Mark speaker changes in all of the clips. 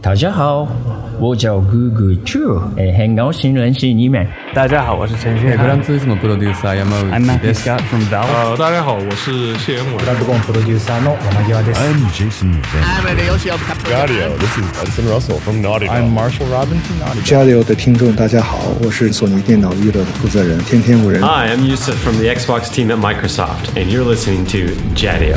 Speaker 1: 大家好，我叫 Google Chu，哎，很高兴认识你们。
Speaker 2: 大家好，我是陈迅。
Speaker 3: グランツーリスモプロデューサー山
Speaker 2: I'm
Speaker 3: 内
Speaker 2: Matthew
Speaker 3: です。
Speaker 2: Scott from Valve。
Speaker 4: 呃，大家好，我是谢元伟。
Speaker 5: I'm Jason Van.
Speaker 6: I'm Marshall Robinson.
Speaker 7: 交流的听众，大家好，我是索尼电脑娱乐的负责人天天五人。
Speaker 8: Hi, I'm Yusuf from the Xbox team at Microsoft, and you're listening to Jadio.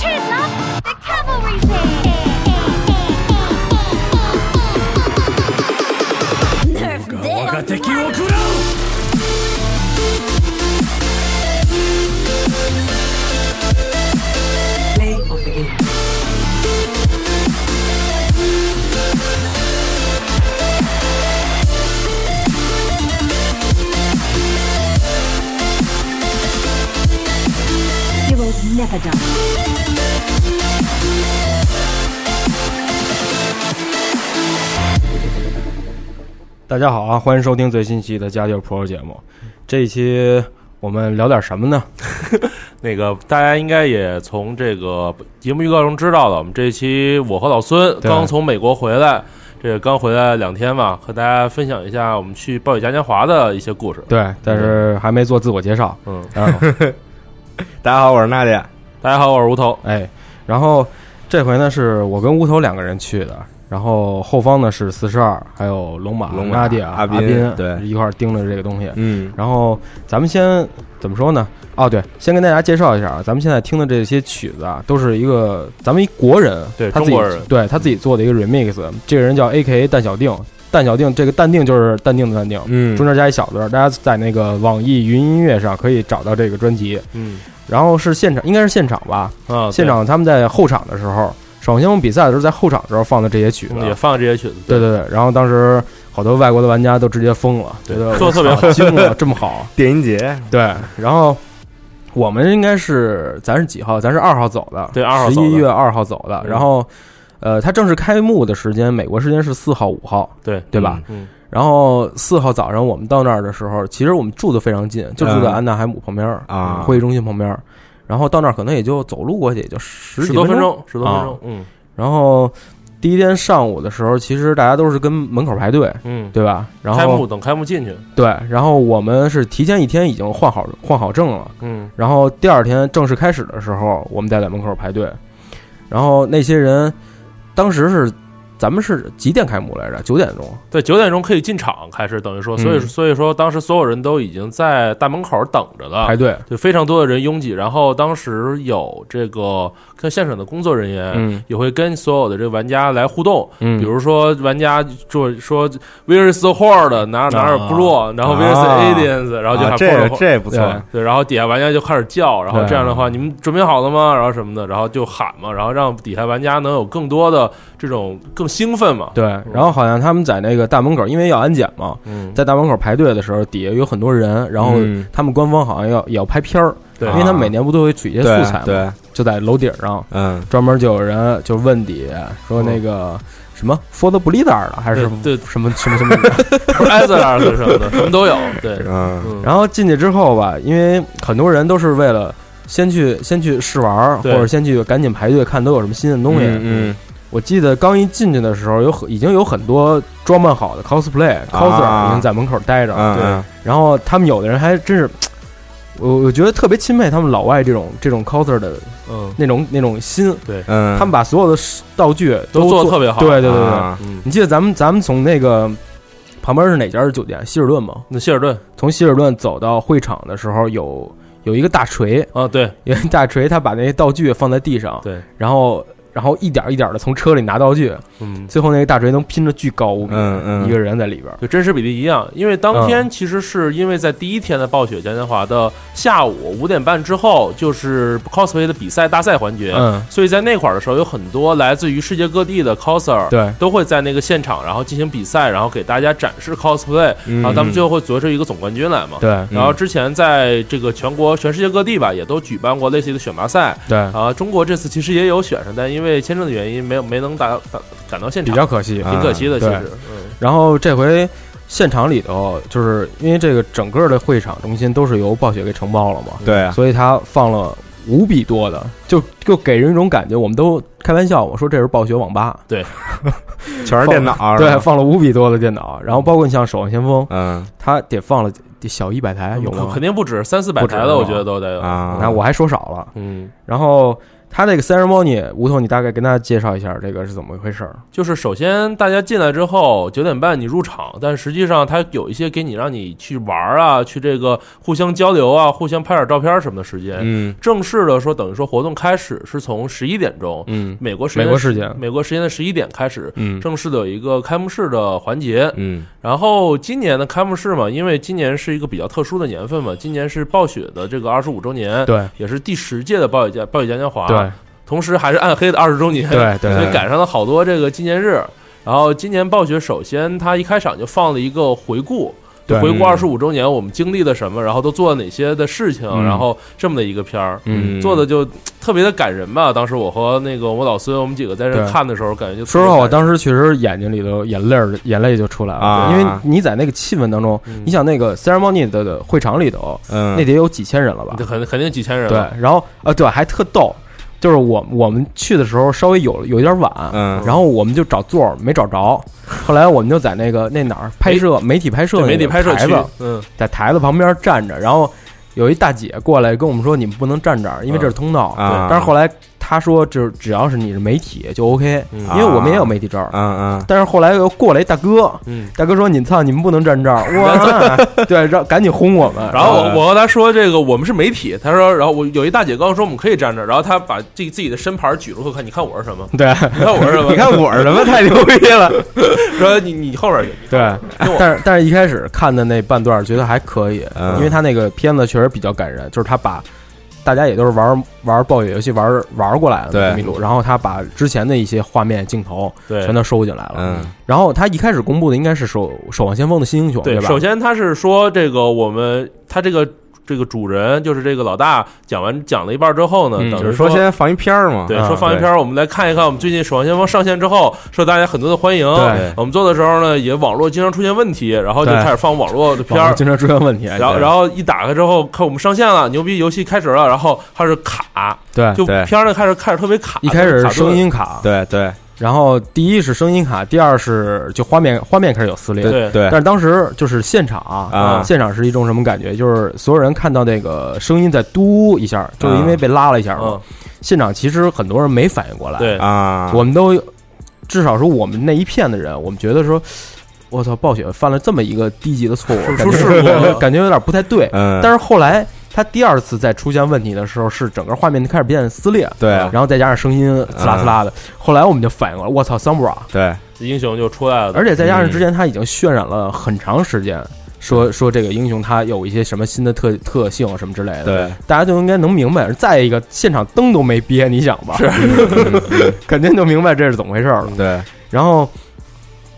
Speaker 9: Cheers, love! The cavalry thing! Nerf this!
Speaker 10: 大家好啊，欢迎收听最新一期的《家教 Pro》节目。这一期我们聊点什么呢？
Speaker 4: 那个大家应该也从这个节目预告中知道了，我们这一期我和老孙
Speaker 10: 对
Speaker 4: 刚从美国回来，这个刚回来两天嘛，和大家分享一下我们去暴雪嘉年华的一些故事。
Speaker 10: 对，但是还没做自我介绍。
Speaker 4: 嗯，
Speaker 10: 啊，大家好，我是娜姐。
Speaker 4: 大家好，我是吴头。
Speaker 10: 哎，然后这回呢是我跟乌头两个人去的，然后后方呢是四十二，还有龙马、
Speaker 3: 龙马
Speaker 10: 娜姐、阿
Speaker 3: 阿斌对
Speaker 10: 一块儿盯着这个东西。
Speaker 3: 嗯，
Speaker 10: 然后咱们先怎么说呢？哦，对，先跟大家介绍一下啊，咱们现在听的这些曲子啊，都是一个咱们一国人，
Speaker 4: 对
Speaker 10: 他自己
Speaker 4: 中国人
Speaker 10: 对他自己做的一个 remix。这个人叫 A K A 蛋小定，蛋小定这个淡定就是淡定的淡定，
Speaker 3: 嗯
Speaker 10: 中间加一小字儿。大家在那个网易云音乐上可以找到这个专辑。
Speaker 4: 嗯
Speaker 10: 然后是现场，应该是现场吧？
Speaker 4: 啊，对
Speaker 10: 现场他们在后场的时候，首先我们比赛的时候在后场的时候放的这些曲子，啊
Speaker 4: 嗯也放这些曲子。
Speaker 10: 对对对。然后当时好多外国的玩家都直接疯了，觉
Speaker 4: 对
Speaker 10: 得
Speaker 4: 做得特别嗯
Speaker 10: 我操惊 了，这么好。
Speaker 3: 电音节，
Speaker 10: 对，然后我们应该是咱是几号？咱是二号走的，
Speaker 4: 对2号走的
Speaker 10: 十一月二号走的。
Speaker 4: 嗯
Speaker 10: 然后，呃，它正式开幕的时间，美国时间是四号、五号，
Speaker 4: 对
Speaker 10: 对吧？
Speaker 4: 嗯，
Speaker 10: 然后四号早上我们到那儿的时候，其实我们住的非常近，就住在
Speaker 3: 嗯
Speaker 10: 安纳海姆旁边儿
Speaker 3: 啊
Speaker 10: 会议中心旁边儿。然后到那儿可能也就走路过去，也就十
Speaker 4: 十
Speaker 10: 几
Speaker 4: 多分
Speaker 10: 钟
Speaker 4: 钟，，十多分
Speaker 10: 啊
Speaker 4: 钟。嗯
Speaker 10: 然后第一天上午的时候，其实大家都是跟门口排队，
Speaker 4: 嗯，
Speaker 10: 对吧？然
Speaker 4: 开幕
Speaker 10: 后
Speaker 4: 等开幕进去。
Speaker 10: 对，然后我们是提前一天已经换好换好证了。
Speaker 4: 嗯
Speaker 10: 然后第二天正式开始的时候，我们再在门口排队。然后那些人当时是咱们是几点开幕来着？九点钟。
Speaker 4: 对，九点钟可以进场开始，等于说，所以
Speaker 10: 嗯
Speaker 4: 所以说，当时所有人都已经在大门口等着了，
Speaker 10: 排队，
Speaker 4: 就非常多的人拥挤。然后当时有这个跟现场的工作人员。
Speaker 10: 嗯
Speaker 4: 也会跟所有的这个玩家来互动，
Speaker 10: 嗯
Speaker 4: 比如说玩家就说 Where is the horde？拿着拿着
Speaker 10: 啊
Speaker 4: blue，然后 Where is the
Speaker 3: 啊
Speaker 4: aliens？然后哦就
Speaker 3: 啊
Speaker 4: 喊
Speaker 3: 这
Speaker 4: horde
Speaker 3: 个这不
Speaker 10: 对
Speaker 3: 错，
Speaker 4: 对，然后底下玩家就开始叫，然后
Speaker 10: 对
Speaker 4: 这样的话，你们准备好了吗？然后什么的，然后就喊嘛，然后让底下玩家能有更多的这种更兴 奋嘛。
Speaker 10: 对，然后好像他们在那个大门口，因为要安检嘛，
Speaker 4: 嗯，
Speaker 10: 在大门口排队的时候，底下有很多人，然后
Speaker 3: 嗯
Speaker 10: 他们官方好像要也要拍片儿，
Speaker 4: 对
Speaker 10: 因为他们每年不都会取一些素材嘛，
Speaker 3: 对，对
Speaker 10: 就在楼顶上
Speaker 3: 嗯，
Speaker 10: 专门就有人就问底下说那个什么 For the Blizzard 的还是
Speaker 4: 对对
Speaker 10: 什么什么什么，
Speaker 4: 不是 a z a r 什么的，什么都有。对，
Speaker 3: 嗯，
Speaker 4: 嗯
Speaker 10: 然后进去之后吧，因为很多人都是为了先去先去试玩儿，或
Speaker 4: 对
Speaker 10: 者先去赶紧排队看都有什么新的东西。
Speaker 3: 嗯，
Speaker 10: 我记得刚一进去的时候，有很已经有很多装扮好的 cosplay、coser 已经在门口待着，
Speaker 3: 嗯
Speaker 4: 对
Speaker 3: 嗯
Speaker 10: 然后他们有的人还真是。我我觉得特别钦佩他们老外这种这种 coser 的
Speaker 4: 嗯，
Speaker 10: 那种那种心，
Speaker 3: 嗯，
Speaker 10: 他们把所有的道具
Speaker 4: 都
Speaker 10: 做
Speaker 4: 做的特别好。
Speaker 10: 对对对对，
Speaker 3: 啊
Speaker 4: 嗯，
Speaker 10: 你记得咱们咱们从那个旁边是哪家酒店？希尔顿吗？
Speaker 4: 那希尔顿
Speaker 10: 从希尔顿走到会场的时候有，有一个大锤，
Speaker 4: 啊，对
Speaker 10: 有一个大锤，他把那些道具放在地上，
Speaker 4: 对，
Speaker 10: 然后然后一点一点的从车里拿道具，
Speaker 4: 嗯，
Speaker 10: 最后那个大锤能拼着巨高无比，
Speaker 4: 嗯嗯
Speaker 10: 一个人在里边儿，
Speaker 4: 对，真实比例一样，因为当
Speaker 10: 嗯
Speaker 4: 天其实是因为在第一天的暴雪嘉年华的下午五点半之后，就是 cosplay 的比赛大赛环节，
Speaker 10: 嗯
Speaker 4: 所以在那块儿的时候，有很多来自于世界各地的 coser，
Speaker 10: 对
Speaker 4: 都会在那个现场，然后进行比赛，然后给大家展示 cosplay，、
Speaker 10: 嗯
Speaker 4: 然后他们最后会择出一个总冠军来嘛，
Speaker 10: 对嗯
Speaker 4: 然后之前在这个全国、全世界各地吧，也都举办过类似于的选拔赛，
Speaker 10: 对
Speaker 4: 啊，中国这次其实也有选上，但因为签证的原因，没有没能达达赶到现
Speaker 10: 比
Speaker 4: 场，
Speaker 10: 较可惜，
Speaker 4: 挺可惜的，其
Speaker 10: 对
Speaker 4: 实。嗯
Speaker 10: 然后这回现场里头，就是因为这个整个的会场中心都是由暴雪给承包了嘛，
Speaker 3: 对啊
Speaker 10: 所以他放了无比多的，就就给人一种感觉，我们都开玩笑，我说这是暴雪网吧，
Speaker 4: 对，
Speaker 3: 全是电脑
Speaker 10: 放了
Speaker 3: 是吧
Speaker 10: 对，放了无比多的电脑，然后包括你像《守望先锋》，
Speaker 3: 嗯，
Speaker 10: 他得放了得小一百台哎有吗？
Speaker 4: 肯定不止三四百
Speaker 10: 不止
Speaker 4: 台了，我
Speaker 10: 吧
Speaker 4: 觉得都得有
Speaker 3: 嗯
Speaker 10: 啊，那我还说少了，
Speaker 4: 嗯，
Speaker 10: 然后他这个 ceremony，吴头，你大概跟大家介绍一下这个是怎么回事儿？
Speaker 4: 就是首先大家进来之后，九点半你入场，但实际上它有一些给你让你去玩儿啊，去这个互相交流啊，互相拍点照片什么的时间。
Speaker 10: 嗯，
Speaker 4: 正式的说，等于说活动开始是从十一点钟，
Speaker 10: 嗯
Speaker 4: 美国时间
Speaker 10: 美国时间
Speaker 4: 美国时间的十一点开始，
Speaker 10: 嗯
Speaker 4: 正式的有一个开幕式的环节，
Speaker 10: 嗯，
Speaker 4: 然后今年的开幕式嘛，因为今年是一个比较特殊的年份嘛，今年是暴雪的这个二十五周 年，
Speaker 10: 对
Speaker 4: 也是第十届的暴雪嘉暴雪嘉年华，
Speaker 10: 对，
Speaker 4: 同时还是暗黑的二十周年，
Speaker 10: 对对
Speaker 4: 所以赶上了好多这个纪念日。然后今年暴雪首先它一开场就放了一个回顾。就
Speaker 10: 对
Speaker 4: 回顾
Speaker 10: 嗯
Speaker 4: 二十五周年，我们经历了什么，然后都做了哪些的事情，
Speaker 10: 嗯
Speaker 4: 然后这么的一个片儿，
Speaker 10: 嗯
Speaker 4: 做的就特别的感人吧。当时我和那个我老孙，我们几个在这
Speaker 10: 对
Speaker 4: 看的时候，感觉就特
Speaker 10: 说
Speaker 4: 别
Speaker 10: 实话，我
Speaker 4: 感人
Speaker 10: 当时确实眼睛里头眼泪儿眼泪就出来了，
Speaker 4: 啊嗯
Speaker 10: 因为你在那个气氛当中，你想那个 ceremony 的的会场里头，
Speaker 3: 嗯
Speaker 10: 那得有几千人了吧？
Speaker 4: 肯肯定几千人啊
Speaker 10: 对
Speaker 4: 了，，
Speaker 10: 然后呃，对，还特逗，就是我我们去的时候稍微有有一点晚，嗯，然后我们就找座儿没找着，后来我们就在那个那哪儿拍摄媒体拍摄
Speaker 4: 对
Speaker 10: 那
Speaker 4: 媒体
Speaker 10: 个
Speaker 4: 拍摄
Speaker 10: 台
Speaker 4: 区
Speaker 10: 子，
Speaker 4: 嗯，
Speaker 10: 在台子旁边站着，然后有一大姐过来跟我们说，你们不能站这儿，因为这是通道。
Speaker 3: 嗯啊
Speaker 10: 但是后来她说，就是只要是你是媒体就 OK，、因
Speaker 4: 嗯
Speaker 10: 为我们也有媒体证儿。
Speaker 3: 嗯嗯，
Speaker 10: 但是后来又过来一大哥，
Speaker 4: 啊嗯，啊
Speaker 10: 大哥说：“你操，你们不能站这儿！”哇，对，让赶紧轰我们。
Speaker 4: 然后我我和他说这个我们是媒体，他说，然后我有一大姐刚说我们可以站这儿，然后他把自己自己的身牌举出来看，你看我是什么？
Speaker 10: 对，
Speaker 4: 你看我是什么？
Speaker 10: 你看我是什么？太牛逼了！
Speaker 4: 说你你后边有
Speaker 10: 对，但是但是一开始看的那半段觉得还可以，
Speaker 3: 嗯
Speaker 10: 因为他那个片子确实比较感人，就是他把大家也都是玩玩暴雪游戏玩玩过来的
Speaker 3: 对
Speaker 10: 那么一路，然后他把之前的一些画面镜头
Speaker 4: 对
Speaker 10: 全都收进来了。
Speaker 3: 嗯，
Speaker 10: 然后他一开始公布的应该是守《守望先锋》的新英雄，对吧？
Speaker 4: 首先他是说这个我们他这个这个主人就是这个老大讲完讲了一半之后呢，
Speaker 3: 嗯
Speaker 4: 等于
Speaker 3: 就是说先放一片儿嘛，
Speaker 4: 对，
Speaker 10: 啊
Speaker 3: 嗯
Speaker 4: 说放一片儿，我们来看一看我们最近《守望先锋》上线之后，受大家很多的欢迎。
Speaker 10: 对
Speaker 4: 我们做的时候呢，也网络经常出现问题，然后就
Speaker 10: 对
Speaker 4: 开始放网络的片
Speaker 10: 网
Speaker 4: 儿，
Speaker 10: 络经常出现问题
Speaker 4: 然后，
Speaker 10: 对
Speaker 4: 然后一打开之后，看我们上线了，牛逼，游戏开始了，然后开始卡，
Speaker 10: 对
Speaker 4: 就
Speaker 10: 哎对
Speaker 4: 片儿呢开始开始特别卡，
Speaker 10: 一开始
Speaker 4: 特别
Speaker 10: 是
Speaker 4: 卡顿
Speaker 10: 声音卡，
Speaker 3: 对对。
Speaker 10: 然后第一是声音卡，第二是就画面画面开始有撕裂，
Speaker 4: 对对
Speaker 10: 但是当时就是现场
Speaker 3: 啊
Speaker 10: 现场是一种什么感觉？就是所有人看到那个声音在嘟一下，就是因为被拉了一下嘛。现场其实很多人没反应过来，
Speaker 4: 嗯对
Speaker 3: 啊
Speaker 10: 我们都至少说我们那一片的人，我们觉得说。我操！暴雪犯了这么一个低级的错误，
Speaker 4: 是
Speaker 10: 感
Speaker 4: 不是
Speaker 10: 觉
Speaker 4: 出事故了
Speaker 10: 感觉有点不太对。
Speaker 3: 嗯
Speaker 10: 但是后来他第二次再出现问题的时候，是整个画面开始变撕裂，
Speaker 3: 对
Speaker 10: 然后再加上声音刺啦刺啦
Speaker 4: 嗯
Speaker 10: 的。后来我们就反应过来，我操，桑布拉！
Speaker 3: 对，
Speaker 4: 英雄就出来了，
Speaker 10: 而且再加上之前他已经渲染了很长时间，说说这个英雄他有一些什么新的特特性什么之类的，
Speaker 3: 对，
Speaker 10: 大家就应该能明白。再一个，现场灯都没憋，你想吧，是， 肯定就明白这是怎么回事了。
Speaker 3: 对，
Speaker 10: 然后，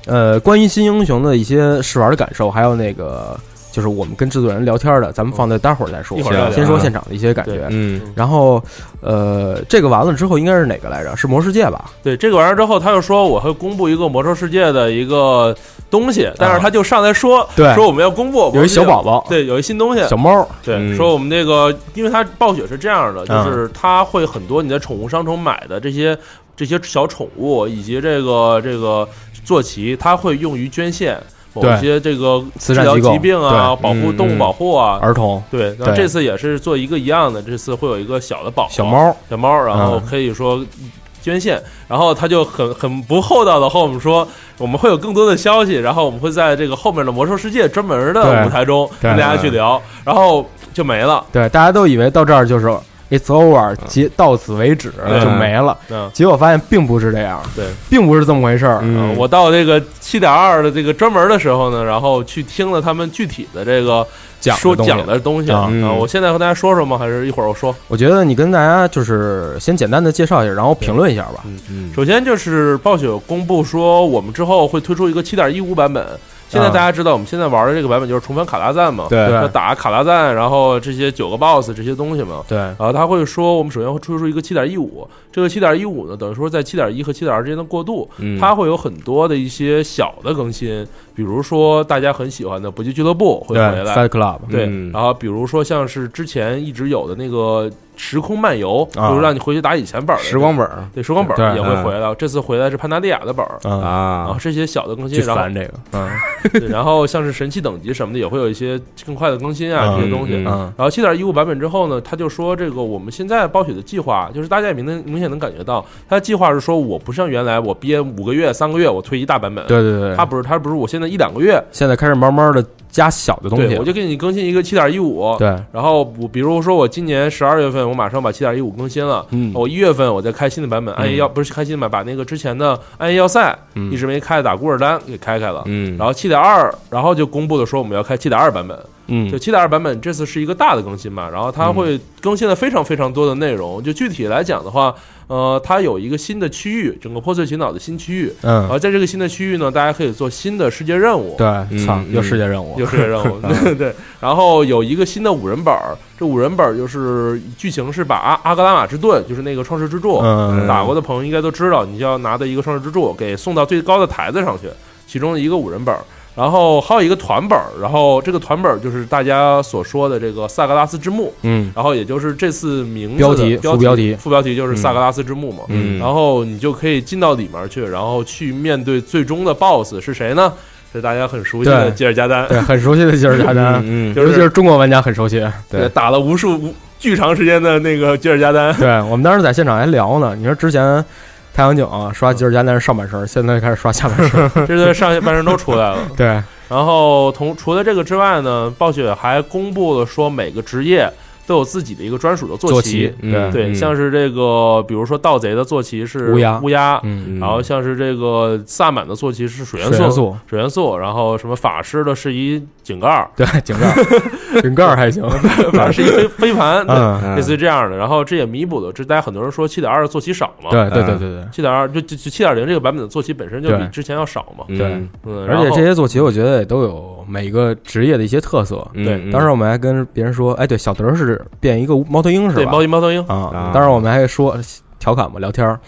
Speaker 10: 呃，关于新英雄的一些试玩的感受，还有那个。就是我们跟制作人聊天的，咱们放在待会儿再说。
Speaker 4: 一会儿再聊
Speaker 10: 先说现场的一些感觉
Speaker 4: 对。
Speaker 3: 嗯，
Speaker 10: 然后，呃，这个完了之后应该是哪个来着？是魔世界吧？
Speaker 4: 对这个完了之后，他又说我会公布一个魔兽世界的一个东西，但是他就上来说，
Speaker 10: 啊对
Speaker 4: 说我们要公布
Speaker 10: 有一小宝宝
Speaker 4: 对，有一新东西，
Speaker 10: 小猫，
Speaker 4: 对，
Speaker 10: 嗯
Speaker 4: 说我们这个，因为它暴雪是这样的，
Speaker 10: 嗯
Speaker 4: 就是它会很多你在宠物商城买的这些这些小宠物以及这个这个坐骑，它会用于捐献某
Speaker 10: 对
Speaker 4: 些这个
Speaker 10: 慈
Speaker 4: 治
Speaker 10: 善
Speaker 4: 疗
Speaker 10: 机构
Speaker 4: 疾病啊，
Speaker 10: 对
Speaker 4: 保护
Speaker 10: 嗯
Speaker 4: 动物
Speaker 10: 嗯
Speaker 4: 保护啊，
Speaker 10: 儿童
Speaker 4: 对，然后
Speaker 10: 对
Speaker 4: 这次也是做一个一样的，这次会有一个小的宝宝
Speaker 10: 小猫
Speaker 4: 小猫，然后
Speaker 10: 嗯
Speaker 4: 可以说。捐献，然后他就很很不厚道的和我们说，我们会有更多的消息，然后我们会在这个后面的魔兽世界专门的
Speaker 10: 对
Speaker 4: 舞台中
Speaker 10: 对
Speaker 4: 跟大家去聊，然后就没了。
Speaker 10: 对，大家都以为到这儿就是 it's over，结到此为止
Speaker 4: 嗯
Speaker 10: 就没了
Speaker 4: 嗯。
Speaker 10: 结果发现并不是这样，
Speaker 4: 对，
Speaker 10: 并不是这么回事儿。
Speaker 4: 嗯，我到这个七点二的这个专门的时候呢，然后去听了他们具体的这个
Speaker 10: 讲的
Speaker 4: 说
Speaker 10: 东西
Speaker 4: 讲的东西啊。
Speaker 10: 嗯
Speaker 4: 啊我现在和大家说说吗？还是一会儿我说？
Speaker 10: 我觉得你跟大家就是先简单的介绍一下，然后评论一下吧。
Speaker 4: 嗯，首先就是暴雪公布说，我们之后会推出一个七点一五版本。现在
Speaker 10: 啊
Speaker 4: 大家知道，我们现在玩的这个版本就是重返卡拉赞嘛，
Speaker 10: 对
Speaker 4: 要打卡拉赞，然后这些九个 BOSS 这些东西嘛，
Speaker 10: 对
Speaker 4: 然后他会说，我们首先会推出一个七点一五，这个七点一五呢，等于说在七点一和七点二之间的过渡，
Speaker 11: 嗯
Speaker 4: 它会有很多的一些小的更新，比如说大家很喜欢的搏击俱乐部会
Speaker 10: 对
Speaker 4: 回来
Speaker 10: Fight Club
Speaker 4: 对，
Speaker 10: 嗯
Speaker 4: 然后比如说像是之前一直有的那个时空漫游，
Speaker 10: 啊
Speaker 4: 就是让你回去打以前本儿的
Speaker 10: 时光本儿
Speaker 4: 对，时光本儿
Speaker 10: 对嗯
Speaker 4: 也会回来。这次回来是潘达利亚的本儿
Speaker 10: 啊
Speaker 4: 然后这些小的更新，
Speaker 10: 巨
Speaker 4: 然后
Speaker 10: 烦这个嗯
Speaker 4: 对，然后像是神器等级什么的，也会有一些更快的更新啊，
Speaker 10: 嗯
Speaker 4: 这些东西。
Speaker 10: 嗯嗯
Speaker 4: 然后七点一五版本之后呢，他就说这个我们现在暴雪的计划，就是大家也明能明显能感觉到，他的计划是说我不像原来我憋五个月、三个月我推一大版本，
Speaker 10: 对对对
Speaker 4: 他不是他不是我现在一两个月
Speaker 10: 现在开始慢慢的加小的东西
Speaker 4: 对，
Speaker 10: 了，
Speaker 4: 我就给你更新一个七点一五。
Speaker 10: 对
Speaker 4: 然后我比如说我今年十二月份，我马上把七点一五更新了。
Speaker 10: 嗯
Speaker 4: 我一月份我再开新的版本，暗夜要不是开新的版，把那个之前的暗夜要塞
Speaker 10: 嗯
Speaker 4: 一直没开的打古尔丹给开开了。
Speaker 10: 嗯
Speaker 4: 然后七点二，然后就公布了说我们要开七点二版本。
Speaker 10: 嗯
Speaker 4: 就七点二版本这次是一个大的更新嘛，然后它会更新了非常非常多的内容。就具体来讲的话，呃，它有一个新的区域，整个破碎群岛的新区域。
Speaker 10: 嗯
Speaker 4: 然后在这个新的区域呢，大家可以做新的世界任务。
Speaker 10: 对
Speaker 4: 嗯
Speaker 10: 操有世界任务
Speaker 4: 有世界任务
Speaker 10: 啊，
Speaker 4: 对。然后有一个新的五人本儿，这五人本儿就是剧情是把阿阿格拉玛之盾，就是那个创世之柱，
Speaker 10: 嗯
Speaker 4: 打过的朋友应该都知道，你就要拿的一个创世之柱给送到最高的台子上去，其中的一个五人本儿。然后还有一个团本儿，然后这个团本儿就是大家所说的这个萨格拉斯之墓，
Speaker 10: 嗯
Speaker 4: 然后也就是这次名
Speaker 10: 标
Speaker 4: 字的
Speaker 10: 题
Speaker 4: 标
Speaker 10: 副标题
Speaker 4: 副标题就是萨格拉斯之墓嘛，
Speaker 10: 嗯
Speaker 4: 然后你就可以进到里面去，然后去面对最终的 BOSS 是谁呢？是大家很熟悉的
Speaker 10: 对
Speaker 4: 吉尔加丹，
Speaker 10: 对，很熟悉的吉尔加丹，
Speaker 4: 嗯，
Speaker 10: 尤
Speaker 4: 就
Speaker 10: 其是
Speaker 4: 是
Speaker 10: 中国玩家很熟悉。
Speaker 4: 对打了无数无巨长时间的那个吉尔 加丹，
Speaker 10: 对，我们当时在现场还聊呢，你说之前太阳井啊刷吉尔加丹是上半身，现在开始刷下半 身，
Speaker 4: 这段上半身都出来了。
Speaker 10: 对，
Speaker 4: 然后同除了这个之外呢，暴雪还公布了说每个职业都有自己的一个专属的
Speaker 10: 坐
Speaker 4: 骑
Speaker 10: 骑，嗯
Speaker 4: 对，
Speaker 10: 嗯
Speaker 4: 像是这个比如说盗贼的坐骑是
Speaker 10: 乌鸦
Speaker 4: 乌鸦，
Speaker 10: 嗯
Speaker 4: 然后像是这个萨满的坐骑是水元
Speaker 10: 水
Speaker 4: 素，
Speaker 10: 元素
Speaker 4: 水元素，然后什么法师的是一井盖 儿，，
Speaker 10: 对，井盖儿，井盖儿还行
Speaker 4: 反正是一飞飞盘，对
Speaker 10: 嗯嗯
Speaker 4: 类似于这样的。然后这也弥补了，这大家很多人说七点二坐骑少嘛，
Speaker 10: 对对对对对
Speaker 4: 七点二就就七点零这个版本的坐骑本身就比
Speaker 10: 对
Speaker 4: 之前要少嘛，
Speaker 10: 对，
Speaker 4: 嗯，
Speaker 10: 而且
Speaker 4: 然后
Speaker 10: 这些坐骑我觉得也都有每个职业的一些特色。
Speaker 4: 嗯对
Speaker 10: 当时我们还跟别人说，哎，对，小德是变一个猫头鹰是吧？
Speaker 4: 对猫头鹰猫头鹰
Speaker 10: 啊
Speaker 4: 啊。
Speaker 10: 当时我们还说调侃嘛，聊天儿，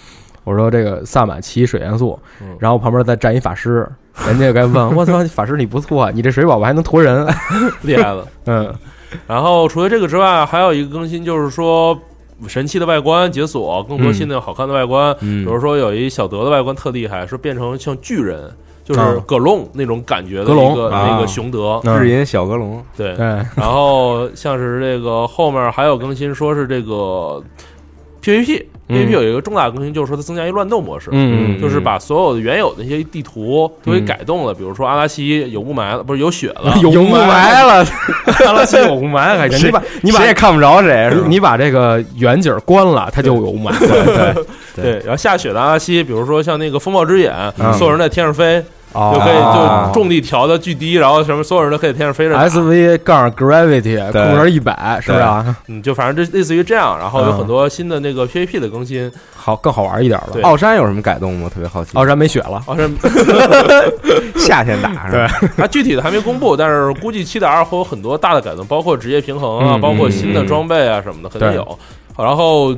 Speaker 10: 我说这个萨满骑水元素，
Speaker 4: 嗯
Speaker 10: 然后旁边再站一法师，人家该问我操，法师你不错啊，你这水宝宝还能驮人，
Speaker 4: 厉害了。
Speaker 10: 嗯，
Speaker 4: 然后除了这个之外，还有一个更新就是说。神器的外观解锁，更多
Speaker 10: 嗯
Speaker 4: 新的好看的外观，
Speaker 10: 嗯
Speaker 4: 比如说有一小德的外观特厉害，说变成像巨人，就是
Speaker 10: 啊
Speaker 4: 葛隆那种感觉的
Speaker 10: 格隆
Speaker 4: 一个那个熊德，
Speaker 3: 日银小格龙，
Speaker 4: 对，
Speaker 10: 对
Speaker 4: 然后像是这个后面还有更新，说是这个 PVP。
Speaker 10: 嗯
Speaker 4: PVP 有一个重大的更新，就是说它增加一乱斗模式，
Speaker 10: 嗯嗯
Speaker 4: 就是把所有的原有的那些地图都给改动了，比如说阿拉西有雾霾了，不是有雪了，
Speaker 10: 啊有雾霾了， 阿拉西有雾霾，还真
Speaker 4: 谁
Speaker 10: 你把你把
Speaker 4: 谁也看
Speaker 10: 不着谁，你你把这个远景关了，它就有雾霾。对对
Speaker 4: 对，然后下雪的阿拉西，比如说像那个风暴之眼，
Speaker 10: 嗯
Speaker 4: 所有人在天上飞，
Speaker 10: 哦
Speaker 4: 就可以就重力调的巨低，然后什么所有人都可以在天上飞着
Speaker 10: 啊
Speaker 4: 打。
Speaker 10: ，SV 杠 Gravity
Speaker 4: 对
Speaker 10: 空格一百，是不是啊？
Speaker 4: 嗯，就反正这类似于这样，然后有
Speaker 10: 嗯
Speaker 4: 很多新的那个 PVP 的更新，
Speaker 10: 好，更好玩一点了啊
Speaker 4: 对。
Speaker 3: 奥山有什么改动吗？特别好奇。
Speaker 10: 奥山没雪了，
Speaker 4: 好像
Speaker 3: 夏天打是吧？
Speaker 4: 它具体的还没公布，但是估计七点二会有很多大的改动，包括职业平衡啊，
Speaker 10: 嗯
Speaker 4: 包括新的装备啊什么的，肯定有。然后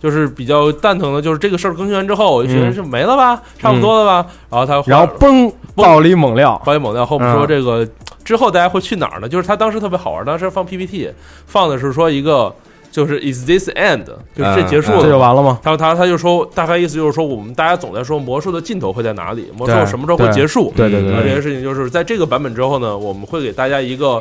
Speaker 4: 就是比较蛋疼的，就是这个事儿更新完之后，我就觉得
Speaker 10: 嗯
Speaker 4: 是没了吧，差不多了吧。然后他
Speaker 10: 然后嘣，暴力猛料，
Speaker 4: 暴力猛料后面
Speaker 10: 嗯
Speaker 4: 说这个之后大家会去哪儿呢？就是他当时特别好玩，当时放 PPT 放的是说一个。就是 is this end，就是这结束了，
Speaker 10: 嗯
Speaker 4: 嗯
Speaker 10: 这就完了吗
Speaker 4: 他他他就说，大概意思就是说，我们大家总在说魔术的尽头会在哪里，魔术
Speaker 10: 对
Speaker 4: 什么时候会结束？
Speaker 10: 对对对对
Speaker 4: 然后这件事情就是在这个版本之后呢，我们会给大家一个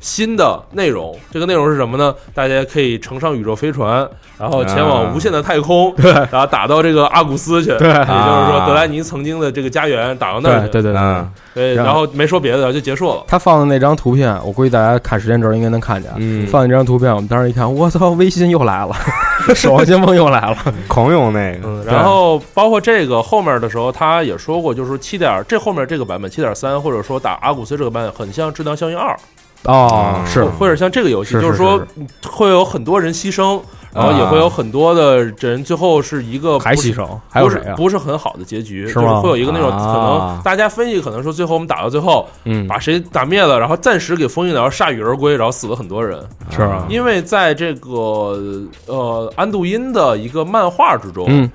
Speaker 4: 新的内容。这个内容是什么呢？大家可以乘上宇宙飞船，然后前往无限的太空，
Speaker 10: 啊 对
Speaker 4: 然后打到这个阿古斯去，
Speaker 10: 对
Speaker 4: 也就是说
Speaker 10: 啊
Speaker 4: 德莱尼曾经的这个家园，打到那儿
Speaker 10: 对对
Speaker 4: 去，嗯
Speaker 10: 对对，
Speaker 3: 嗯
Speaker 4: 对，然后没说别的就结束了。
Speaker 10: 他放的那张图片，我估计大家看时间轴应该能看见。
Speaker 3: 嗯
Speaker 10: 放那张图片，我们当时一看，我操，微信又来了， 守望先锋又来了，
Speaker 3: 狂用那个。
Speaker 10: 嗯
Speaker 4: 然后包括这个后面的时候，他也说过，就是七点这后面这个版本七点三，或者说打阿古斯这个版本，很像《质量效应二》
Speaker 10: 哦，是
Speaker 4: 或者像这个游戏，
Speaker 10: 是是啊
Speaker 4: 就是说会有很多人牺牲，然后也会有很多的人最后是一个不是
Speaker 10: 还牺牲还有
Speaker 4: 不
Speaker 10: 谁
Speaker 4: 是
Speaker 10: 啊
Speaker 4: 不是很好的结局，
Speaker 10: 是
Speaker 4: 就是
Speaker 10: 吗
Speaker 4: 会有一个那种可
Speaker 10: 啊
Speaker 4: 能大家分析，可能说最后我们打到最后，
Speaker 10: 嗯
Speaker 4: 把谁打灭了，然后暂时给封印了，然后铩羽而归，然后死了很多人，
Speaker 10: 是啊
Speaker 4: 因为在这个呃安度因的一个漫画之中，
Speaker 10: 嗯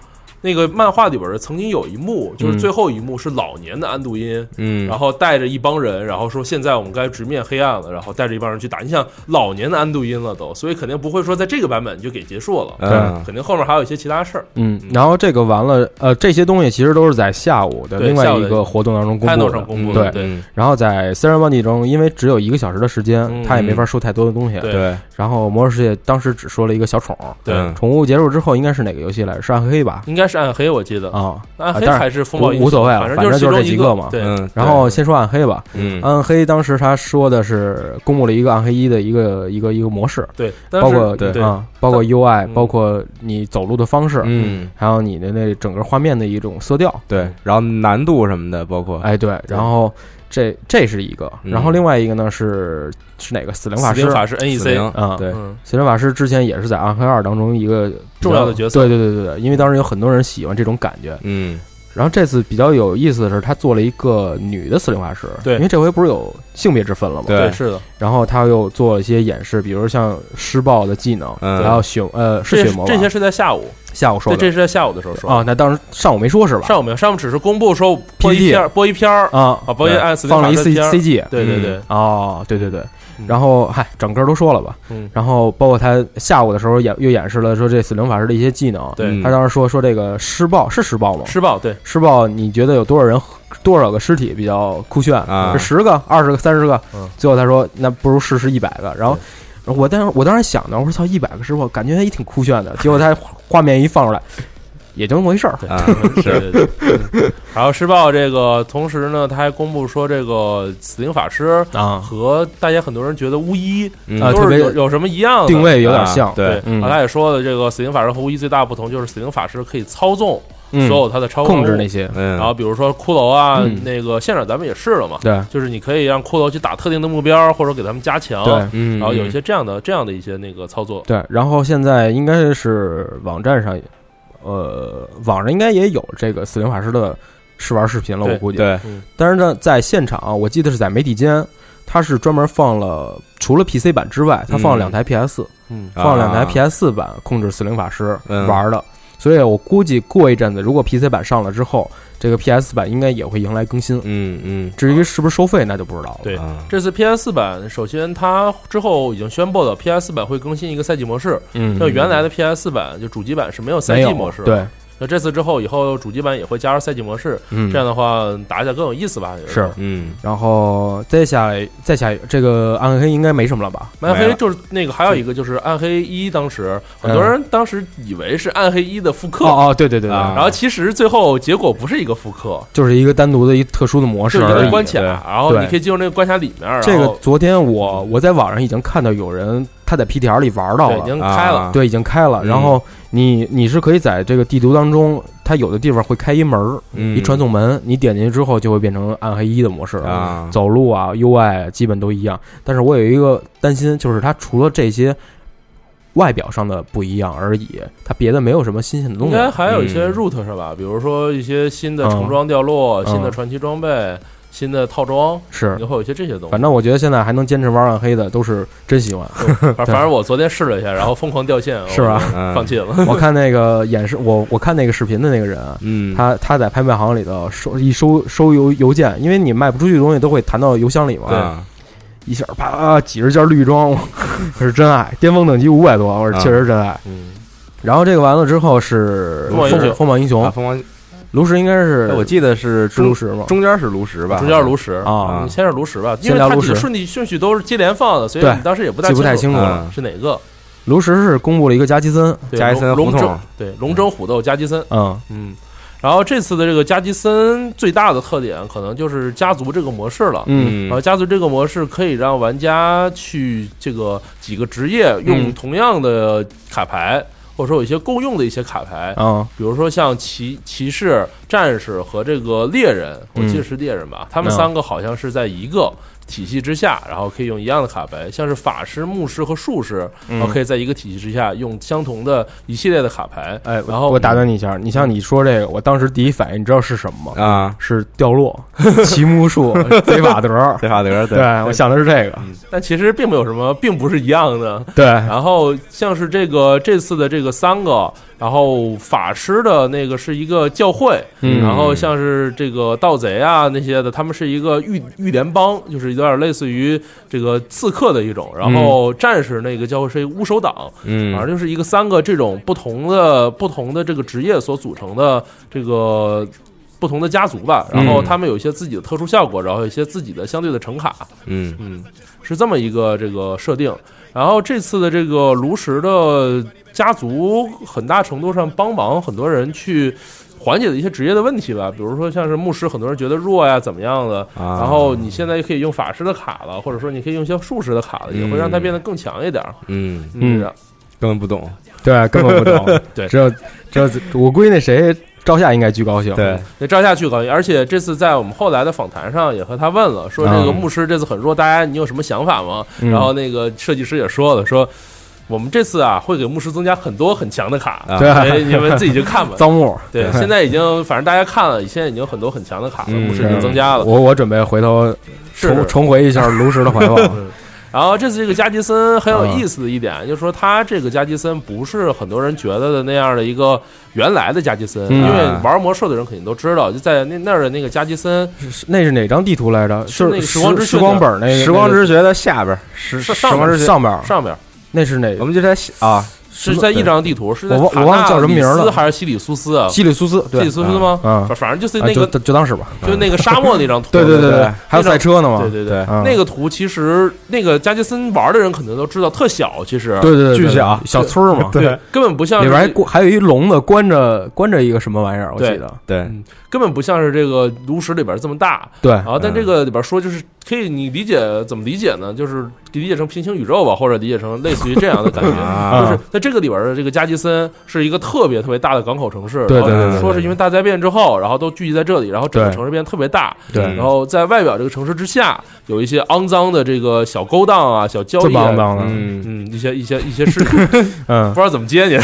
Speaker 4: 那个漫画里边儿曾经有一幕，就是
Speaker 10: 嗯
Speaker 4: 最后一幕是老年的安度因，
Speaker 3: 嗯
Speaker 4: 然后带着一帮人，然后说现在我们该直面黑暗了，然后带着一帮人去打。你想老年的安度因了都，所以肯定不会说在这个版本就给结束了，
Speaker 10: 对
Speaker 4: 肯定后面还有一些其他事儿。
Speaker 10: 嗯，然后这个完了，呃，这些东西其实都是在下午的
Speaker 4: 对
Speaker 10: 另外
Speaker 4: 下午
Speaker 10: 一
Speaker 4: 的
Speaker 10: 个活动当中公
Speaker 4: 开
Speaker 10: 布
Speaker 4: 头
Speaker 10: 的，
Speaker 4: 上公布的
Speaker 10: 对
Speaker 4: 对嗯
Speaker 10: 然后在私人邦地中，因为只有一个小时的时间，
Speaker 4: 嗯
Speaker 10: 他也没法说太多的东西。
Speaker 4: 对
Speaker 3: 嗯
Speaker 4: 对。
Speaker 10: 然后《魔兽世界》当时只说了一个小宠，
Speaker 4: 对
Speaker 10: 宠物结束之后应该是哪个游戏来着？是暗黑吧？
Speaker 4: 应该是暗黑，我记得
Speaker 10: 啊，
Speaker 4: 呃暗
Speaker 10: 啊
Speaker 4: 黑
Speaker 10: 但
Speaker 4: 还是风暴英雄
Speaker 10: 无无所谓了，
Speaker 4: 反
Speaker 10: 反
Speaker 4: 正就
Speaker 10: 就
Speaker 4: 是其
Speaker 10: 是
Speaker 4: 中
Speaker 10: 这
Speaker 4: 一
Speaker 10: 几
Speaker 4: 个
Speaker 10: 嘛。
Speaker 4: 对嗯
Speaker 10: 然后先说暗黑吧。
Speaker 4: 嗯
Speaker 10: 暗黑当时他说的是公布了一个暗黑一的一个一个一个模式，
Speaker 4: 对当时
Speaker 10: 包括
Speaker 4: 对嗯
Speaker 10: 啊，包括 UI，包括你走路的方式，
Speaker 3: 嗯，
Speaker 10: 还有你的那整个画面的一种色调，
Speaker 3: 对，然后难度什么的，包
Speaker 4: 哦
Speaker 3: 括
Speaker 10: 哎，对，然后这这是一个，
Speaker 3: 嗯
Speaker 10: 然后另外一个呢是是哪个？死灵法师，
Speaker 4: 死灵法师 E NEC 死灵
Speaker 10: 啊，
Speaker 4: 对
Speaker 10: 嗯死灵法师之前也是在《暗黑二》当中一个比较
Speaker 4: 重要的角色
Speaker 10: 对对对对对，因为当时有很多人喜欢这种感觉，
Speaker 3: 嗯。
Speaker 10: 然后这次比较有意思的是，他做了一个女的死灵法师，
Speaker 4: 对
Speaker 10: 因为这回不是有性别之分了吗？
Speaker 4: 对对是的。
Speaker 10: 然后他又做了一些演示，比如像施暴的技能，
Speaker 4: 嗯
Speaker 10: 然后血呃是
Speaker 4: 这
Speaker 10: 血魔吧
Speaker 4: 这些是在下午，
Speaker 10: 下午说
Speaker 4: 对，
Speaker 10: 的，
Speaker 4: 这是在下午的时候说的
Speaker 10: 啊，那当时上午没说是吧？
Speaker 4: 上午没有，上午只是公布说播一
Speaker 10: PPT
Speaker 4: 片儿，播一片儿
Speaker 10: 啊
Speaker 4: 啊，播一
Speaker 10: 对
Speaker 4: 按斯宾
Speaker 10: 放了一
Speaker 4: 卡特
Speaker 10: C
Speaker 4: 片儿
Speaker 10: C G，
Speaker 4: 对对对，
Speaker 10: 哦，对对对，然后嗨，整个都说了吧
Speaker 4: 嗯，
Speaker 10: 然后包括他下午的时候演又演示了说这死灵法师的一些技能，
Speaker 4: 对
Speaker 10: 他当时说说这个施暴是施暴吗？
Speaker 4: 施暴对，
Speaker 10: 施暴，你觉得有多少人多少个尸体比较酷炫？
Speaker 3: 啊
Speaker 10: 是十个、二十个、三十个
Speaker 4: 嗯？
Speaker 10: 最后他说那不如试试一百个，然后。然后我当时我当时想呢，我说操，一百个师傅感觉也挺酷炫的。结果他画面一放出来，也就那么回事 儿。
Speaker 4: 啊对对对。然后施暴这个，同时呢，他还公布说这个死灵法师
Speaker 10: 啊
Speaker 4: 和大家很多人觉得巫医
Speaker 10: 嗯啊
Speaker 4: 都
Speaker 10: 特
Speaker 4: 是
Speaker 10: 别
Speaker 4: 有有什么一样的
Speaker 10: 定位有点像
Speaker 4: 啊对，
Speaker 10: 嗯
Speaker 4: 啊他也说了，这个死灵法师和巫医最大的不同就是死灵法师可以操纵。
Speaker 10: 嗯
Speaker 4: 所有他的超光
Speaker 10: 控制
Speaker 4: 物
Speaker 10: 那些嗯
Speaker 4: 然后比如说骷髅啊，
Speaker 10: 嗯
Speaker 4: 那个现场咱们也试了嘛，
Speaker 10: 对
Speaker 4: 就是你可以让骷髅去打特定的目标，或者给他们加强，
Speaker 10: 对嗯
Speaker 4: 然后有一
Speaker 10: 嗯
Speaker 4: 些这样的这样的一些那个操作，
Speaker 10: 对，然后现在应该是网站上，呃，网上应该也有这个死灵法师的试玩视频了，
Speaker 4: 对
Speaker 10: 我估计。
Speaker 4: 对嗯
Speaker 10: 但是呢，在现场，啊我记得是在媒体间，它是专门放了除了 PC 版之外，它放了两台 PS，
Speaker 4: 嗯
Speaker 10: 放了两台
Speaker 3: 啊
Speaker 10: PS 版控制死灵法师
Speaker 3: 嗯
Speaker 10: 玩的。所以我估计过一阵子，如果 PC 版上了之后，这个 PS 版应该也会迎来更新。
Speaker 3: 嗯嗯。啊
Speaker 10: 至于是不是收费，那就不知道了。
Speaker 4: 对，这次 PS 版，首先它之后已经宣布了，PS 版会更新一个赛季模式。
Speaker 10: 嗯
Speaker 4: 那原来的 PS 版就主机版是没有赛季模式的。
Speaker 10: 没有对。
Speaker 4: 那这次之后，以后主机版也会加入赛季模式，
Speaker 10: 嗯
Speaker 4: 这样的话打起来更有意思吧？有人
Speaker 10: 是
Speaker 4: 说，
Speaker 3: 嗯，
Speaker 10: 然后再下来再下这个暗黑应该没什么了吧？
Speaker 4: 暗黑就是那个，还有一个就是暗黑一，当时很多人当时以为是暗黑一的复刻，
Speaker 10: 哦哦对对对对
Speaker 4: 啊
Speaker 10: 对
Speaker 4: 然后其实最后结果不是一个复刻，
Speaker 10: 就是一个单独的一特殊的模
Speaker 4: 是
Speaker 10: 式
Speaker 4: 一
Speaker 10: 而
Speaker 4: 个
Speaker 10: 已
Speaker 4: 关卡，
Speaker 10: 对
Speaker 4: 然后你可以
Speaker 10: 对
Speaker 4: 进入那个关卡里面，然后
Speaker 10: 这个昨天我我在网上已经看到有人他在 PTR 里玩到了，
Speaker 4: 对已经开了
Speaker 10: 啊对，已经开了。
Speaker 4: 嗯
Speaker 10: 然后你你是可以在这个地图当中，它有的地方会开一门儿，
Speaker 3: 嗯
Speaker 10: 一传送门，你点进去之后就会变成暗黑一的模式
Speaker 3: 啊
Speaker 10: 走路啊、UI 基本都一样。但是我有一个担心，就是它除了这些。外表上的不一样而已，它别的没有什么新鲜的嗯东
Speaker 4: 应
Speaker 10: 西。
Speaker 4: 该还有一些 root 是吧？比如说一些新的重装掉落、
Speaker 10: 嗯
Speaker 4: 新的传奇装备、新的套装，
Speaker 10: 是
Speaker 4: 也会有一些这些东西。
Speaker 10: 反正我觉得现在还能坚持玩暗黑的，都是真喜欢。
Speaker 4: 反反正我昨天试了一下，然后疯狂掉线，
Speaker 10: 是吧
Speaker 4: 我就？
Speaker 3: 嗯
Speaker 4: 放弃了。
Speaker 10: 我看那个演示，我我看那个视频的那个人，啊
Speaker 3: 嗯，
Speaker 10: 他他在拍卖行里头收一收收邮邮件，因为你卖不出去的东西都会弹到邮箱里嘛。
Speaker 3: 对
Speaker 10: 一下啪啪几十件绿装，我 可是真爱，巅峰等级五百多，我是确实真爱。
Speaker 4: 嗯，
Speaker 10: 然后这个完了之后是
Speaker 3: 疯狂英雄
Speaker 10: 风暴英雄
Speaker 3: 啊，风暴
Speaker 10: 炉石应该是，
Speaker 3: 我记得是
Speaker 10: 是炉石吗？
Speaker 3: 中间是炉石吧，
Speaker 4: 中间是炉石
Speaker 10: 啊
Speaker 4: 你先是炉石吧，因
Speaker 10: 先
Speaker 4: 为
Speaker 10: 聊
Speaker 4: 它
Speaker 10: 炉
Speaker 4: 几个
Speaker 10: 石
Speaker 4: 顺序顺序都是接连放的，所以
Speaker 10: 对
Speaker 4: 你当时也不
Speaker 10: 记不太
Speaker 4: 清
Speaker 10: 清楚
Speaker 4: 啊
Speaker 10: 了
Speaker 4: 是哪个。
Speaker 10: 炉石是公布了一个加基森，
Speaker 4: 对龙龙争，对龙争虎斗加基森，
Speaker 10: 啊嗯
Speaker 4: 嗯。然后这次的这个加基森最大的特点，可能就是家族这个模式了。
Speaker 10: 嗯
Speaker 4: 然后呃家族这个模式可以让玩家去这个几个职业用
Speaker 10: 嗯
Speaker 4: 同样的卡牌，或者说有一些共用的一些卡牌，
Speaker 10: 啊
Speaker 4: 比如说像骑骑士、战士和这个猎人，我
Speaker 10: 嗯
Speaker 4: 记得是猎人吧，他们
Speaker 10: 嗯
Speaker 4: 三个好像是在一个体系之下，然后可以用一样的卡牌，像是法师、牧师和术士，
Speaker 10: 嗯
Speaker 4: 然后可以在一个体系之下用相同的一系列的卡牌。
Speaker 10: 哎，
Speaker 4: 然后
Speaker 10: 我打断你一下，你像你说这个，我当时第一反应你知道是什么吗？
Speaker 3: 啊，
Speaker 10: 是掉落、 骑木术、贼法德。
Speaker 3: 贼法德，
Speaker 10: 对，我想的是这个。
Speaker 4: 但其实并没有什么，并不是一样的。
Speaker 10: 对
Speaker 4: 然后像是这个这次的这个三个，然后法师的那个是一个教会，
Speaker 10: 嗯
Speaker 4: 然后像是这个盗贼啊那些的，他们是一个御御联邦，就是有点类似于这个刺客的一种。然后战士那个教会是一个巫手党，
Speaker 3: 嗯
Speaker 4: 反正就是一个三个这种不同的不同的这个职业所组成的这个。不同的家族吧，然后
Speaker 3: 嗯
Speaker 4: 他们有一些自己的特殊效果，然后有一些自己的相对的成卡，
Speaker 3: 嗯
Speaker 4: 嗯，是这么一个这个设定。然后这次的这个炉石的家族，很大程度上帮忙很多人去缓解的一些职业的问题吧，比如说像是牧师，很多人觉得弱呀，怎么样的。
Speaker 3: 啊
Speaker 4: 然后你现在也可以用法师的卡了，或者说你可以用一些术士的卡了，也会让它变得更强一点。
Speaker 3: 嗯
Speaker 10: 嗯
Speaker 4: 是的。
Speaker 3: 根本不懂，
Speaker 10: 对，根本不懂
Speaker 4: 对
Speaker 10: 只有只有我估计那谁赵夏应该巨高兴。
Speaker 3: 对，
Speaker 4: 那赵夏去搞，而且这次在我们后来的访谈上也和他问了，说这个
Speaker 10: 嗯
Speaker 4: 牧师这次很弱，大家你有什么想法吗？
Speaker 10: 嗯
Speaker 4: 然后那个设计师也说了，说我们这次啊会给牧师增加很多很强的卡，
Speaker 10: 啊
Speaker 4: 所以你们自己去看 吧。
Speaker 10: 招募
Speaker 4: 对，
Speaker 10: 对嗯
Speaker 4: 现在已经反正大家看了，现在已经很多很强的卡了，牧师已经增加了。
Speaker 10: 我我准备回头
Speaker 4: 是嗯
Speaker 10: 重重回一下炉石的怀抱。
Speaker 4: 然后这次这个加吉森很有意思的一点，就是说他这个加吉森不是很多人觉得的那样的一个原来的加吉森，
Speaker 10: 嗯
Speaker 4: 因为玩魔兽的人肯定都知道，就在那那儿的那个加吉森
Speaker 10: 是那是哪张地图来着？
Speaker 4: 是那个
Speaker 10: 时
Speaker 4: 时光之
Speaker 10: 时
Speaker 4: 穴
Speaker 10: 光本儿那个
Speaker 3: 时光之
Speaker 10: 那
Speaker 3: 学的下边儿，时
Speaker 4: 是
Speaker 3: 时
Speaker 4: 上边
Speaker 3: 光
Speaker 4: 儿
Speaker 3: 之学
Speaker 10: 哎上边儿
Speaker 4: 上边儿嗯
Speaker 10: 那是哪
Speaker 3: 我？们就在下啊，
Speaker 4: 是在一张地图，是在
Speaker 10: 我忘
Speaker 4: 塔纳
Speaker 10: 我忘了叫什么名儿了
Speaker 4: 里斯还是西里苏斯啊？
Speaker 10: 西里苏斯，
Speaker 4: 西
Speaker 10: 对
Speaker 4: 里苏斯吗？
Speaker 10: 嗯
Speaker 4: 反反正就是
Speaker 10: 啊
Speaker 4: 那
Speaker 10: 就
Speaker 4: 个
Speaker 10: 就就当是吧。啊
Speaker 4: 就那个沙漠那张图，
Speaker 10: 对对
Speaker 4: 对
Speaker 10: 对啊对还有赛车呢嘛
Speaker 4: 对对对
Speaker 10: 对，嗯
Speaker 4: 那个图其实那个加杰森玩的人可能都知道，特小，其实
Speaker 10: 对对对，
Speaker 3: 巨
Speaker 10: 对
Speaker 3: 小
Speaker 10: 小村儿嘛，
Speaker 3: 对
Speaker 4: 对，根本不像
Speaker 10: 里
Speaker 4: 是
Speaker 10: 边还关还有一笼子关着关着一个什么玩意儿，我记
Speaker 4: 对
Speaker 10: 得。
Speaker 3: 对，
Speaker 4: 根本不像是这个炉石里边这么大。
Speaker 10: 对
Speaker 4: 然后但这个里边说就是可以，你理解怎么理解呢？就是理解成平行宇宙吧，或者理解成类似于这样的感觉。
Speaker 3: 啊
Speaker 4: 就是在这个里边的这个加吉森是一个特别特别大的港口城市，
Speaker 10: 对
Speaker 4: 然后
Speaker 10: 对对对
Speaker 4: 说是因为大灾变之后，然后都聚集在这里，然后整个
Speaker 10: 对
Speaker 4: 城市变得特别大。
Speaker 10: 对
Speaker 4: 然后在外表这个城市之下，有一些肮脏的这个小勾当啊、小交
Speaker 10: 这
Speaker 4: 易
Speaker 10: 么
Speaker 4: 啊、
Speaker 10: 肮脏的，
Speaker 3: 嗯，
Speaker 4: 嗯，一些一些一些事情，不
Speaker 10: 嗯
Speaker 4: 知，道怎么接你。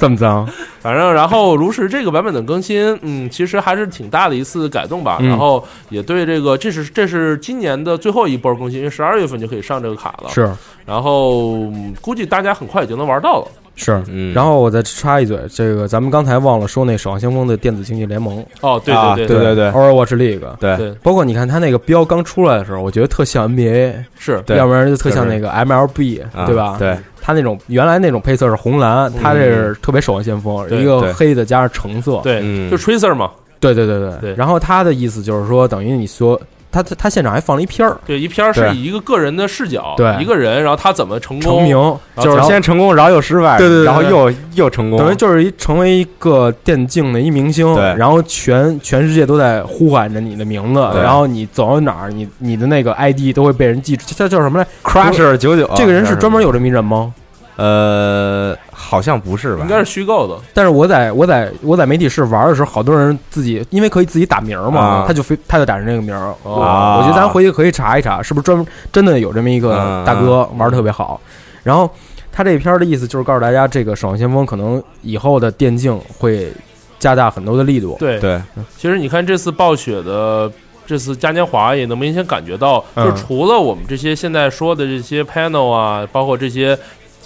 Speaker 10: 这么脏，
Speaker 4: 反正，然后炉石这个版本的更新，嗯，其实还是挺大的一次改动吧。
Speaker 10: 嗯
Speaker 4: 然后也对这个，这是这是今年的最后一波更新，因为十二月份就可以上这个卡了。，
Speaker 10: 是
Speaker 4: 然后、嗯估计大家很快也就能玩到了。
Speaker 10: 是。
Speaker 3: 嗯
Speaker 10: 然后我再插一嘴，这个咱们刚才忘了说那《守望先锋》的电子竞技联盟，
Speaker 4: 哦，对
Speaker 3: 啊
Speaker 4: 对
Speaker 3: 对
Speaker 4: 对
Speaker 3: 对对
Speaker 10: Overwatch League，
Speaker 3: 对
Speaker 4: 对，
Speaker 10: 包括你看它那个标刚出来的时候，我觉得特像 NBA，
Speaker 4: 是
Speaker 3: 对
Speaker 10: 要不然就特像
Speaker 3: 是
Speaker 10: 那个 MLB，
Speaker 3: 啊
Speaker 10: 对吧？
Speaker 3: 对，嗯
Speaker 10: 它那种原来那种配色是红蓝，它这是特别守望先锋，
Speaker 4: 对
Speaker 10: 一个
Speaker 3: 对
Speaker 10: 黑的加上橙色，
Speaker 4: 对，
Speaker 3: 嗯
Speaker 4: 就 Tracer 嘛，
Speaker 10: 对对对对
Speaker 4: 对
Speaker 10: 然后他的意思就是说，等于你说他他他现场还放了一片
Speaker 3: 哦
Speaker 10: 儿
Speaker 4: 对，一篇儿是
Speaker 3: 对
Speaker 4: 以一个个人的视角，
Speaker 10: 对
Speaker 4: 一个人，然后他怎么成功，
Speaker 10: 成名，
Speaker 4: 然后
Speaker 3: 就是先成哦功，然后又失败，
Speaker 10: 对对对对
Speaker 3: 然后又又成功，
Speaker 10: 等于就是一成为一个电竞的一明星，
Speaker 3: 对
Speaker 10: 然后全全世界都在呼喊着你的名字，
Speaker 3: 对
Speaker 10: 然后你走到哪儿，你你的那个 ID 都会被人记住，叫叫什么来
Speaker 3: Crusher 九九，
Speaker 10: 这个人是专门有这么一人吗？
Speaker 3: 呃，好像不是吧？
Speaker 4: 应该是虚构的。
Speaker 10: 但是我在我在我在媒体室玩的时候，好多人自己因为可以自己打名儿嘛
Speaker 3: 啊，
Speaker 10: 他就非他就打成这个名儿。
Speaker 3: 啊
Speaker 10: 我觉得咱回去可以查一查，是不是专门真的有这么一个
Speaker 3: 嗯
Speaker 10: 大哥玩的特别好。然后他这篇儿的意思就是告诉大家，这个《守望先锋》可能以后的电竞会加大很多的力度。
Speaker 4: 对，
Speaker 3: 对，
Speaker 4: 其实你看这次暴雪的这次嘉年华，也能明显感觉到，
Speaker 10: 嗯
Speaker 4: 就除了我们这些现在说的这些 panel 啊，包括这些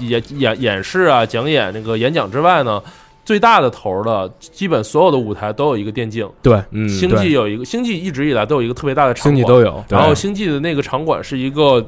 Speaker 4: 演演演示啊、讲演那个演讲之外呢。最大的头儿的，基本所有的舞台都有一个电竞。
Speaker 10: 对，
Speaker 3: 嗯，
Speaker 4: 星际
Speaker 10: 对
Speaker 4: 有一个，星际一直以来都有一个特别大的场
Speaker 10: 星
Speaker 4: 馆，
Speaker 10: 际都有。
Speaker 3: 对
Speaker 4: 然后星际的那个场馆是一个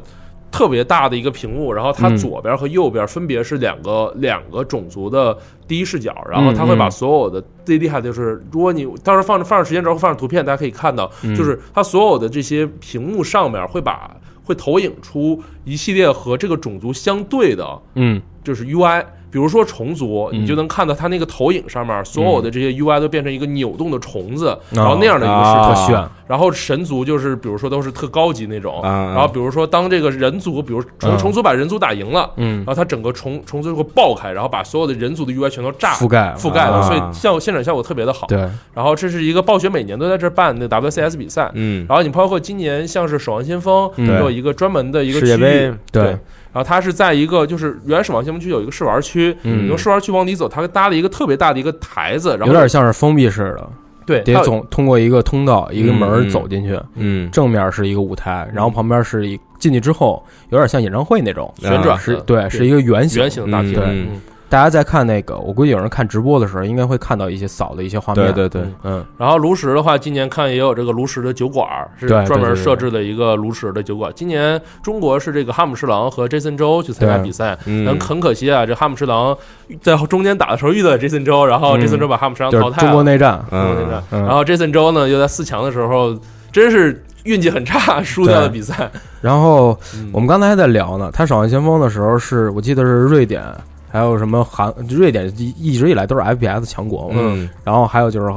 Speaker 4: 特别大的一个屏幕，然后它
Speaker 10: 嗯
Speaker 4: 左边和右边分别是两个、两个种族的第一视角，然
Speaker 10: 嗯
Speaker 4: 后它会把所有的、最厉害的就是，如果你到时候放着放上时间轴放上图片，大家可以看到，
Speaker 11: 嗯
Speaker 4: 就是它所有的这些屏幕上面会把会投影出一系列和这个种族相对的，
Speaker 10: 嗯
Speaker 4: 就是 UI。比如说虫族，
Speaker 10: 嗯
Speaker 4: 你就能看到它那个投影上面所有的这些 UI 都变成一个扭动的虫子，然后那样的一个视角
Speaker 10: 啊特炫。
Speaker 4: 然后神族就是，比如说都是特高级那种。
Speaker 10: 啊
Speaker 4: 然后比如说当这个人族，比如
Speaker 10: 啊
Speaker 4: 虫虫族把人族打赢了，
Speaker 10: 嗯
Speaker 4: 然后它整个虫虫族就会爆开，然后把所有的人族的 UI 全都炸
Speaker 10: 覆盖了
Speaker 4: 覆盖了，
Speaker 10: 啊
Speaker 4: 所以效现场效果特别的好。
Speaker 10: 对，
Speaker 4: 然后这是一个暴雪每年都在这办那 WCS 比赛，
Speaker 10: 嗯
Speaker 4: 然后你包括今年像是守望先锋，
Speaker 10: 嗯
Speaker 4: 也有一个专门的一个
Speaker 3: 世界
Speaker 4: 区域
Speaker 3: 杯
Speaker 4: 对。
Speaker 3: 对
Speaker 4: 然后它是在一个就是原始网先锋区有一个试玩区，
Speaker 10: 嗯
Speaker 4: 你从试玩区往里走，它搭了一个特别大的一个台子，然后
Speaker 10: 有点像是封闭式的，
Speaker 4: 对它
Speaker 10: 得
Speaker 4: 有
Speaker 10: 总通过一个通道一个门
Speaker 4: 嗯
Speaker 10: 儿
Speaker 4: 嗯
Speaker 10: 走进去，
Speaker 3: 嗯，
Speaker 10: 正面是一个舞台，然后旁边是一进去之后有点像演唱会那种啊
Speaker 4: 旋转的
Speaker 10: 是
Speaker 4: 对
Speaker 10: 对，是一个圆
Speaker 4: 圆形的大
Speaker 10: 大
Speaker 4: 厅
Speaker 10: 对
Speaker 4: 嗯，
Speaker 10: 大家在看那个，我估计有人看直播的时候应该会看到一些扫的一些画面，
Speaker 3: 对对对
Speaker 10: 嗯，
Speaker 4: 然后炉石的话，今年看也有这个炉石的酒馆儿，是
Speaker 10: 对对
Speaker 4: 专门
Speaker 10: 对对
Speaker 4: 设置了一个炉石的酒馆。今年中国是这个哈姆士郎和 Jason 周去参加
Speaker 10: 对
Speaker 4: 比赛，
Speaker 10: 嗯
Speaker 4: 但很可惜啊，这哈姆士郎在中间打的时候遇到 Jason 周，然后
Speaker 10: 嗯
Speaker 4: Jason 周把哈姆士郎
Speaker 10: 就是
Speaker 4: 淘汰了。
Speaker 10: 中国内战
Speaker 4: 中国内战。
Speaker 10: 嗯嗯
Speaker 4: 然后 Jason 周呢，又在四强的时候真是运气很差，输掉了比赛。
Speaker 10: 然后
Speaker 4: 嗯
Speaker 10: 我们刚才还在聊呢，他守望先锋的时候是我记得是瑞典，还有什么韩，瑞典一一直以来都是 FPS 强国嘛，
Speaker 3: 嗯，
Speaker 10: 然后还有就是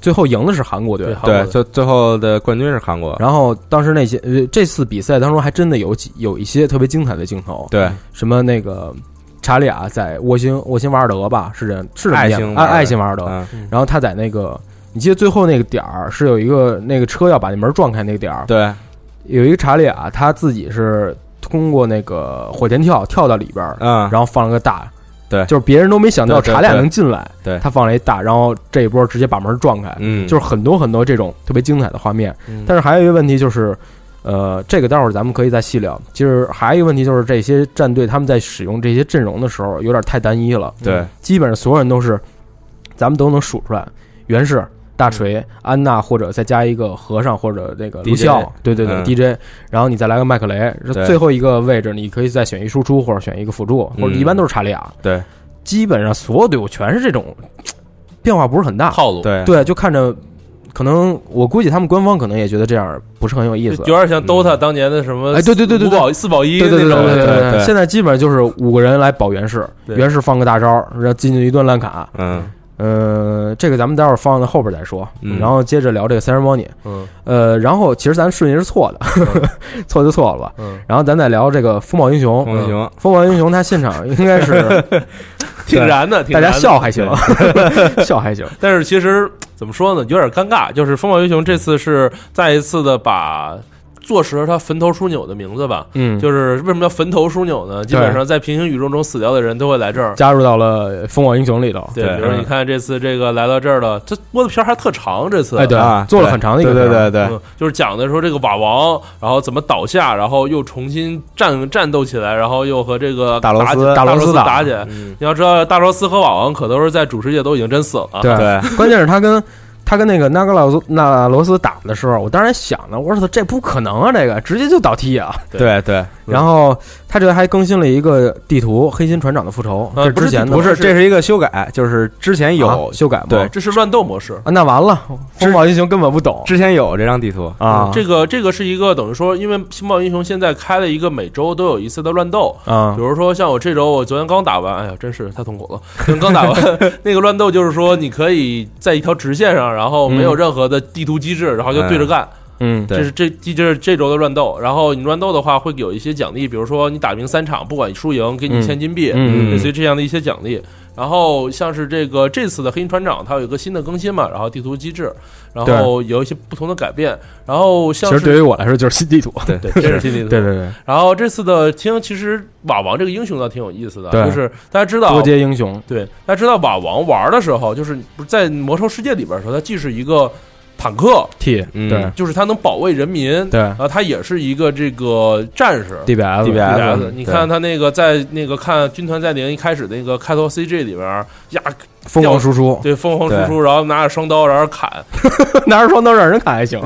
Speaker 10: 最后赢的是韩国队，
Speaker 3: 对，最最后的冠军是韩国，
Speaker 10: 然后当时那些呃，这次比赛当中还真的有几有一些特别精彩的镜头，
Speaker 3: 对，
Speaker 10: 什么那个查理亚在沃辛沃辛瓦尔德吧，是这样是这么
Speaker 3: 爱
Speaker 10: 念
Speaker 3: 心
Speaker 10: 吗爱爱辛瓦尔德，
Speaker 3: 嗯
Speaker 10: 然后他在那个你记得最后那个点儿是有一个那个车要把那门撞开那个点儿，
Speaker 3: 对，
Speaker 10: 有一个查理亚他自己是通过那个火箭跳跳到里边儿，
Speaker 3: 嗯
Speaker 10: 然后放了个大。
Speaker 3: 对
Speaker 10: 就是别人都没想到
Speaker 3: 对对
Speaker 10: 查理亚
Speaker 3: 对
Speaker 10: 能进来，
Speaker 3: 对
Speaker 10: 他放了一大，然后这一波直接把门撞开，
Speaker 3: 嗯
Speaker 10: 就是很多很多这种特别精彩的画面。
Speaker 3: 嗯
Speaker 10: 但是还有一个问题就是，呃，这个待会儿咱们可以再细聊。就是还有一个问题就是，这些战队他们在使用这些阵容的时候有点太单一了，
Speaker 3: 对
Speaker 10: 基本上所有人都是，咱们都能数出来，袁氏。大锤、安娜，或者再加一个和尚，或者那个卢
Speaker 3: DJ
Speaker 10: 笑，对对对、
Speaker 3: 嗯
Speaker 10: d j 然后你再来个麦克雷，
Speaker 3: 对
Speaker 10: 最后一个位置你可以再选一输出或者选一个辅助，或者
Speaker 3: 嗯
Speaker 10: 一般都是查理亚，
Speaker 3: 对，
Speaker 10: 基本上所有队伍全是这种变化不是很大
Speaker 4: 套路
Speaker 3: 对
Speaker 10: 对，就看着可能我估计他们官方可能也觉得这样不是很有意思
Speaker 4: 有，点像 DOTA 当年的什么
Speaker 10: 嗯哎对对对对
Speaker 4: 五
Speaker 10: 对
Speaker 4: 保四保一
Speaker 10: 对对对
Speaker 4: 那种
Speaker 10: 对对
Speaker 4: 对
Speaker 10: 现在基本上就是五个人来保袁氏，
Speaker 4: 对
Speaker 10: 袁氏放个大招，然后进去一顿烂砍，
Speaker 3: 嗯，
Speaker 10: 呃，这个咱们待会儿放到后边再说，
Speaker 3: 嗯
Speaker 10: 然后接着聊这个 ceremony，
Speaker 4: 嗯，
Speaker 10: 呃，然后其实咱顺序是错的， 错就错了吧，
Speaker 4: 嗯，
Speaker 10: 然后咱再聊这个风暴英雄，
Speaker 3: 风暴英雄
Speaker 10: 嗯风暴英雄他现场应该是
Speaker 4: 挺燃的，挺
Speaker 10: 大
Speaker 4: 燃的
Speaker 10: 家笑还行， 笑还行，
Speaker 4: 但是其实怎么说呢，有点尴尬。就是风暴英雄这次是再一次的把坐实了他坟头枢纽的名字吧。
Speaker 10: 嗯
Speaker 4: 就是为什么叫坟头枢纽呢？基本上在平行宇宙中死掉的人都会来这儿。
Speaker 10: 加入到了风暴英雄里头，
Speaker 4: 对，比如
Speaker 3: 嗯
Speaker 4: 说你看这次这个来到这儿了，这播的片儿还特长，这次
Speaker 10: 哎对啊做了很长的一个
Speaker 3: 对对
Speaker 10: 片儿
Speaker 3: 对对
Speaker 4: 嗯就是讲的说这个瓦王，然后怎么倒下，然后又重新战战斗起来，然后又和这个
Speaker 3: 大罗斯大
Speaker 4: 打大
Speaker 3: 罗斯
Speaker 4: 斯
Speaker 3: 打嗯
Speaker 4: 打起来。你要知道，大罗斯和瓦王可都是在主世界都已经真死了，
Speaker 10: 对， 关键是他跟他跟那个纳格老纳罗斯打的时候，我当时想呢，我说这不可能啊，这个直接就倒踢啊。
Speaker 3: 对对，
Speaker 4: 嗯
Speaker 10: 然后他这还更新了一个地图《黑心船长的复仇》，
Speaker 4: 呃
Speaker 10: 这
Speaker 4: 不是
Speaker 10: 之前
Speaker 4: 地
Speaker 10: 的
Speaker 4: 图
Speaker 3: 不是，这是一个修改，就是之前有
Speaker 10: 啊修改吗
Speaker 3: 对，
Speaker 4: 这是乱斗模式。
Speaker 10: 啊，那完了，风暴英雄根本不懂
Speaker 3: 之前有这张地图
Speaker 10: 啊
Speaker 4: 嗯这个这个是一个等于说，因为星爆英雄现在开了一个每周都有一次的乱斗
Speaker 10: 啊
Speaker 4: 比如说像我这周我昨天刚打完，哎呀，真是太痛苦了，昨天刚打完 那个乱斗就是说你可以在一条直线上，然后没有
Speaker 10: 嗯
Speaker 4: 任何的地图机制，然后就对着干。
Speaker 10: 嗯
Speaker 4: 这是这这就是这周的乱斗，然后你乱斗的话会有一些奖励，比如说你打赢三场，不管输赢，给你一千金币，
Speaker 10: 嗯嗯
Speaker 4: 类似于这样的一些奖励。然后像是这个这次的黑鹰船长，它有一个新的更新嘛，然后地图机制，然后有一些不同的改变，然后像
Speaker 10: 其
Speaker 4: 是
Speaker 10: 实对于我来说就是新地图，
Speaker 3: 对
Speaker 4: 对这是新地图
Speaker 10: 对对对，
Speaker 4: 然后这次的听，其实瓦王这个英雄倒挺有意思的，
Speaker 10: 对
Speaker 4: 就是大家知道
Speaker 10: 多阶英雄，
Speaker 4: 对，大家知道瓦王玩的时候，就是不是在魔兽世界里边的时候，它既是一个坦克
Speaker 10: T，
Speaker 3: 嗯
Speaker 10: 对
Speaker 4: 就是它能保卫人民，
Speaker 10: 对
Speaker 4: 然后它啊也是一个这个战士
Speaker 10: DBS
Speaker 3: 嗯
Speaker 4: DBS，你看
Speaker 10: 他
Speaker 4: 他那个在那个看军团在零一开始那个开头 CG 里边呀，
Speaker 10: 疯狂输出，
Speaker 4: 对，疯狂输出，然后拿着双刀，然后砍，
Speaker 10: 拿着双刀让人砍还行。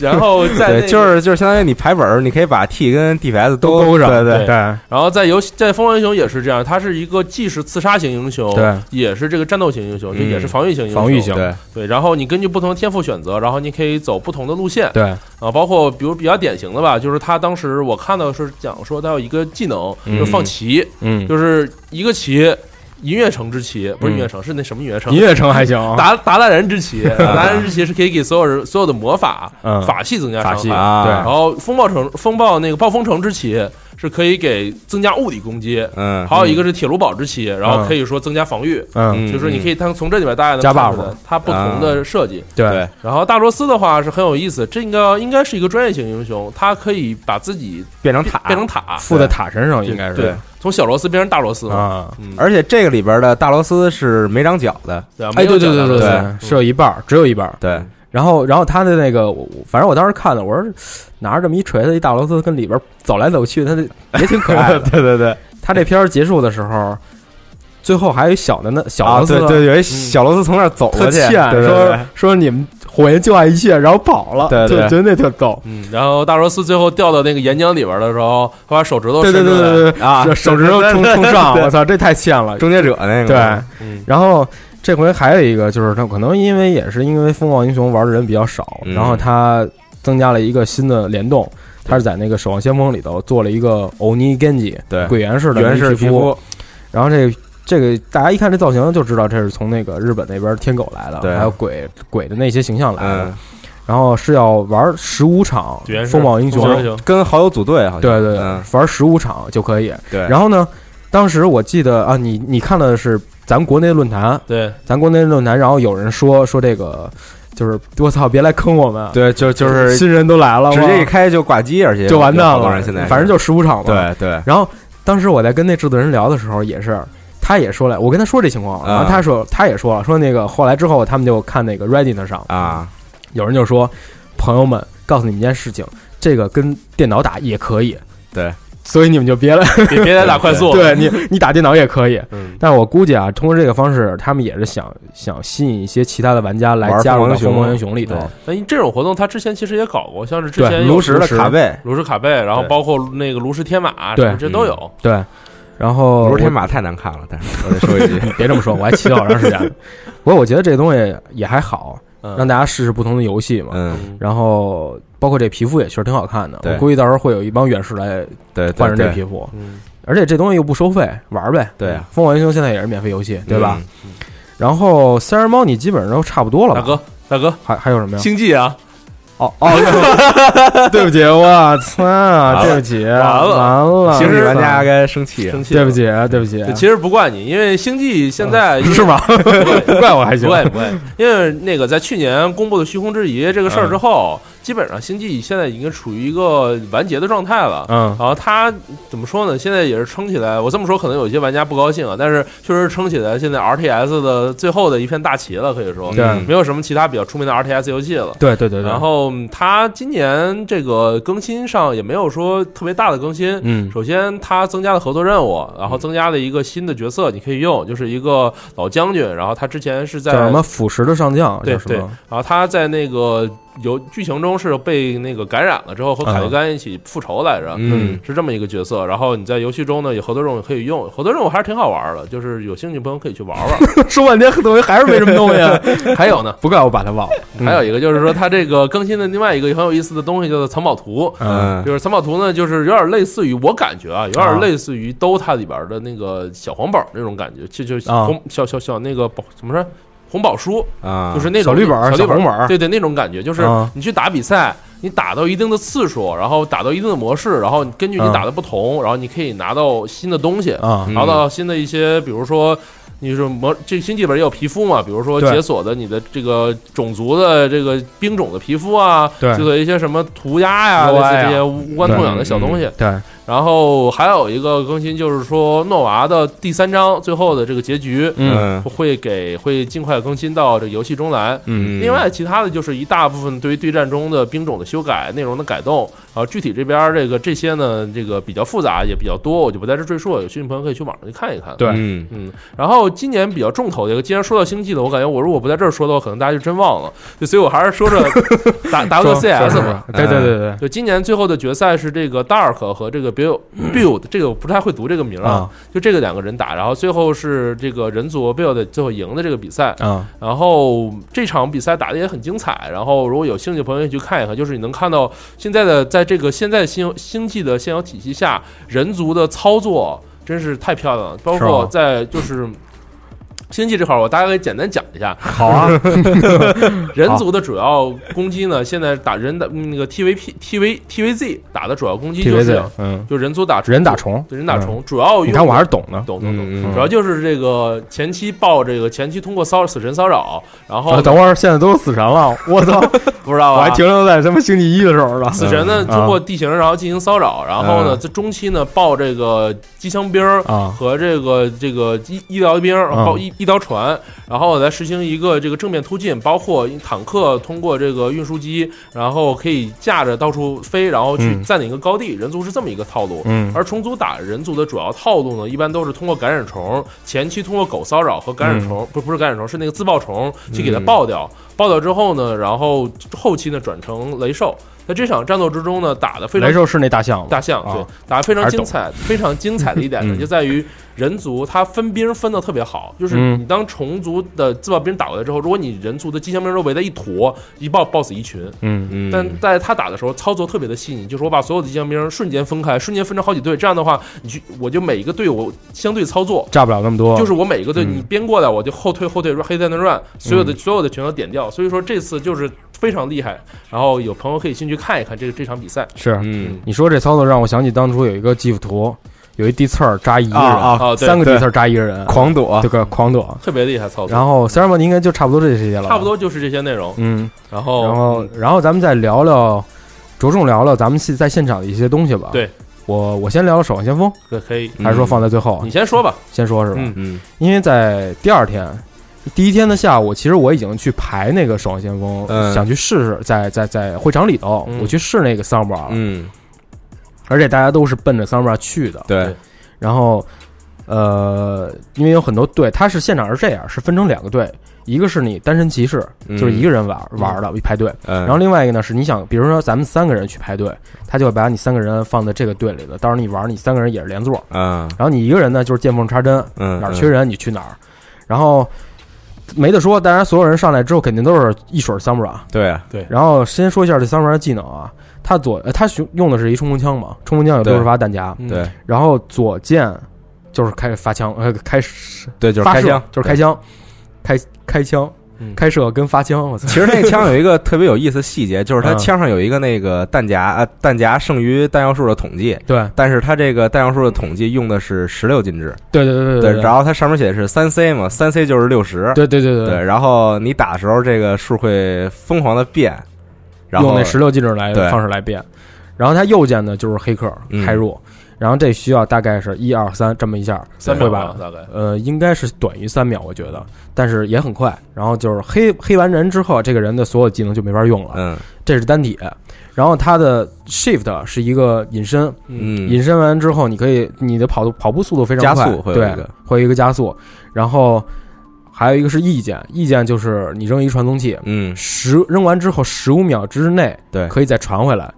Speaker 4: 然后在那
Speaker 3: 对，
Speaker 4: 个
Speaker 3: 就是就是相当于你排本儿，你可以把 T 跟 DPS
Speaker 10: 都勾上
Speaker 3: 对
Speaker 10: 对
Speaker 3: 对，
Speaker 4: 然后在游戏在疯狂英雄也是这样，它是一个既是刺杀型英雄，
Speaker 3: 对
Speaker 4: 也是这个战斗型英雄，
Speaker 3: 嗯
Speaker 4: 就也是防御型英雄，
Speaker 10: 防御型
Speaker 3: 对
Speaker 4: 对。然后你根据不同的天赋选择，然后你可以走不同的路线，
Speaker 10: 对，
Speaker 4: 啊，包括比如比较典型的吧，就是他当时我看到是讲说他有一个技能，
Speaker 3: 嗯
Speaker 4: 就是放旗，
Speaker 3: 嗯
Speaker 4: 就是一个旗。音乐城之旗不是音乐城，是那什么音乐城？
Speaker 10: 音乐城还行，
Speaker 4: 达达兰人之旗，达兰人之旗是可以给所有人所有的魔法、
Speaker 10: 嗯
Speaker 4: 法系增加伤
Speaker 3: 法
Speaker 4: 害
Speaker 3: 系啊
Speaker 4: 然后风暴城、风暴那个暴风城之旗是可以给增加物理攻击，
Speaker 3: 嗯，
Speaker 4: 还有一个是铁炉堡之旗，然后可以说增加防御，
Speaker 10: 嗯，
Speaker 4: 就是你可以当从这里面大家能
Speaker 10: 加
Speaker 4: 看出
Speaker 10: buff
Speaker 4: 来它不同的设计。
Speaker 3: 嗯
Speaker 10: 对，
Speaker 4: 然后大罗斯的话是很有意思，这个应该是一个专业型英雄，他可以把自己
Speaker 3: 变成塔，
Speaker 4: 变成塔，
Speaker 10: 附在塔身上
Speaker 4: 对
Speaker 10: 应该是
Speaker 4: 对，从小罗斯变成大罗斯嘛，
Speaker 10: 啊，
Speaker 4: 嗯
Speaker 3: 而且这个里边的大罗斯是没长脚的，
Speaker 4: 对啊，没
Speaker 10: 哎，
Speaker 4: 有
Speaker 10: 对
Speaker 4: 讲
Speaker 10: 对
Speaker 4: 大
Speaker 10: 对
Speaker 4: 罗斯
Speaker 10: 对，是有一半儿，只有一半儿。
Speaker 3: 对，
Speaker 10: 然后，然后他的那个，我反正我当时看了，我说拿着这么一锤子，一大螺丝跟里边走来走去，他这也挺 可 爱的。
Speaker 3: 对对对，
Speaker 10: 他这片儿结束的时候，最后还有一小的那小
Speaker 3: 啊
Speaker 10: 螺丝，
Speaker 3: 对对，有一小罗斯从那儿走
Speaker 10: 特
Speaker 3: 过去，
Speaker 10: 欠，
Speaker 3: 对对
Speaker 10: 说
Speaker 3: 对
Speaker 10: 说你们火焰就爱一切，然后跑了，
Speaker 3: 对对
Speaker 10: 就觉得那特逗。
Speaker 4: 嗯，然后大罗斯最后掉到那个岩浆里边的时候，他把手指头
Speaker 10: 对
Speaker 4: 伸出
Speaker 10: 对
Speaker 4: 来，
Speaker 10: 对对对
Speaker 3: 啊
Speaker 10: 就手指头冲冲上，我操，这太欠了。
Speaker 3: 终结者那个，
Speaker 10: 对，
Speaker 4: 嗯
Speaker 10: 然后这回还有一个就是他可能因为也是因为风暴英雄玩的人比较少，
Speaker 3: 嗯
Speaker 10: 然后他增加了一个新的联动，他是在那个守望先锋里头做了一个欧尼 Genji
Speaker 3: 对
Speaker 10: 鬼原式的
Speaker 3: 原始
Speaker 10: 皮
Speaker 3: 皮肤，
Speaker 10: 然后这个。这个大家一看这造型就知道，这是从那个日本那边天狗来的，
Speaker 3: 对
Speaker 10: 还有鬼鬼的那些形象来的。
Speaker 3: 嗯，
Speaker 10: 然后是要玩十五场
Speaker 4: 原始
Speaker 10: 风暴英雄，
Speaker 4: 风暴英雄
Speaker 3: 嗯跟好友组队好像，
Speaker 10: 对对对，
Speaker 3: 嗯
Speaker 10: 玩十五场就可以。
Speaker 3: 对，
Speaker 10: 然后呢，当时我记得啊，你你看的是咱们国内论坛，
Speaker 4: 对，
Speaker 10: 咱国内论坛，然后有人说说这个，就是我操，别来坑我们，，啊
Speaker 3: 对就就是
Speaker 10: 新人都来了，
Speaker 3: 直
Speaker 10: 哇
Speaker 3: 接一开就挂机，而且
Speaker 10: 就完蛋
Speaker 3: 有好多
Speaker 10: 了，
Speaker 3: 人现在是
Speaker 10: 反正就十五场嘛。。
Speaker 3: 对对，
Speaker 10: 然后当时我在跟那制作人聊的时候，也是他也说了，我跟他说这情况，
Speaker 3: 啊
Speaker 10: 然后他说他也说了，说那个后来之后他们就看那个 Reddit 上，
Speaker 3: 啊，
Speaker 10: 有人就说，朋友们，告诉你们一件事情，这个跟电脑打也可以，
Speaker 3: 对，
Speaker 10: 所以你们就别来，
Speaker 4: 别别再打快 速，
Speaker 10: 对你 你打电脑也可以，
Speaker 4: 嗯，
Speaker 10: 但是我估计啊，通过这个方式，他们也是想想吸引一些其他的玩家来
Speaker 3: 玩
Speaker 10: 加入
Speaker 3: 疯
Speaker 10: 到疯
Speaker 3: 狂
Speaker 10: 狂英
Speaker 3: 英雄
Speaker 10: 雄里头
Speaker 3: 对。
Speaker 4: 那这种活动他之前其实也搞过，像是之
Speaker 10: 对
Speaker 4: 前
Speaker 10: 有
Speaker 3: 炉石的
Speaker 10: 炉石
Speaker 3: 卡背，
Speaker 4: 炉石卡贝，然后
Speaker 3: 对
Speaker 4: 包括那个炉石天马，啊
Speaker 10: 对嗯
Speaker 4: 什么这都有。
Speaker 10: 对，然后
Speaker 3: 炉石天马太难看了，但是我得说一句，
Speaker 10: 别这么说，我还骑了好长时间。 不过我觉得这东西也还好，
Speaker 4: 嗯
Speaker 10: 让大家试试不同的游戏嘛。
Speaker 3: 嗯，
Speaker 10: 然后包括这皮肤也确实挺好看的，
Speaker 3: 对
Speaker 10: 我估计到时候会有一帮远视来
Speaker 3: 对，对
Speaker 10: 换成这
Speaker 3: 对
Speaker 10: 皮肤，
Speaker 4: 嗯，
Speaker 10: 而且这东西又不收费，玩呗。嗯
Speaker 3: 对啊
Speaker 10: 疯狂英雄现在也是免费游戏，对吧？
Speaker 3: 嗯
Speaker 10: 然后三人猫你基本上都差不多了吧嗯
Speaker 4: 大，哥，大哥，
Speaker 10: 还还有什么呀？
Speaker 4: 星际啊，
Speaker 10: 哦哦， 对不起，我操，对不起， 完
Speaker 4: 了
Speaker 10: 了啊
Speaker 3: 星际玩家该生气啊了，
Speaker 4: 生气了
Speaker 10: 对不。起，啊对不起
Speaker 4: 啊对，其实不怪你，因为星际现在因为
Speaker 10: 是 吗？不怪我还
Speaker 4: 不
Speaker 10: 行，
Speaker 4: 怪不怪，因为那个在去年公布的虚空之遗这个事儿之后，
Speaker 10: 嗯
Speaker 4: 基本上星际现在已经处于一个完结的状态了。
Speaker 10: 嗯，
Speaker 4: 然后他怎么说呢？现在也是撑起来。我这么说可能有些玩家不高兴啊，但是确实撑起来现在 RTS 的最后的一片大旗了，可以说，
Speaker 10: 对
Speaker 4: 没有什么其他比较出名的 RTS 游戏了。
Speaker 10: 对对对对，
Speaker 4: 然后嗯它今年这个更新上也没有说特别大的更新。
Speaker 3: 嗯
Speaker 4: 首先它增加了合作任务，然
Speaker 10: 嗯
Speaker 4: 后增加了一个新的角色，你可以用，就是一个老将军。然后他之前是在
Speaker 10: 叫什么？腐蚀的上将
Speaker 4: 对
Speaker 10: 叫什
Speaker 4: 对，然
Speaker 10: 么？
Speaker 4: 后他在那个有剧情中是被那个感染了之后，和卡尤甘一起复仇来着。
Speaker 3: 嗯
Speaker 4: 是这么一个角色，然后你在游戏中呢有合作任务可以用，合作任务还是挺好玩的，就是有兴趣朋友可以去 玩玩。
Speaker 10: 说半天东西还是没什么东西，啊
Speaker 4: 还有呢，
Speaker 10: 不怪我把它忘了。
Speaker 4: 还有一个就是说，它这个更新的另外一个很有意思的东西叫做藏宝图，
Speaker 10: 啊
Speaker 3: 嗯，
Speaker 4: 就是藏宝图呢，就是有点类似于我感觉啊，有点类似于 DOTA 里边的那个小黄本儿那种感觉，就就
Speaker 10: 啊
Speaker 4: 红小小小那个宝怎么说红宝书，
Speaker 3: 啊，
Speaker 4: 就是那种
Speaker 10: 小绿本儿
Speaker 4: 小绿
Speaker 10: 小红本儿
Speaker 4: 对对，那种感觉就是
Speaker 10: 啊
Speaker 4: 你去打比赛，你打到一定的次数，然后打到一定的模式，然后根据你
Speaker 10: 啊
Speaker 4: 打的不同，然后你可以拿到新的东西，
Speaker 10: 啊
Speaker 4: 拿到新的一些，比如说。你说魔这星际里边也有皮肤嘛？比如说
Speaker 10: 对
Speaker 4: 解锁的你的这个种族的这个兵种的皮肤啊，
Speaker 10: 对
Speaker 4: 解锁一些什么涂鸦呀、
Speaker 10: UI
Speaker 4: 类
Speaker 10: 啊嗯
Speaker 4: 似这些无关痛痒的小东西。
Speaker 10: 对，
Speaker 4: 然后还有一个更新就是说，诺娃的第三章最后的这个结局，
Speaker 3: 嗯
Speaker 4: 会给会尽快更新到这个游戏中来。
Speaker 3: 嗯
Speaker 4: 另外其他的就是一大部分对于对战中的兵种的修改、内容的改动，然后具体这边儿这个这些呢，这个比较复杂也比较多，我就不在这赘述了。有兴趣朋友可以去网上去看一看。
Speaker 10: 对
Speaker 3: 嗯
Speaker 4: 嗯，然后今年比较重头的一个，既然说到星际了，我感觉我如果不在这儿说的话，可能大家就真忘了，就所以我还是说着 达达哥
Speaker 10: 说说哎
Speaker 4: CS
Speaker 10: 说
Speaker 4: 吧。
Speaker 10: 对对对对
Speaker 4: 就今年最后的决赛是这个 Dark 和这个 Build Build，这个我不太会读这个名儿啊
Speaker 10: 啊，
Speaker 4: 就这个两个人打，然后最后是这个人族 Build 最后赢的这个比赛
Speaker 10: 啊。
Speaker 4: 然后这场比赛打得也很精彩，然后如果有兴趣的朋友去看一看，就是你能看到现在的在这个现在星星际的现有体系下，人族的操作真是太漂亮了，包
Speaker 10: 是
Speaker 4: 括
Speaker 10: 吗
Speaker 4: 在就是。星际这块儿，我大概简单讲一下。
Speaker 10: 好 啊，
Speaker 4: 人族的主要攻击呢，现在打人的嗯那个 TVP、TV、TVZ 打的主要攻击就
Speaker 10: TVZ
Speaker 4: 是，
Speaker 10: 嗯，
Speaker 4: 就人族打
Speaker 10: 人打虫嗯哎
Speaker 4: 对人打虫，主要用
Speaker 10: 你看我还是懂的，
Speaker 4: 懂懂
Speaker 10: 嗯
Speaker 4: 懂，
Speaker 10: 嗯
Speaker 4: 主要就是这个前期报这个前期通过骚死神骚扰，然后
Speaker 10: 啊，等会儿现在都是死神 了，我操，
Speaker 4: 不知道
Speaker 10: 我
Speaker 4: 啊
Speaker 10: 还停留在他妈星期一的时候呢。
Speaker 4: 死神呢，
Speaker 10: 嗯
Speaker 4: 通过地形然后进行骚扰，然后呢，
Speaker 10: 嗯
Speaker 4: 在中期呢报这个机枪兵儿
Speaker 10: 啊
Speaker 4: 和这个这个医医疗兵儿，
Speaker 10: 嗯
Speaker 4: 报医医疗船，然后来实行一个这个正面突进，包括嗯坦克通过这个运输机，然后可以架着到处飞，然后去
Speaker 10: 嗯
Speaker 4: 占领一个高地。人族是这么一个套路，
Speaker 10: 嗯
Speaker 4: 而虫族打人族的主要套路呢，一般都是通过感染虫，前期通过狗骚扰和感染
Speaker 10: 嗯
Speaker 4: 虫，不不是感染虫，是那个自爆虫去给它爆掉。爆掉之后呢，然后后期呢转成雷兽。在这场战斗之中呢，打的非常
Speaker 10: 雷兽是那大象吗，
Speaker 4: 大象
Speaker 10: 啊
Speaker 4: 对，打得非常
Speaker 10: 还是
Speaker 4: 精
Speaker 10: 懂
Speaker 4: 彩，非常精彩的一点呢，
Speaker 10: 嗯
Speaker 4: 就在于人族他分兵分的特别好，就是
Speaker 10: 嗯
Speaker 4: 你当虫族的自爆兵打过来之后，如果你人族的机枪兵都围在一坨，一爆爆死一群。
Speaker 10: 嗯，嗯
Speaker 3: 嗯
Speaker 4: 但在他打的时候，操作特别的细腻，就是我把所有的机枪兵瞬间分开，瞬间分成好几队，这样的话，你去我就每一个队我相对操作，
Speaker 10: 炸不了那么多，
Speaker 4: 就是我每一个队
Speaker 10: 嗯
Speaker 4: 你边过来我就后退后退黑在那乱，所有的所有的全都点掉。所以说这次就是非常厉害，然后有朋友可以进去看一看这个这场比赛。
Speaker 10: 是，
Speaker 3: 嗯
Speaker 10: 你说这操作让我想起当初有一个 GIF 图，有一地刺儿扎一个人，
Speaker 3: 啊
Speaker 4: 啊对
Speaker 10: 三个地刺儿扎一个人，
Speaker 3: 狂躲
Speaker 10: 这个狂躲。
Speaker 4: 特别厉害操作，
Speaker 10: 然后三十万应该就差不多这些了，
Speaker 4: 差不。多哦就是这些内容。
Speaker 10: 嗯，
Speaker 4: 然后，
Speaker 10: 然后然后咱们再聊聊，着重聊聊咱们现在现场的一些东西吧。
Speaker 4: 对，
Speaker 10: 我我先聊聊《守望先锋》，
Speaker 4: 可可以，
Speaker 10: 还是说放在最后？
Speaker 4: 你先说吧。
Speaker 10: 先说是吧？
Speaker 4: 嗯
Speaker 3: 嗯
Speaker 10: 因为在第二天，第一天的下午，其实我已经去排那个《守望先锋》
Speaker 3: 嗯
Speaker 10: 想去试试，在在在会场里头，
Speaker 4: 嗯
Speaker 10: 我去试那个 s u m b a 了。
Speaker 3: 嗯，
Speaker 10: 而且大家都是奔着 Summer 去的。
Speaker 3: 对，
Speaker 10: 然后，呃，因为有很多队，它是现场是这样，是分成两个队，一个是你单身骑士，
Speaker 3: 嗯
Speaker 10: 就是一个人玩、玩的一排队，
Speaker 3: 然
Speaker 10: 然后另外一个呢是你想，比如说咱们三个人去排队，他就会把你三个人放在这个队里头，到时候你玩，你三个人也是连坐，
Speaker 3: 嗯
Speaker 10: 然后你一个人呢就是见缝插针，
Speaker 3: 嗯
Speaker 10: 哪儿缺人你去哪儿，然后。没得说，当然所有人上来之后肯定都是一水 Samurai。
Speaker 3: 对啊
Speaker 10: 然后先说一下这 Samurai 的技能啊，他左呃他使用的是一冲锋枪嘛，冲锋枪有六十发弹夹，
Speaker 4: 嗯
Speaker 3: 对
Speaker 10: 然后左键就是开始发枪，呃，开始
Speaker 3: 对就是
Speaker 10: 发
Speaker 3: 开
Speaker 10: 射
Speaker 3: 枪，
Speaker 10: 就是开枪，开开枪
Speaker 4: 嗯，
Speaker 10: 开射跟发枪，我操，
Speaker 3: 其实那个枪有一个特别有意思的细节，就是
Speaker 10: 嗯
Speaker 3: 它枪上有一个那个弹夹啊，弹夹剩余弹药数的统计，
Speaker 10: 对
Speaker 3: 但是它这个弹药数的统计用的是十六进制，
Speaker 10: 对对对对
Speaker 3: 然后它上面写的是三 C 嘛，三 C 就是六十，
Speaker 10: 对对对
Speaker 3: 对，，然后你打的时候这个数会疯狂的变，然
Speaker 10: 用
Speaker 3: 后
Speaker 10: 那十六进制来
Speaker 3: 对
Speaker 10: 方式来变，然后它右键呢就是黑客
Speaker 3: 嗯
Speaker 10: 开入，然后这需要大概是一二三这么一下，
Speaker 4: 三秒
Speaker 10: 会
Speaker 4: 吧
Speaker 10: 吧，？
Speaker 4: 大概。
Speaker 10: 呃，应该是短于三秒，我觉得，但是也很快。然后就是黑黑完人之后，这个人的所有技能就没法用了，
Speaker 3: 嗯
Speaker 10: 这是单体。然后他的 shift 是一个隐身，
Speaker 3: 嗯
Speaker 10: 隐身完之后，你可以你的跑跑步速度非常
Speaker 3: 加
Speaker 10: 快，
Speaker 3: 速会有
Speaker 10: 对
Speaker 3: 一个，
Speaker 10: 会有一个加速。然后还有一个是意见，意见就是你扔一传送器，
Speaker 3: 嗯
Speaker 10: 十扔完之后十五秒之内
Speaker 3: 对
Speaker 10: 可以再传回来。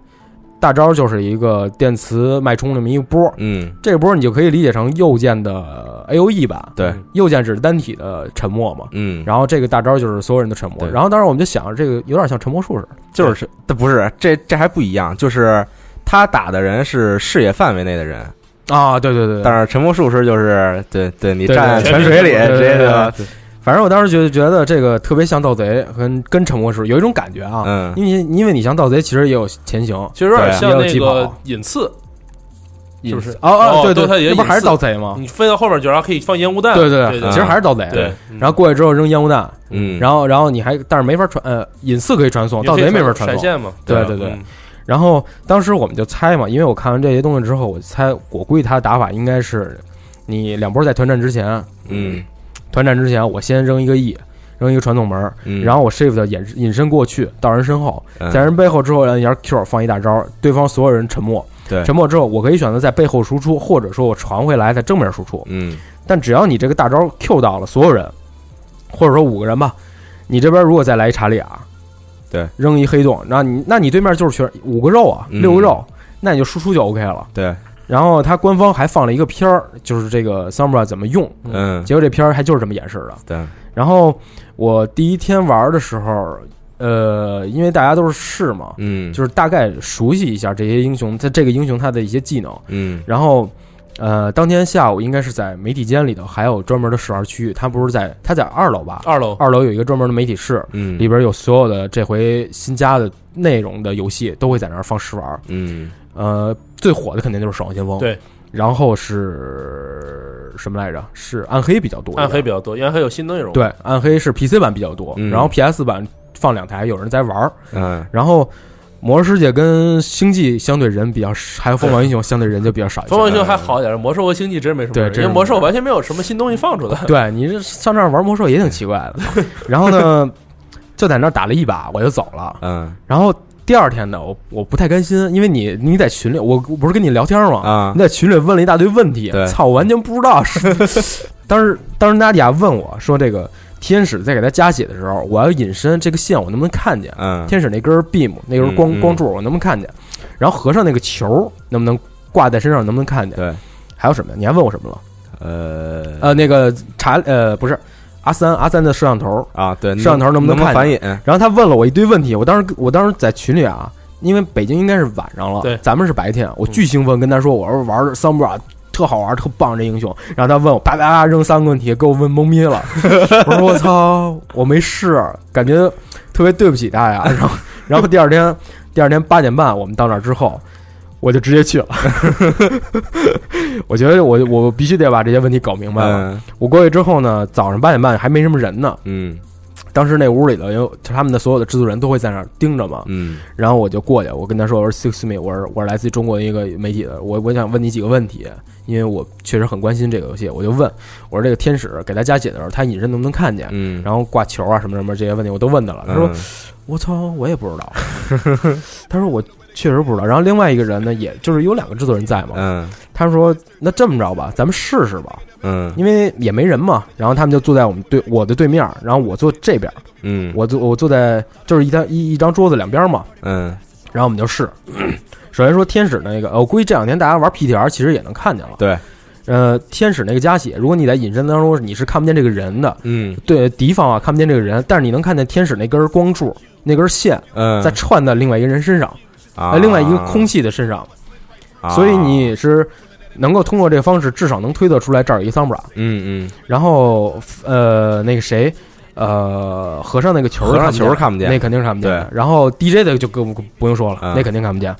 Speaker 10: 大招就是一个电磁脉冲这么一个波，
Speaker 3: 嗯
Speaker 10: 这个波你就可以理解成右键的 A O E 吧？
Speaker 3: 对
Speaker 10: 右键只是单体的沉默嘛。
Speaker 3: 嗯，
Speaker 10: 然后这个大招就是所有人的沉默。
Speaker 3: 对
Speaker 10: 然后当时我们就想，这个有点像沉默术似的。
Speaker 3: 就是这不是这这还不一样，就是他打的人是视野范围内的人，
Speaker 10: 啊，对对对
Speaker 3: 但是沉默术师就是对对你
Speaker 10: 对
Speaker 3: 站
Speaker 10: 对
Speaker 3: 泉水里
Speaker 10: 对对
Speaker 3: 直接
Speaker 10: 对
Speaker 3: 就
Speaker 10: 对反正我当时觉得觉得这个特别像盗贼，跟跟沉默术有一种感觉啊。
Speaker 3: 嗯
Speaker 10: 因为因为你像盗贼，其实也有前行，
Speaker 4: 其实有点
Speaker 3: 对
Speaker 4: 像
Speaker 10: 也有
Speaker 4: 那
Speaker 10: 技
Speaker 4: 个
Speaker 10: 巧
Speaker 4: 隐刺，是不是？
Speaker 10: 哦
Speaker 4: 哦
Speaker 10: 对
Speaker 4: 对它也
Speaker 10: 那不
Speaker 4: 隐
Speaker 10: 还是
Speaker 4: 私
Speaker 10: 盗贼吗？
Speaker 4: 你飞到后面就然后可以放烟雾弹。
Speaker 10: 啊对
Speaker 4: 对
Speaker 10: 其实还是盗贼。
Speaker 4: 对。嗯
Speaker 10: 然后过去之后扔烟雾弹，
Speaker 3: 嗯，
Speaker 10: 然后然后你还但是没法传呃隐私可以传送，
Speaker 4: 也
Speaker 10: 盗
Speaker 4: 可以
Speaker 10: 贼没法
Speaker 4: 闪
Speaker 10: 传送。
Speaker 4: 现嘛？
Speaker 10: 对
Speaker 4: 吧
Speaker 10: 对对
Speaker 4: 嗯
Speaker 10: 然后当时我们就猜嘛，因为我看完这些东西之后，我猜我估计他的打法应该是，你两波在团战之前，
Speaker 3: 嗯，
Speaker 10: 团战之前我先扔一个 E，扔一个传送门，
Speaker 3: 嗯
Speaker 10: 然后我 shift 隐隐身过去到人身后，
Speaker 3: 嗯
Speaker 10: 在人背后之后按一下 Q 放一大招，对方所有人沉默，
Speaker 3: 对
Speaker 10: 沉默之后我可以选择在背后输出，或者说我传回来在正面输出，
Speaker 3: 嗯，
Speaker 10: 但只要你这个大招 Q 到了所有人，或者说五个人吧，你这边如果再来一查理亚，
Speaker 3: 对，
Speaker 10: 扔一黑洞，那你那你对面就是全五个肉啊，
Speaker 3: 嗯
Speaker 10: 六个肉，那你就输出就 OK 了。
Speaker 3: 对，
Speaker 10: 然后他官方还放了一个片儿，就是这个 Sombra 怎么用，
Speaker 3: 嗯
Speaker 10: 结果这片儿还就是这么演示的。
Speaker 3: 对，
Speaker 10: 然后我第一天玩的时候，呃，因为大家都是试嘛，
Speaker 3: 嗯
Speaker 10: 就是大概熟悉一下这些英雄，他这个英雄他的一些技能，
Speaker 3: 嗯
Speaker 10: 然后，呃，当天下午应该是在媒体间里头，还有专门的试玩区域。它不是在，它在二楼吧？
Speaker 4: 二楼，
Speaker 10: 二楼有一个专门的媒体室，
Speaker 3: 嗯
Speaker 10: 里边有所有的这回新加的内容的游戏都会在那儿放试玩。
Speaker 3: 嗯，
Speaker 10: 呃，最火的肯定就是《守望先锋》，
Speaker 4: 对，
Speaker 10: 然后是什么来着？是暗黑比较多一点，
Speaker 4: 暗黑比较多，因为暗黑有新内容。
Speaker 10: 对，暗黑是 PC 版比较多，
Speaker 4: 嗯
Speaker 10: 然后 PS 版放两台，有人在玩儿。
Speaker 3: 嗯，
Speaker 10: 然后《魔兽世界》跟《星际》相对人比较少，还有《凤凰英雄》相对人就比较少一些。
Speaker 4: 风暴英雄还好一点，魔兽和星际真没什么
Speaker 10: 对
Speaker 4: 人，
Speaker 10: 真
Speaker 4: 因
Speaker 10: 是
Speaker 4: 为魔兽完全没有什么新东西放 出来。
Speaker 10: 对你这上那儿玩魔兽也挺奇怪的。然后呢，就在那儿打了一把，我就走了。
Speaker 3: 嗯，
Speaker 10: 然后第二天呢，我我不太甘心，因为你你在群里，我我不是跟你聊天吗？
Speaker 3: 啊
Speaker 10: 你在群里问了一大堆问题
Speaker 3: 对，
Speaker 10: 操，我完全不知道是。当时当时娜迪亚问我说这个。天使在给他加血的时候，我要隐身，这个线我能不能看见？
Speaker 3: 嗯
Speaker 10: 天使那根 beam 那根光、
Speaker 3: 嗯嗯
Speaker 10: 光柱我能不能看见？然后合上那个球能不能挂在身上，能不能看见？
Speaker 3: 对，
Speaker 10: 还有什么呀？你还问我什么了？
Speaker 3: 呃
Speaker 10: 呃，那个查呃不是阿三阿三的摄像头，
Speaker 3: 啊，对，
Speaker 10: 摄像头能
Speaker 3: 能
Speaker 10: 不能看见
Speaker 3: 反引？
Speaker 10: 然后他问了我一堆问题，我当时我当时在群里啊，因为北京应该是晚上了，
Speaker 4: 对
Speaker 10: 咱们是白天，我巨兴奋，跟他说我说玩 s a m b r 啊特好玩，特棒这英雄。然后他问我叭叭叭扔三个问题，给我问懵逼了。我说我操，我没试，感觉特别对不起他呀。然后然后第二天第二天八点半我们到那儿之后。我就直接去了，我觉得我我必须得把这些问题搞明白了。
Speaker 3: 嗯
Speaker 10: 我过去之后呢，早上八点半还没什么人呢，
Speaker 3: 嗯
Speaker 10: 当时那屋里头有他们的所有的制作人都会在那儿盯着嘛，
Speaker 3: 嗯
Speaker 10: 然后我就过去，我跟他说，我说 Six Me，我说我是来自中国一个媒体的，我我想问你几个问题，因为我确实很关心这个游戏，我就问我说这个天使给他加血的时候，他隐身能不能看见？
Speaker 3: 嗯，
Speaker 10: 然后挂球啊什么什么这些问题我都问他了，他说
Speaker 3: 嗯
Speaker 10: 我操，我也 不知道，他说我确实不知道。然后另外一个人呢，也就是有两个制作人在嘛，
Speaker 3: 嗯
Speaker 10: 他说那这么着吧，咱们试试吧，
Speaker 3: 嗯
Speaker 10: 因为也没人嘛。然后他们就坐在我们对我的对面，然后我坐这边。
Speaker 3: 嗯，
Speaker 10: 我坐我坐在就是一张一一张桌子两边嘛，
Speaker 3: 嗯
Speaker 10: 然后我们就试。 首先说天使那个，呃我估计这两天大家玩 PTR 其实也能看见了。
Speaker 3: 对，
Speaker 10: 呃，天使那个加血，如果你在隐身当中你是看不见这个人的，
Speaker 3: 嗯
Speaker 10: 对敌方啊看不见这个人，但是你能看见天使那根光柱那根线
Speaker 3: 嗯，
Speaker 10: 在串到另外一个人身上，
Speaker 3: 啊
Speaker 10: 呃，另外一个空气的身上，
Speaker 3: 啊
Speaker 10: 所以你是能够通过这个方式至少能推测出来这儿有一桑布拉。
Speaker 3: 嗯嗯
Speaker 10: 然后呃，那个谁，呃，和尚那个球儿
Speaker 3: 和尚
Speaker 10: 看不见
Speaker 3: 球儿看不见
Speaker 10: 那肯定是看不见的。然后 DJ 的就更不不用说了，
Speaker 3: 嗯
Speaker 10: 那肯定看不见。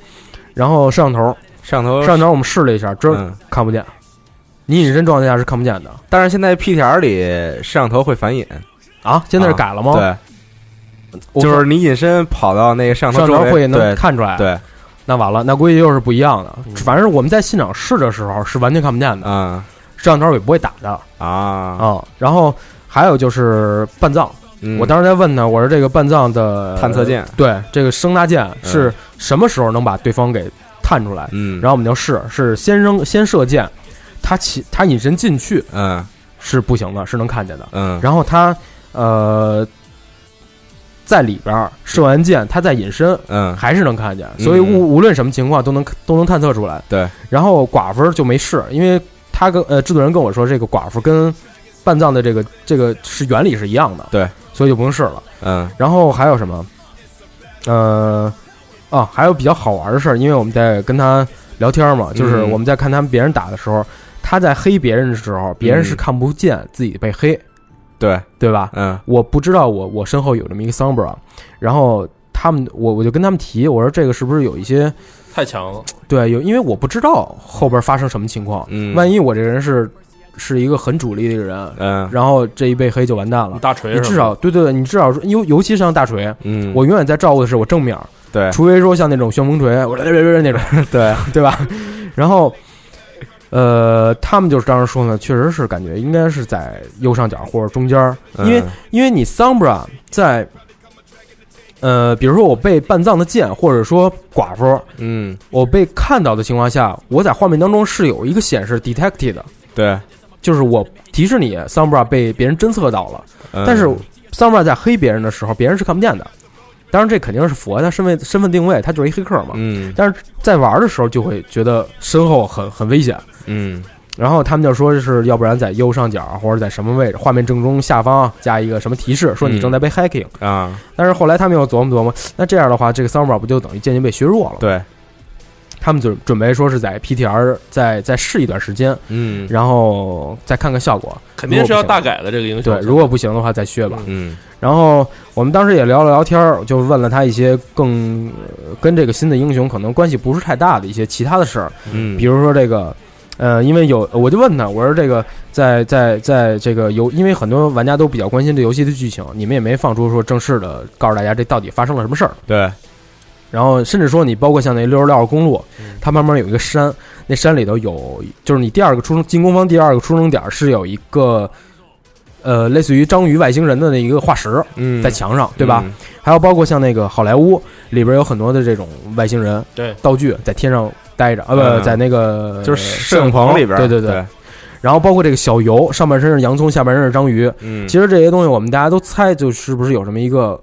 Speaker 10: 然后摄像头，
Speaker 3: 上头
Speaker 10: 摄像头我们试了一下，真
Speaker 3: 嗯
Speaker 10: 看不见。你隐身状态下是看不见的
Speaker 3: 但是现在 PTR 里摄像头会反引，
Speaker 10: 啊？现在是改了吗？
Speaker 3: 对，
Speaker 10: 我
Speaker 3: 就是你隐身跑到那个摄像
Speaker 10: 摄像
Speaker 3: 头周
Speaker 10: 头
Speaker 3: 围
Speaker 10: 会能
Speaker 3: 对
Speaker 10: 看出来。，
Speaker 3: 对，
Speaker 10: 那完了，那估计又是不一样的。反正我们在现场试的时候是完全看不见的，
Speaker 3: 嗯
Speaker 10: 摄像头也不会打的
Speaker 3: 啊，
Speaker 10: 啊。然后还有就是半藏，
Speaker 3: 嗯
Speaker 10: 我当时在问他，我说这个半藏的
Speaker 3: 探测键，
Speaker 10: 对这个声呐键是什么时候能把对方给探出来？
Speaker 3: 嗯，
Speaker 10: 然后我们就试，是先扔先射箭，他起他隐身进去
Speaker 3: 嗯
Speaker 10: 是不行的，是能看见的。
Speaker 3: 嗯
Speaker 10: 然后他呃在里边儿射完箭，他再隐身
Speaker 3: 嗯
Speaker 10: 还是能看见，所以
Speaker 3: 嗯
Speaker 10: 无无论什么情况都能都能探测出来。
Speaker 3: 对，
Speaker 10: 然后寡妇就没试，因为他跟呃制作人跟我说，这个寡妇跟半藏的这个这个是原理是一样的，
Speaker 3: 对，
Speaker 10: 所以就不用试了。
Speaker 3: 嗯
Speaker 10: 然后还有什么？呃，啊，还有比较好玩的事儿，因为我们在跟他聊天嘛，就是
Speaker 3: 嗯
Speaker 10: 我们在看他们别人打的时候，他在黑别人的时
Speaker 4: 嗯
Speaker 10: 候，别人是看不见自己被黑，
Speaker 3: 对
Speaker 10: 对吧？
Speaker 3: 嗯
Speaker 10: 我不知道我我身后有这么一个 Sombra，然后他们我我就跟他们提，我说这个是不是有一些
Speaker 4: 太强了，
Speaker 10: 对有，因为我不知道后边发生什么情况，
Speaker 3: 嗯
Speaker 10: 万一我这个人是是一个很主力的一个人，
Speaker 3: 嗯
Speaker 10: 然后这一被黑就完蛋了
Speaker 4: 你。大锤
Speaker 10: 你
Speaker 4: 是吧
Speaker 10: 至少对对，对你至少说尤尤其像大锤，
Speaker 3: 嗯
Speaker 10: 我永远在照顾的是我正面儿，
Speaker 3: 对
Speaker 10: 除非说像那种旋风锤，我那种，
Speaker 3: 对
Speaker 10: 对吧？然后，呃，他们就是当时说呢，确实是感觉应该是在右上角或者中间儿，因为、
Speaker 3: 嗯
Speaker 10: 因为你 Sombra 在，呃，比如说我被半藏的剑，或者说寡妇，
Speaker 3: 嗯，
Speaker 10: 我被看到的情况下，我在画面当中是有一个显示 detected 的，
Speaker 3: 对，
Speaker 10: 就是我提示你 Sombra 被别人侦测到了，
Speaker 3: 嗯
Speaker 10: 但是 Sombra 在黑别人的时候，别人是看不见的。当然，这肯定是符合他身份身份定位，他就是一黑客嘛。
Speaker 3: 嗯
Speaker 10: 但是在玩的时候就会觉得身后很很危险，
Speaker 3: 嗯
Speaker 10: 然后他们就说是要不然在右上角或者在什么位置，画面正中下方加一个什么提示，说
Speaker 3: 嗯
Speaker 10: 你正在被 hacking。
Speaker 3: 啊，
Speaker 10: 但是后来他们又琢磨琢磨，那这样的话，这个 Summer 不就等于渐渐被削弱了？
Speaker 3: 对，
Speaker 10: 他们就准备说是在 PTR 再再试一段时间，
Speaker 3: 嗯
Speaker 10: 然后再看看效果。
Speaker 4: 肯定是要大
Speaker 10: 改。
Speaker 4: 改的这个英雄。
Speaker 10: 对，如果不行的话再削吧。
Speaker 3: 嗯
Speaker 10: 然后我们当时也聊了聊天儿，就问了他一些更呃跟这个新的英雄可能关系不是太大的一些其他的事儿，
Speaker 3: 嗯，
Speaker 10: 比
Speaker 3: 如
Speaker 10: 如说这个，呃，因为有我就问他，我说这个在在在这个呃游，因为很多玩家都比较关心这游戏的剧情，你们也没放出说正式的告诉大家这到底发生了什么事儿。
Speaker 3: 对，
Speaker 10: 然后甚至说你包括像那六十六号公路，
Speaker 3: 嗯
Speaker 10: 它旁边有一个山，那山里头有就是你第二个出生进攻方第二个出生点是有一个。呃，类似于章鱼外星人的那一个化石
Speaker 3: 嗯，
Speaker 10: 在墙上，对吧？
Speaker 3: 嗯？
Speaker 10: 还有包括像那个好莱坞里边有很多的这种外星人
Speaker 4: 对
Speaker 10: 道具在天上待着，啊
Speaker 3: 嗯
Speaker 10: 不，在那个呃
Speaker 3: 就是
Speaker 10: 摄影
Speaker 3: 棚里边儿，
Speaker 10: 对对
Speaker 3: 对，
Speaker 10: 然后包括这个小游，上半身是洋葱，下半身是章鱼。
Speaker 3: 嗯，
Speaker 10: 其实这些东西我们大家都猜，就是不是有这么一个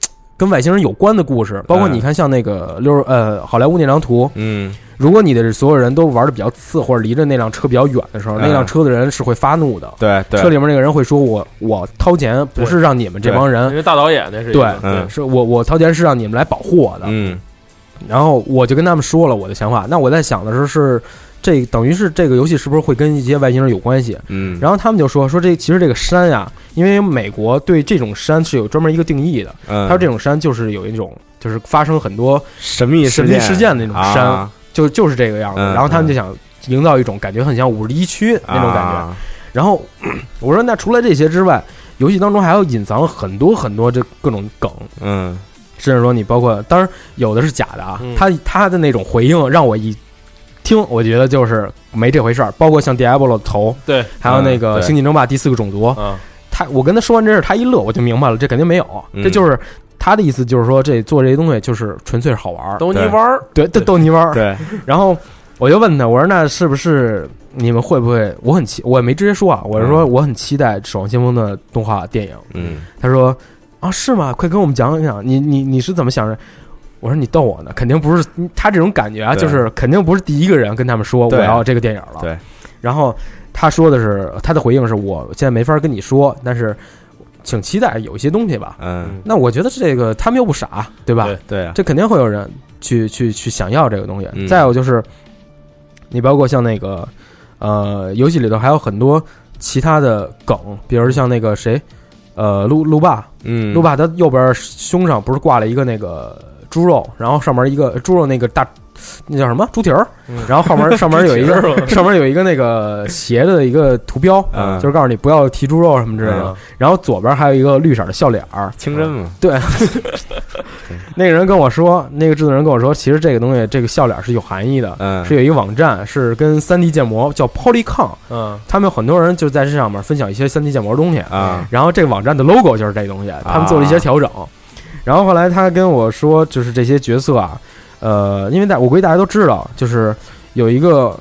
Speaker 10: 嘖跟外星人有关的故事？包括
Speaker 3: 嗯
Speaker 10: 你看，像那个六十呃好莱坞那张图，
Speaker 3: 嗯
Speaker 10: 如果你的所有人都玩的比较次，或者离着那辆车比较远的时候，
Speaker 3: 嗯
Speaker 10: 那辆车的人是会发怒的。
Speaker 3: 对对，
Speaker 10: 车里面那个人会说：“我我掏钱不是让你们这帮人
Speaker 4: 因为大导演那是一
Speaker 10: 嗯对
Speaker 4: 个
Speaker 3: 嗯
Speaker 10: 是我我掏钱是让你们来保护我的。
Speaker 3: 嗯
Speaker 10: 然后我就跟他们说了我的想法。那我在想的时候是，这等于是这个游戏是不是会跟一些外星人有关系？
Speaker 3: 嗯，
Speaker 10: 然后他们就说说这其实这个山呀，因为美国对这种山是有专门一个定义的，
Speaker 3: 嗯
Speaker 10: 它说这种山就是有一种就是发生很多
Speaker 3: 神秘
Speaker 10: 神秘事件的那种山，
Speaker 3: 嗯啊
Speaker 10: 就就是这个样子。
Speaker 3: 嗯
Speaker 10: 然后他们就想营造一种感觉很像五十一区那种感觉。
Speaker 3: 啊
Speaker 10: 然后 我说那除了这些之外，游戏当中还有隐藏了很多很多这各种梗，
Speaker 3: 嗯
Speaker 10: 甚至说你包括，当然有的是假的啊
Speaker 4: 嗯，
Speaker 10: 他他的那种回应让我一听，我觉得就是没这回事儿。包括像 Diablo 的头，
Speaker 4: 对，
Speaker 10: 还有那
Speaker 3: 嗯
Speaker 10: 个
Speaker 3: 对
Speaker 10: 《星际争霸》第四个种族，
Speaker 4: 嗯，
Speaker 10: 他我跟他说完这事儿，他一乐，我就明白了，这肯定没有，
Speaker 3: 嗯
Speaker 10: 这就是他的意思，就是说这做这些东西就是纯粹是好玩儿，
Speaker 4: 逗你玩儿，
Speaker 10: 对，逗逗泥玩儿。
Speaker 3: 对，
Speaker 10: 然后我就问他，我说那是不是你们会不会？我很期，我也没直接说啊，我是说我很期待《守望先锋》的动画电影。
Speaker 3: 嗯
Speaker 10: 他说：“啊，是吗？快跟我们讲讲，你你你是怎么想的？”我说：“你逗我呢，肯定不是他这种感觉啊，
Speaker 3: 对
Speaker 10: 就是肯定不是第一个人跟他们说我
Speaker 3: 对
Speaker 10: 要这个电影了。”
Speaker 3: 对。
Speaker 10: 然后他说的是，他的回应是我现在没法跟你说，但是请期待有一些东西吧。
Speaker 3: 嗯，
Speaker 10: 那我觉得这个他们又不傻，对吧？
Speaker 4: 对
Speaker 3: 对啊，
Speaker 10: 这肯定会有人去去去想要这个东西。
Speaker 3: 嗯
Speaker 10: 再有就是，你包括像那个呃，游戏里头还有很多其他的梗，比如像那个谁，呃，路路霸，
Speaker 3: 嗯，
Speaker 10: 路霸他右边胸上不是挂了一个那个猪肉，然后上面一个猪肉那个大。那叫什么猪蹄儿，
Speaker 3: 嗯
Speaker 10: 然后 后面上面有一个上面有一个那个斜的一个图标，
Speaker 3: 嗯
Speaker 10: 就是告诉你不要提猪肉什么之类的
Speaker 3: 嗯。
Speaker 10: 然后左边还有一个绿色的笑脸儿，
Speaker 3: 清真嘛，
Speaker 10: 对，那个人跟我说，那个制作人跟我说，其实这个东西，这个笑脸是有含义的，
Speaker 3: 嗯
Speaker 10: 是有一个网站是跟三 D 建模叫 Polycon，
Speaker 4: 嗯，
Speaker 10: 他们有很多人就在这上面分享一些三 D 建模的东西，
Speaker 3: 啊，
Speaker 10: 然后这个网站的 logo 就是这东西，他们做了一些调整。然后后来他跟我说，就是这些角色啊，呃，因为大我估计大家都知道，就是有一个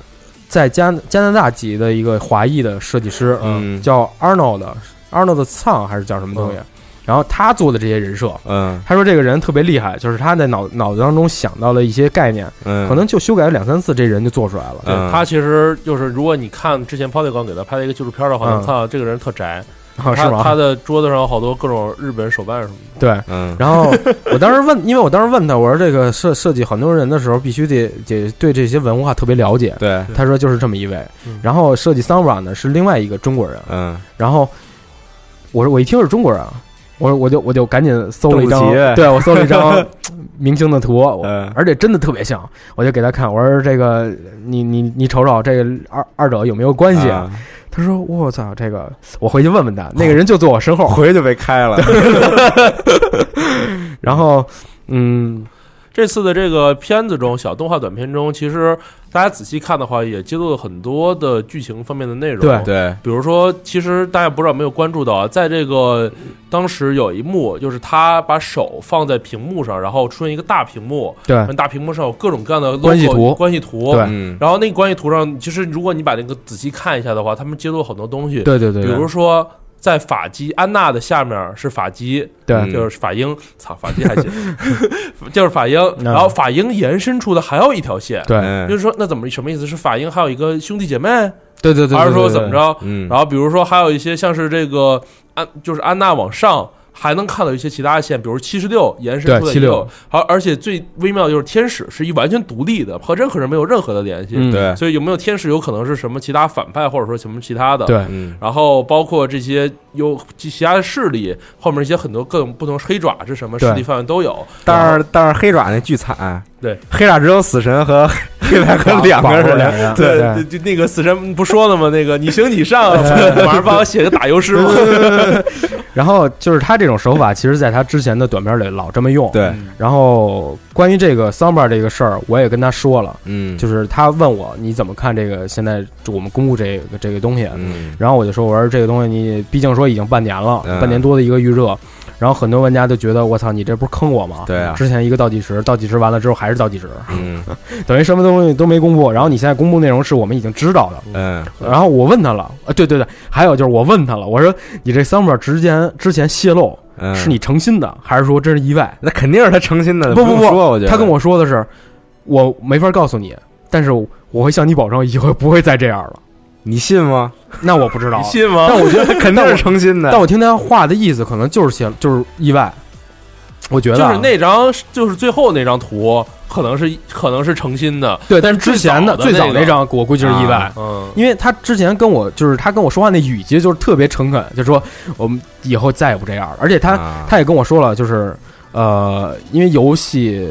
Speaker 10: 在加加拿大籍的一个华裔的设计师，
Speaker 3: 嗯
Speaker 10: 叫 Arnold Arnold 仓还是叫什么东西，然后他做的这些人设，
Speaker 3: 嗯
Speaker 10: 他说这个人特别厉害，就是他在脑脑子当中想到了一些概念，
Speaker 3: 嗯，
Speaker 10: 可能就修改了两三次，这人就做出来 了。
Speaker 4: 对
Speaker 3: 嗯
Speaker 4: 他其实就是，如果你看之前 Polygon 给他拍的一个纪录片的话，
Speaker 10: 嗯
Speaker 4: 你看到这个人特宅，
Speaker 10: 啊是
Speaker 4: 他他
Speaker 10: 吗？
Speaker 4: 的呃桌子上有好多各种日本手办什么 的，
Speaker 10: 对。
Speaker 3: 嗯
Speaker 10: 然后我当时问，因 为我当时问他，我说这个设设计很多人的时候，必须得得对这些文化特别了解。
Speaker 3: 对，
Speaker 10: 他说就是这么一位
Speaker 4: 嗯，
Speaker 10: 然后设计 Samba 呢是另外一个中国人。
Speaker 3: 嗯
Speaker 10: 然后我说我一听是中国人，啊我我就我就赶紧搜了一张
Speaker 3: 斗不齐，
Speaker 10: 对我搜了 一张明星的图，我
Speaker 3: 嗯
Speaker 10: 而且真的特别像，我就给他看，我说这个你你你瞅瞅这个二二者有没有关系？
Speaker 3: 啊
Speaker 10: 他说我操，这个我回去问
Speaker 4: 哦
Speaker 10: 问他，那个人就坐我身后，
Speaker 3: 回去就被开了，
Speaker 10: 然后嗯，
Speaker 4: 这次的这个片子中，小动画短片中，其实大家仔细看的话，也揭露了很多的剧情方面的内容。
Speaker 10: 对
Speaker 3: 对，
Speaker 4: 比如说，其实大家不知道有没有关注到啊，在这个当时有一幕，就是他把手放在屏幕上，然后出现一个大屏幕，
Speaker 10: 对，
Speaker 4: 大屏幕上有各种各样的 logo,
Speaker 10: 关系图
Speaker 4: 关系图，
Speaker 10: 对
Speaker 3: 嗯
Speaker 4: 然后那个关系图上，其实如果你把那个仔细看一下的话，他们揭露很多东西，
Speaker 10: 对对对对
Speaker 4: 比如说。在法基安娜的下面是法基，
Speaker 10: 对
Speaker 4: 就是法英，操，法基还行， 就是法英，
Speaker 10: 嗯
Speaker 4: 然后法英延伸出的还有一条线，
Speaker 10: 对
Speaker 3: 嗯
Speaker 4: 就是说那怎么什么意思？是法英还有一个兄弟姐妹，
Speaker 10: 对对对对
Speaker 4: 还是说
Speaker 10: 对对
Speaker 4: 怎么着？
Speaker 10: 嗯
Speaker 4: 然后比如说还有一些像是这个安，就是安娜往上。还能看到一些其他的线，比如七十六延伸出来
Speaker 10: 对76
Speaker 4: 有，而而且最微妙的就是天使是一完全独立的，和任何人没有任何的联系。
Speaker 10: 嗯对
Speaker 4: 所以有没有天使有可能是什么其他反派，或者说什么其他的？
Speaker 10: 对嗯
Speaker 4: 然后包括这些有其其他的势力，后面一些很多各种不同黑爪是什么势
Speaker 3: 对
Speaker 4: 力范围都有。
Speaker 3: 但是但是黑爪那巨惨，
Speaker 4: 对，
Speaker 3: 黑爪只有死神和 黑白和两个人，
Speaker 4: 对对，就那个死神不说了吗？那个你行你上，晚上帮我写个打油诗吗？
Speaker 10: 然后就是他这种手法，其实在他之前的短片里老这么用。
Speaker 3: 对。
Speaker 10: 然后关于这个 Summer 这个事儿，我也跟他说了，
Speaker 3: 嗯
Speaker 10: 就是他问我你怎么看这个现在就我们公布这个这个东西，啊
Speaker 3: 嗯，
Speaker 10: 然后我就说我说这个东西你毕竟说已经半年了，
Speaker 3: 嗯
Speaker 10: 半年多的一个预热。然后很多玩家就觉得我操，你这不是坑我吗？
Speaker 3: 对啊
Speaker 10: 之前一个倒计时，倒计时完了之后还是倒计时，
Speaker 3: 嗯
Speaker 10: 等于什么东西都没公布。然后你现在公布内容是我们已经知道的，
Speaker 3: 嗯，
Speaker 10: 然后我问他了，啊，对对对，还有就是我问他了，我说你这 Summer 之前之前泄露，
Speaker 3: 嗯
Speaker 10: 是你诚心的，还是说真是意外？
Speaker 3: 那肯定是他诚心的，
Speaker 10: 不不
Speaker 3: 不用说我觉得
Speaker 10: 他跟我说的是，我没法告诉你，但是我会向你保证以后不会再这样了。
Speaker 3: 你信吗？
Speaker 10: 那我不 知道，
Speaker 3: 你信吗
Speaker 10: 但我觉得
Speaker 3: 肯定是
Speaker 10: 但我
Speaker 3: 诚心的
Speaker 10: 但我听他话的意思，可能就是泄，就是意外。我觉
Speaker 4: 就
Speaker 10: 得啊
Speaker 4: 是那张，就是最后那张图，可能是可能是诚心的，
Speaker 10: 对，但是之前的
Speaker 4: 最
Speaker 10: 最
Speaker 4: 早
Speaker 10: 早
Speaker 4: 的那个
Speaker 10: 那张，我估计是意外，
Speaker 4: 啊嗯
Speaker 10: 因为他之前跟我就是他跟我说话那语气就是特别诚恳，就说我们以后再也不这样了，而且他、
Speaker 4: 啊
Speaker 3: 啊
Speaker 10: 他也跟我说了，就是呃，因为游戏。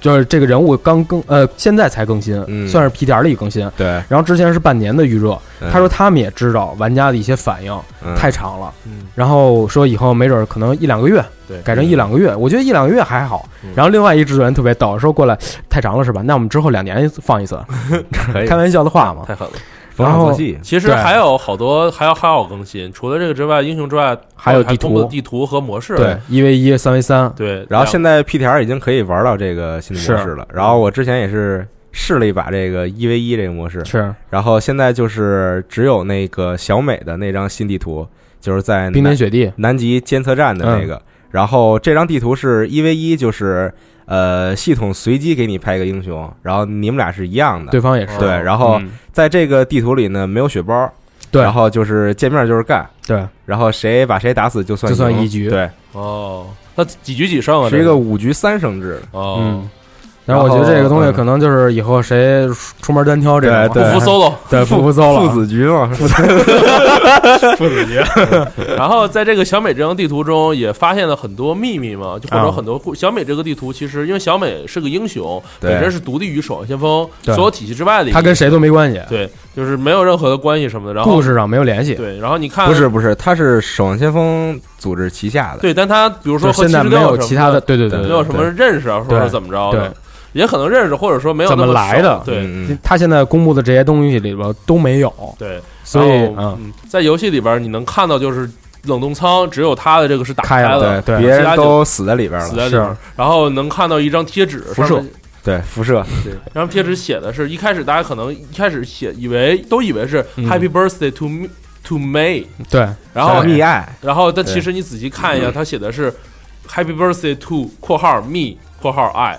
Speaker 10: 就是这个人物刚更呃，现在才更新，
Speaker 4: 嗯
Speaker 10: 算是皮点里更新。
Speaker 3: 对，
Speaker 10: 然后之前是半年的预热，
Speaker 3: 嗯
Speaker 10: 他说他们也知道玩家的一些反应、
Speaker 3: 嗯
Speaker 10: 太长了，
Speaker 4: 嗯
Speaker 10: 然后说以后没准可能一两个月，
Speaker 4: 对
Speaker 10: 改成一两个月，我觉得一两个月还好。
Speaker 4: 嗯
Speaker 10: 然后另外一制作人特别逗，说过来太长了是吧？那我们之后两年放一次，开玩笑的话嘛，
Speaker 4: 哎太狠了。
Speaker 10: 然后
Speaker 4: 其实
Speaker 10: 对
Speaker 4: 还有好多，还有还有更新，除了这个之外，英雄之外，
Speaker 10: 还有地
Speaker 4: 通过
Speaker 10: 图
Speaker 4: 地图和模式。
Speaker 10: 对一 v 一、三 v 三，
Speaker 4: 对
Speaker 3: 然后现在 PTR 已经可以玩到这个新的模式了。然后我之前也是试了一把这个一 v 一这个模式，
Speaker 10: 是。
Speaker 3: 然后现在就是只有那个小美的那张新地图，就是在
Speaker 10: 冰天
Speaker 3: 南
Speaker 10: 雪嗯地
Speaker 3: 南极监测站的那个。然后这张地图是一 v 一，就是呃系统随机给你派一个英雄，然后你们俩是一样的，
Speaker 10: 对方也
Speaker 4: 哦
Speaker 10: 是
Speaker 3: 对。然后
Speaker 10: 嗯
Speaker 3: 在这个地图里呢，没有血包，
Speaker 10: 对
Speaker 3: 然后就是见面就是干，
Speaker 10: 对，
Speaker 3: 然后谁把谁打死就算
Speaker 10: 就算
Speaker 3: 赢
Speaker 10: 一局
Speaker 3: 对，
Speaker 4: 哦，那几局几胜啊？
Speaker 3: 是一
Speaker 4: 这
Speaker 3: 个五局三胜制
Speaker 4: 哦。
Speaker 10: 嗯但是我觉得这个
Speaker 4: 嗯
Speaker 10: 东西可能就是以后谁出门单挑这种
Speaker 3: 对对不服 solo
Speaker 10: 对不服
Speaker 3: 父
Speaker 10: solo
Speaker 3: 父子局 嘛
Speaker 10: 父
Speaker 4: 父子局。 然后在这个小美这张地图中，也发现了很多秘密嘛，就或者
Speaker 10: 啊
Speaker 4: 很多故小美这个地图，其实因为小美是个英雄，
Speaker 10: 对
Speaker 4: 本身是独立于守望先锋
Speaker 10: 对
Speaker 4: 所有体系之外的一个英雄，
Speaker 10: 他跟谁都没关系
Speaker 4: 对，就是没有任何的关系什么的。然后
Speaker 10: 故事上没有联系
Speaker 4: 对，然后你看，
Speaker 3: 不是不是，他是守望先锋组织旗下的，
Speaker 4: 对，但他比如说和
Speaker 10: 就是现在
Speaker 4: 76
Speaker 10: 没有
Speaker 4: 什么
Speaker 10: 其他的对对对
Speaker 4: 没
Speaker 10: 对
Speaker 4: 有什么
Speaker 10: 对
Speaker 4: 认识啊，或者说怎么着
Speaker 10: 对
Speaker 4: 的
Speaker 10: 对，
Speaker 4: 也可能认识，或者说没有
Speaker 10: 怎
Speaker 4: 那
Speaker 10: 么
Speaker 4: 熟
Speaker 10: 来的？
Speaker 3: 嗯
Speaker 10: 嗯
Speaker 4: 对，
Speaker 10: 他现在公布的这些东西里边都没有。
Speaker 4: 对，
Speaker 10: 所以
Speaker 4: 然后
Speaker 10: 嗯
Speaker 4: 嗯，在游戏里边你能看到就是冷冻舱只有他的这个是打
Speaker 10: 开了
Speaker 4: 的，
Speaker 10: 对对
Speaker 4: 其
Speaker 3: 别
Speaker 4: 他
Speaker 3: 人
Speaker 4: 就
Speaker 3: 都死在里边了，
Speaker 4: 死在里边。然后能看到一张贴纸，
Speaker 3: 辐
Speaker 4: 上
Speaker 3: 射
Speaker 4: 面，
Speaker 3: 对辐射，
Speaker 4: 对，然后贴纸写的是一开始大家可能一开始写以为都以为是
Speaker 10: 嗯
Speaker 4: Happy Birthday to me to May，
Speaker 10: 对
Speaker 4: 然后
Speaker 10: 是溺爱
Speaker 4: 然后但
Speaker 10: 啊对嗯
Speaker 4: 其实你仔细看一下，他写的是 Happy Birthday to 括号 me 括号 I。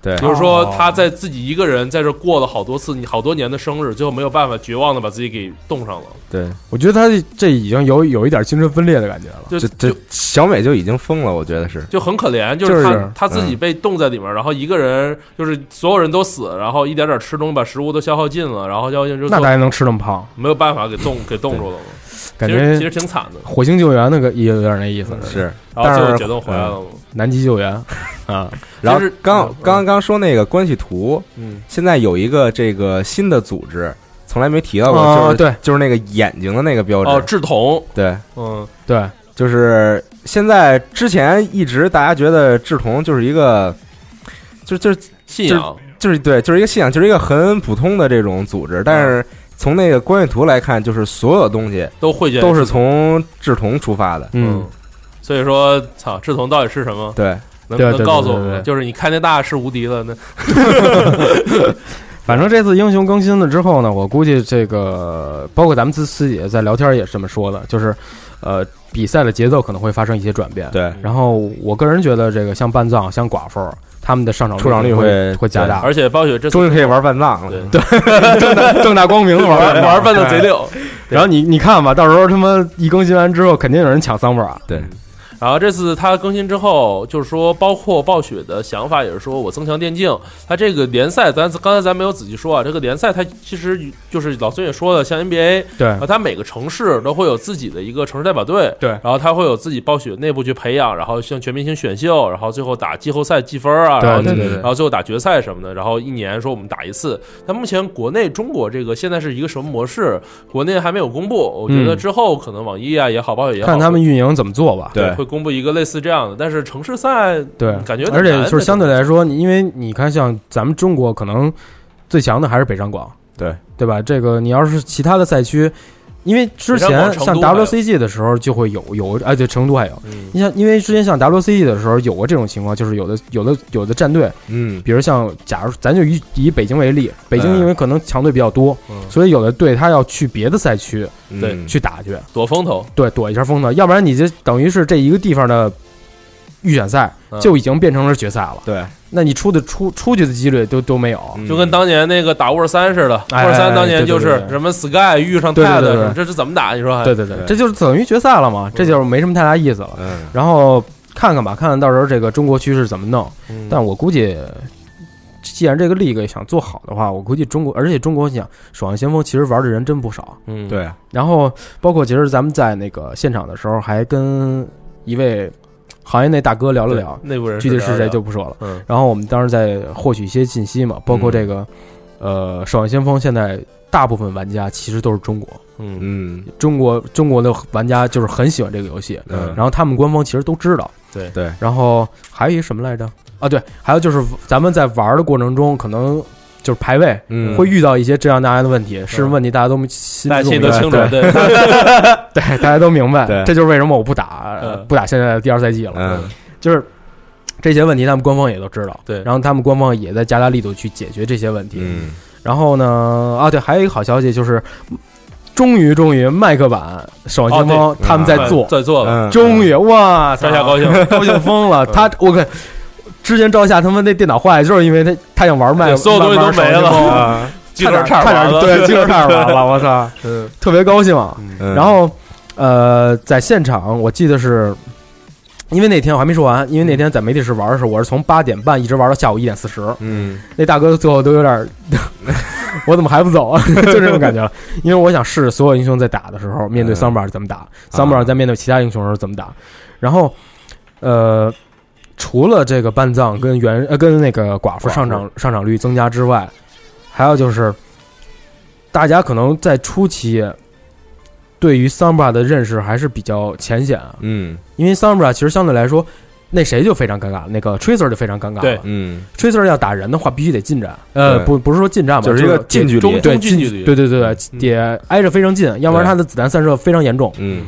Speaker 3: 对
Speaker 4: 比如说
Speaker 10: 哦
Speaker 4: 他在自己一个人在这过了好多次、好多年的生日，最后没有办法，绝望的把自己给冻上了。
Speaker 3: 对，
Speaker 10: 我觉得他这已经有有一点精神分裂的感觉了。
Speaker 4: 就
Speaker 3: 这这小美就已经疯了，我觉得是，
Speaker 4: 就很可怜，就是
Speaker 3: 就
Speaker 4: 他
Speaker 3: 是
Speaker 4: 他自
Speaker 10: 嗯
Speaker 4: 己被冻在里面，然后一个人就是所有人都死，然后一点点吃东西把食物都消耗尽了，然后消耗尽之后
Speaker 10: 那他还能吃那么胖？
Speaker 4: 没有办法给冻给冻住了嘛，
Speaker 10: 感
Speaker 4: 其
Speaker 10: 觉
Speaker 4: 实其实嗯挺惨的。
Speaker 10: 火星救援那个也有点那意思，
Speaker 3: 是
Speaker 4: 然后
Speaker 10: 但
Speaker 4: 最后
Speaker 10: 是
Speaker 4: 决斗回来了嘛，
Speaker 10: 南极救援啊，
Speaker 3: 然后
Speaker 4: 其实
Speaker 3: 刚刚刚说那个关系图，
Speaker 4: 嗯，
Speaker 3: 现在有一个这个新的组织，从来没提到
Speaker 10: 啊
Speaker 4: 哦
Speaker 3: 过，就是
Speaker 10: 对，
Speaker 3: 就是那个眼睛的那个标志，
Speaker 4: 哦，志同，
Speaker 3: 对，
Speaker 4: 嗯，
Speaker 10: 对，
Speaker 3: 就是现在之前一直大家觉得志同就是一个，就就是
Speaker 4: 信仰，
Speaker 3: 就是对，就是一个信仰，就是一个很普通的这种组织。但是从那个关系图来看，就是所有东西
Speaker 4: 都汇集
Speaker 3: 都是从志同出发的。
Speaker 10: 嗯，
Speaker 4: 所以说，操，志同到底是什么？
Speaker 3: 对，
Speaker 4: 能
Speaker 10: 对
Speaker 4: 不能
Speaker 10: 对
Speaker 4: 告诉
Speaker 10: 对
Speaker 4: 我
Speaker 10: 对
Speaker 4: 们？
Speaker 10: 对
Speaker 4: 就是你开那大是无敌的，那
Speaker 10: 反正这次英雄更新了之后呢，我估计这个包括咱们自自己也在聊天也是这么说的，就是，呃，比赛的节奏可能会发生一些转变。
Speaker 3: 对，
Speaker 4: 嗯
Speaker 10: 然后我个人觉得，这个像半藏、像寡妇儿，他们的上场
Speaker 3: 出场率
Speaker 10: 会
Speaker 3: 会
Speaker 10: 会加大，
Speaker 4: 而且暴雪这次
Speaker 3: 终于可以玩半藏了。
Speaker 4: 对，
Speaker 10: 正大正大光明玩
Speaker 4: 玩玩
Speaker 10: 半
Speaker 4: 扮的贼溜。
Speaker 10: 然后你你看吧，到时候他妈一更新完之后，肯定有人抢啊桑巴尔。
Speaker 3: 对，
Speaker 4: 然后这次它更新之后，就是说，包括暴雪的想法也是说我增强电竞。它这个联赛，咱刚才咱没有仔细说啊，这个联赛它其实就是老孙也说了，像 NBA，
Speaker 10: 对
Speaker 4: 然后它每个城市都会有自己的一个城市代表队，
Speaker 10: 对
Speaker 4: 然后它会有自己暴雪内部去培养，然后像全明星选秀，然后最后打季后赛积分啊，
Speaker 10: 对
Speaker 4: 然后
Speaker 10: 对对对
Speaker 4: 然后最后打决赛什么的，然后一年说我们打一次。那目前国内中国这个现在是一个什么模式？国内还没有公布，我觉得
Speaker 10: 嗯
Speaker 4: 之后可能网易啊也好，暴雪也好，
Speaker 10: 看他们运营怎么做吧。
Speaker 3: 对
Speaker 4: 会公布一个类似这样的，但是城市赛
Speaker 10: 对，
Speaker 4: 嗯感觉
Speaker 10: 而且就是相对来说，你因为你看，像咱们中国可能最强的还是北上广，
Speaker 3: 对
Speaker 10: 对吧？这个你要是其他的赛区，因为之
Speaker 4: 北上
Speaker 10: 前
Speaker 4: 广成
Speaker 10: 像
Speaker 4: 都还有
Speaker 10: WCG 的时候就会有有，哎，对，成都还有。
Speaker 4: 嗯
Speaker 10: 你像，因为之前像 WCG 的时候有过这种情况，就是有的有的有的战队，
Speaker 3: 嗯，
Speaker 10: 比如像假如咱就以以北京为例，北京
Speaker 3: 嗯
Speaker 10: 因为可能强队比较多，
Speaker 4: 嗯
Speaker 10: 所以有的队他要去别的赛区
Speaker 4: 对
Speaker 3: 嗯
Speaker 10: 去打去，
Speaker 4: 躲风头，
Speaker 10: 对，躲一下风头，要不然你这等于是这一个地方的预选赛
Speaker 4: 嗯
Speaker 10: 就已经变成了决赛了。
Speaker 3: 对，
Speaker 10: 那你出的出出去的几率都都没有。
Speaker 3: 嗯
Speaker 4: 就跟当年那个打沃尔三似的，沃
Speaker 10: 哎
Speaker 4: 尔三当年
Speaker 10: 对对
Speaker 4: 就
Speaker 10: 对
Speaker 4: 是
Speaker 10: 对
Speaker 4: 什么 Sky 遇上
Speaker 10: 对对
Speaker 4: Tide，
Speaker 10: 对对
Speaker 4: 什么这是怎么打？你说还
Speaker 10: 对对对
Speaker 3: 对，
Speaker 10: 这就是等于决赛了嘛，这就是没什么太大意思了。
Speaker 3: 嗯，
Speaker 10: 然后看看吧，看看到时候这个中国区是怎么弄。
Speaker 4: 嗯
Speaker 10: 但我估计，既然这个 league 想做好的话，我估计中国，而且中国你想《守望先锋》其实玩的人真不少。
Speaker 4: 嗯
Speaker 3: 对，啊
Speaker 10: 然后包括其实咱们在那个现场的时候，还跟一位行业内大哥聊了
Speaker 4: 对
Speaker 10: 聊，
Speaker 4: 内部人
Speaker 10: 具体是谁就
Speaker 4: 就
Speaker 10: 不说了。
Speaker 4: 嗯
Speaker 10: 然后我们当时在获取一些信息嘛，包括这个，呃，《守望先锋》现在大部分玩家其实都是中国，
Speaker 4: 嗯
Speaker 3: 嗯
Speaker 10: 中国中国的玩家就是很喜欢这个游戏，
Speaker 3: 嗯
Speaker 10: 然后他们官方其实都知道。
Speaker 4: 对
Speaker 3: 对
Speaker 10: 然后还有一什么来着？啊，对，还有就是咱们在玩的过程中，可能就是排位
Speaker 3: 嗯，
Speaker 10: 会遇到一些这样那样的问题，是问题大家都心
Speaker 4: 嗯大家
Speaker 10: 中
Speaker 4: 心里
Speaker 10: 明
Speaker 4: 都
Speaker 10: 白
Speaker 4: 清楚，
Speaker 10: 对
Speaker 4: 对，
Speaker 10: 对，大家都明白。
Speaker 3: 对
Speaker 10: 这就是为什么我不打
Speaker 4: 嗯
Speaker 10: 不打现在的第二赛季了，
Speaker 3: 嗯
Speaker 10: 就是。这些问题他们官方也都知道，
Speaker 4: 对
Speaker 10: 然后他们官方也在加大力度去解决这些问题。
Speaker 3: 嗯，
Speaker 10: 然后呢，啊，对，还有一个好消息就是，终于终于麦克版《守望
Speaker 4: 哦
Speaker 10: 先锋》
Speaker 3: 对
Speaker 10: 他们在做，
Speaker 4: 在做了，
Speaker 3: 嗯
Speaker 10: 终于哇操，
Speaker 4: 大家高兴嗯
Speaker 10: 高兴疯了。他我看之前赵夏他们那电脑坏，就是因为他他想玩麦，
Speaker 4: 对所有东西
Speaker 10: 玩
Speaker 4: 都没了
Speaker 10: 玩守望先锋
Speaker 3: 啊
Speaker 4: 技能
Speaker 10: 差
Speaker 4: 差
Speaker 10: 点差
Speaker 4: 完
Speaker 10: 点
Speaker 4: 了，
Speaker 10: 对 技能差点完了，我操，
Speaker 4: 嗯
Speaker 10: 特别高兴啊。
Speaker 3: 嗯
Speaker 10: 然后呃，在现场我记得是。因为那天我还没说完，因为那天在媒体室玩的时候，我是从八点半一直玩到下午一点四十。
Speaker 3: 嗯
Speaker 10: 那大哥最后都有点儿， 我怎么还不走啊？ 就这种感觉了。因为我想试试所有英雄在打的时候，面对
Speaker 3: 嗯
Speaker 10: 桑巴尔怎么打，桑巴尔在面对其他英雄的时候怎么打。然后，呃，除了这个半藏跟原呃跟那个寡
Speaker 3: 寡妇
Speaker 10: 妇上场上场率增加之外，还有就是大家可能在初期对于桑巴尔的认识还是比较浅显啊，
Speaker 3: 嗯
Speaker 10: 因为桑巴尔其实相对来说。那谁就非常尴尬，那个 Tracer 就非常尴尬了。
Speaker 4: 对
Speaker 3: 嗯
Speaker 10: Tracer 要打人的话，必须得近战，呃，
Speaker 3: 对
Speaker 10: 不不是说近战吧，
Speaker 3: 就是是一个近距离
Speaker 10: 中对
Speaker 4: 中近距离
Speaker 10: 对对对对，得挨着非常近，要不然
Speaker 3: 对
Speaker 10: 他的子弹散射非常严重。
Speaker 3: 嗯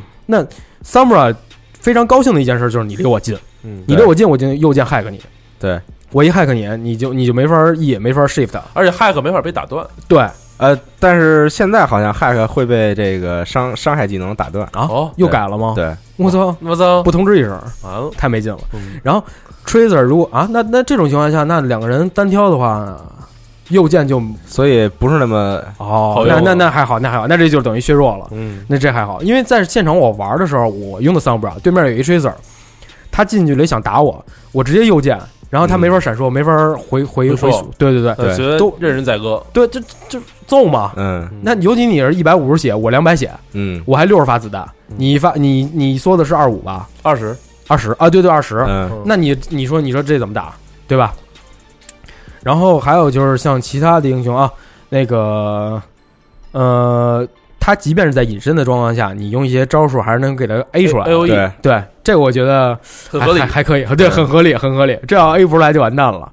Speaker 10: Samura 非常高兴的一件事就是你离我近，
Speaker 4: 嗯
Speaker 10: 你离我近，我就右键 hack 你。
Speaker 3: 对，
Speaker 10: 我一 hack 你，你就你就没法 E，没法 shift。
Speaker 4: 而且 hack 没法被打断，
Speaker 10: 对，
Speaker 3: 呃，但是现在好像 hack 会被这个伤伤害技能打断，
Speaker 10: 啊
Speaker 4: 哦
Speaker 10: 又改了吗？
Speaker 3: 对，
Speaker 10: 我操，
Speaker 4: 我操，
Speaker 10: 不通知一声，
Speaker 4: 完了，
Speaker 10: 太没劲了。
Speaker 4: 嗯
Speaker 10: 然后 Tracer 如果啊，那那这种情况下，那两个人单挑的话，右键就
Speaker 3: 所以不是那么
Speaker 10: 哦
Speaker 4: 好，
Speaker 10: 那
Speaker 4: 用
Speaker 10: 那那还好，那还好，那这就等于削弱了。
Speaker 4: 嗯
Speaker 10: 那这还好，因为在现场我玩的时候，我用的 Sunbra 对面有一 Tracer，他近距离想打我，我直接右键，然后他
Speaker 3: 嗯
Speaker 10: 没法闪烁，没法回回
Speaker 4: 回
Speaker 10: 回
Speaker 4: 缩
Speaker 10: 速，对对对
Speaker 3: 对
Speaker 4: 呃觉得
Speaker 10: 都
Speaker 4: 任人宰割，
Speaker 10: 对，这这揍嘛。
Speaker 3: 嗯
Speaker 10: 那尤其你是一百五十血，我两百血，
Speaker 3: 嗯
Speaker 10: 我还六十发子弹，你一发你你说的是二五吧，
Speaker 4: 二十，
Speaker 10: 二十啊，对对二十、
Speaker 3: 嗯
Speaker 10: 那你你说你说这怎么打，对吧？然后还有就是像其他的英雄啊，那个呃，他即便是在隐身的状况下，你用一些招数还是能给他 A 出来。
Speaker 4: A- AOE
Speaker 10: 对对，这个我觉得
Speaker 4: E 很合理
Speaker 10: 还还还可以，对，很合理，很合理。这要 A 不出来就完蛋了。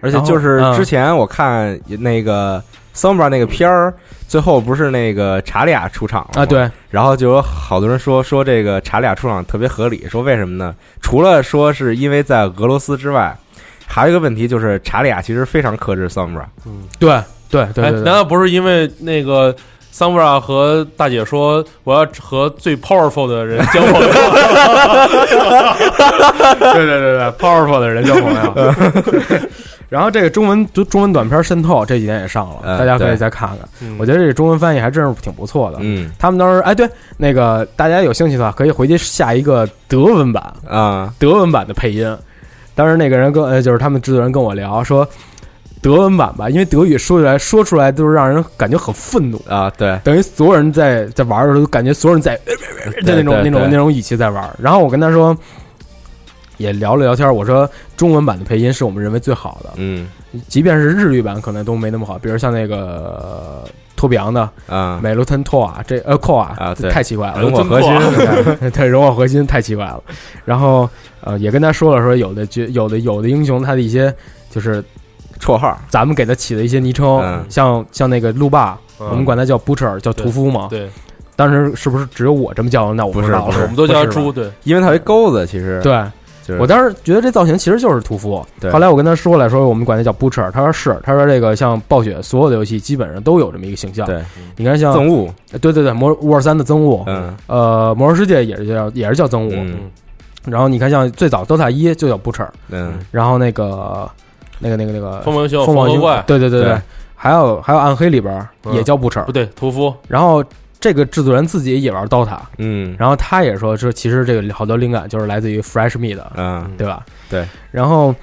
Speaker 3: 而且就是
Speaker 10: 嗯
Speaker 3: 之前我看那个 Sombra 那个片儿，最后不是那个查理亚出场了吗
Speaker 10: 啊，，对，
Speaker 3: 然后就有好多人说说这个查理亚出场特别合理，说为什么呢？除了说是因为在俄罗斯之外，还有一个问题就是查理亚其实非常克制 Sombra，
Speaker 10: 对对对
Speaker 4: 哎，
Speaker 10: 对
Speaker 4: 难道不是因为那个 Samura 和大姐说我要和最 powerful 的人交 朋友？
Speaker 10: 对对对对，powerful 的人交朋友。 然后这个中文中文短片渗透这几年也上了，
Speaker 3: 嗯
Speaker 10: 大家可以
Speaker 3: 对
Speaker 10: 再看看
Speaker 4: 嗯。
Speaker 10: 我觉得这个中文翻译还真是挺不错的。
Speaker 3: 嗯
Speaker 10: 他们当时哎，对，那个大家有兴趣的话，可以回去下一个德文版，
Speaker 3: 啊
Speaker 10: 德文版的配音。当时那个人跟呃，就是他们制作人跟我聊说，德文版吧，因为德语说出来说出来都是让人感觉很愤怒，
Speaker 3: 啊，对，
Speaker 10: 等于所有人在在玩的时候，感觉所有人在的那种那种那种语气在玩儿。然后我跟他说，也聊了聊天儿，我说中文版的配音是我们认为最好的，
Speaker 3: 嗯
Speaker 10: 即便是日语版可能都没那么好，比如像那个。呃托比昂的
Speaker 3: 啊，
Speaker 10: 美罗腾托啊，这呃寇啊，
Speaker 3: 啊对
Speaker 10: 太奇怪了，
Speaker 3: 融我
Speaker 4: 真
Speaker 3: 核心
Speaker 4: 酷啊
Speaker 10: 对对，融化核心太奇怪了。然后呃，也跟他说了说，有的角，有的有的英雄他的一些就是
Speaker 3: 绰号，
Speaker 10: 咱们给他起的一些昵称，
Speaker 3: 嗯
Speaker 10: 像像那个路霸，我们管他叫 butcher，叫屠夫嘛。
Speaker 4: 嗯对，
Speaker 10: 当时是不是只有我这么叫？那我
Speaker 3: 不
Speaker 10: 知
Speaker 3: 是
Speaker 10: 道
Speaker 3: 不
Speaker 10: 了，
Speaker 3: 是
Speaker 4: 我们都叫他
Speaker 10: 不是吧
Speaker 4: 猪，对，
Speaker 3: 因为他有一钩子，其实
Speaker 10: 对，
Speaker 3: 就是
Speaker 10: 我当时觉得这造型其实就是屠夫。
Speaker 3: 对
Speaker 10: 后来我跟他说了，说我们管他叫 butcher，他说是，他说这个像暴雪所有的游戏基本上都有这么一个形象。
Speaker 3: 嗯啊对
Speaker 10: 你看像
Speaker 3: 憎恶，
Speaker 10: 对对对，魔沃尔三的憎恶，
Speaker 3: 嗯
Speaker 10: 呃，魔兽世界也是叫也是叫憎恶。
Speaker 3: 嗯
Speaker 10: 然后你看像最早 DOTA 一就叫 butcher，
Speaker 3: 嗯
Speaker 10: 然后那个那个那个那个
Speaker 4: 风魔英雄、
Speaker 10: 呃风暴
Speaker 4: 暴
Speaker 10: 英
Speaker 4: 怪，
Speaker 10: 对对对
Speaker 3: 对，
Speaker 10: 还有还有暗黑里边儿
Speaker 4: 嗯
Speaker 10: 也叫 butcher，
Speaker 4: 不对，屠夫，
Speaker 10: 然后这个制作人自己也玩 DOTA，
Speaker 3: 嗯
Speaker 10: 然后他也说说其实这个好多灵感就是来自于 Fresh Me 的，
Speaker 3: 嗯
Speaker 10: 对吧？
Speaker 3: 对。
Speaker 10: 然后，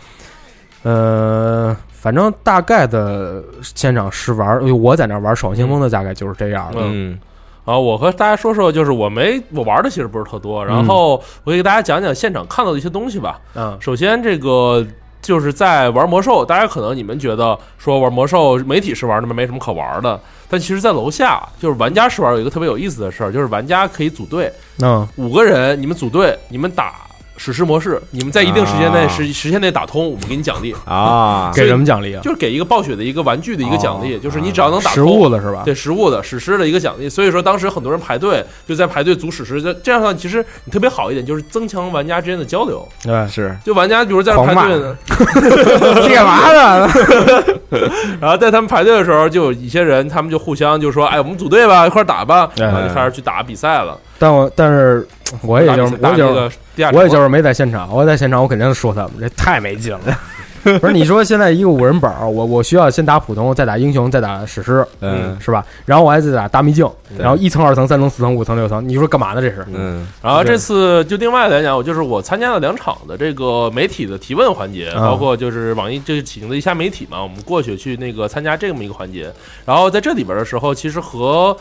Speaker 10: 呃，反正大概的现场试玩，我在那玩《守望先锋》的大概就是这样了。
Speaker 3: 嗯
Speaker 4: 啊，我和大家说说，就是我没我玩的其实不是特多，然后我给大家讲讲现场看到的一些东西吧。
Speaker 10: 嗯
Speaker 4: 首先，这个就是在玩魔兽，大家可能你们觉得说玩魔兽媒体是玩的没什么可玩的，但其实，在楼下就是玩家试玩有一个特别有意思的事儿，就是玩家可以组队，
Speaker 10: 嗯
Speaker 4: 五个人你们组队，你们打史诗模式，你们在一定时间内
Speaker 3: 啊
Speaker 4: 时时间内打通，我们给你奖励，
Speaker 3: 啊
Speaker 10: 给什么奖励啊？
Speaker 4: 就是给一个暴雪的一个玩具的一个奖励，就是你只要能打
Speaker 10: 食
Speaker 4: 通。
Speaker 10: 啊物的是吧？
Speaker 4: 对实物的史诗的一个奖励。所以说当时很多人排队就在排队组史诗，这这样的话其实你特别好一点，就是增强玩家之间的交流。
Speaker 10: 对，
Speaker 3: 是
Speaker 4: 就玩家比如在那排队呢，
Speaker 10: 啊 干嘛呢？
Speaker 4: 然后在他们排队的时候，就有一些人他们就互相就说：“哎，我们组队吧，一块儿打吧。”
Speaker 10: 哎
Speaker 4: 然后就开始去打比赛了。
Speaker 10: 但我但是我也就是
Speaker 4: 打
Speaker 10: 哎我
Speaker 4: 比赛打
Speaker 10: 就
Speaker 4: 那
Speaker 10: 是
Speaker 4: 个地下城
Speaker 10: 我也就是没在现场，我在现场我肯定说他们这太没劲了。 不是你说现在一个五人本儿，我我需要先打普通，再打英雄，再打史诗，
Speaker 3: 嗯
Speaker 10: 是吧？然后我还得打大秘境，
Speaker 3: 对
Speaker 10: 然后一层、二层、三层、四层、五层、六层，你说干嘛呢？这是
Speaker 3: 嗯
Speaker 4: 然后这次就另外来讲，我就是我参加了两场的这个媒体的提问环节，
Speaker 10: 嗯
Speaker 4: 包括就是网易这个启行的一下媒体嘛，我们过去去那个参加这么一个环节。然后在这里边的时候，其实和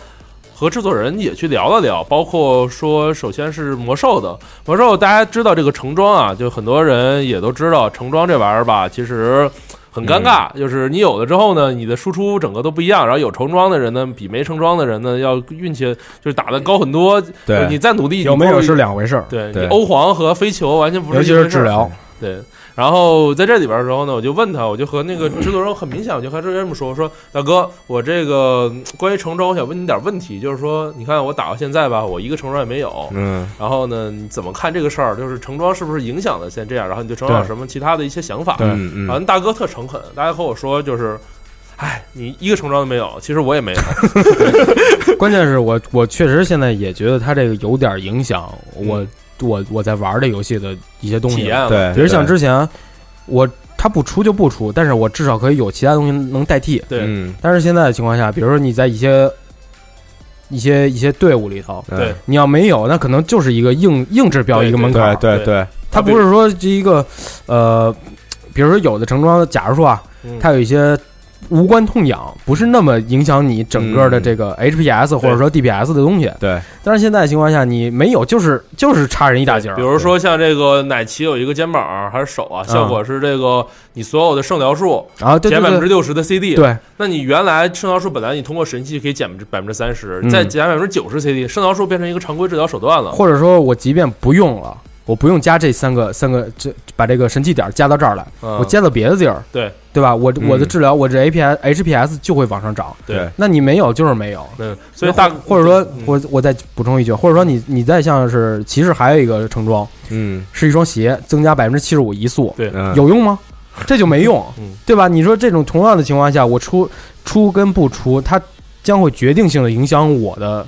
Speaker 4: 和制作人也去聊了聊，包括说，首先是魔兽的魔兽，大家知道这个橙装啊，就很多人也都知道橙装这玩意儿吧，其实。很尴尬，就是你有了之后呢，你的输出整个都不一样，然后有橙装的人呢，比没橙装的人呢要运气就是打的高很多。
Speaker 3: 对
Speaker 4: 就是你再努力，
Speaker 10: 有没有是
Speaker 4: 量？
Speaker 10: 两回事儿，
Speaker 4: 对，你
Speaker 3: 对
Speaker 4: 欧皇和飞球完全不是
Speaker 10: 尤其
Speaker 4: 一回
Speaker 10: 是
Speaker 4: 事儿
Speaker 10: 治。疗，
Speaker 4: 对，然后在这里边的时候呢，我就问他，我就和那个制作人很明显，我就和制作人这么说，我说大哥，我这个嗯关于成装，我想问你点问题，就是说，你看我打到现在吧，我一个成装也没有。
Speaker 3: 嗯
Speaker 4: 然后呢，你怎么看这个事儿？就是成装是不是影响了现在这样？然后你对成装有
Speaker 10: 对
Speaker 4: 什么其他的一些想法？
Speaker 10: 对
Speaker 3: 嗯
Speaker 4: 反
Speaker 3: 嗯
Speaker 4: 正大哥特诚恳，大家和我说就是，哎，你一个成装都没有，其实我也没有。
Speaker 10: 关键是我我确实现在也觉得它这个有点影响我我我在玩这游戏的一 些东西
Speaker 4: 嗯体验了
Speaker 3: 对，嗯
Speaker 10: 比如像之前我它不出就不出，但是我至少可以有其他东西能代替。
Speaker 4: 对、
Speaker 3: 嗯
Speaker 10: 但是现在的情况下，比如说你在一些一些一些队伍里头，
Speaker 4: 对
Speaker 3: 嗯，
Speaker 10: 你要没有，那可能就是一个硬硬指标
Speaker 4: 对
Speaker 10: 一个门槛
Speaker 3: 对
Speaker 10: 儿，
Speaker 3: 对对，
Speaker 10: 它不是说这一个呃，比如说有的成装，假如说啊，
Speaker 4: 嗯
Speaker 10: 它有一些无关痛痒，不是那么影响你整个
Speaker 4: 嗯
Speaker 10: 的这个 HPS 或者说 DPS 的东西。
Speaker 3: 对，
Speaker 10: 但是现在情况下你没有，就是就是差人一大截儿。
Speaker 4: 比如说像这个奶奇有一个肩膀还是手啊，效果是这个你所有的圣疗术
Speaker 10: 啊嗯对对
Speaker 4: 减百
Speaker 10: 对
Speaker 4: 分之六十的 CD，
Speaker 10: 对，
Speaker 4: 那你原来圣疗术本来你通过神器可以减百分之三十，
Speaker 10: 嗯
Speaker 4: 再减百分之九十 CD，圣疗术变成一个常规治疗手段了，
Speaker 10: 或者说我即便不用了，我不用加这三个三个这把这个神器点儿加到这儿来，
Speaker 4: 嗯
Speaker 10: 我加到别的地儿，
Speaker 4: 对
Speaker 10: 对吧？我
Speaker 4: 嗯
Speaker 10: 我的治疗，我这 APS HPS 就会往上涨。
Speaker 4: 对，
Speaker 10: 那你没有就是没有。
Speaker 4: 嗯，所以大嗯
Speaker 10: 那或或者说，我我再补充一句，或者说你你再像是骑士还有一个盛装，
Speaker 3: 嗯，
Speaker 10: 是一双鞋，增加百分之七十五移速，
Speaker 4: 对
Speaker 3: 嗯
Speaker 10: 有用吗？这就没用
Speaker 4: 嗯，
Speaker 10: 对吧？你说这种同样的情况下，我出出跟不出，它将会决定性的影响我的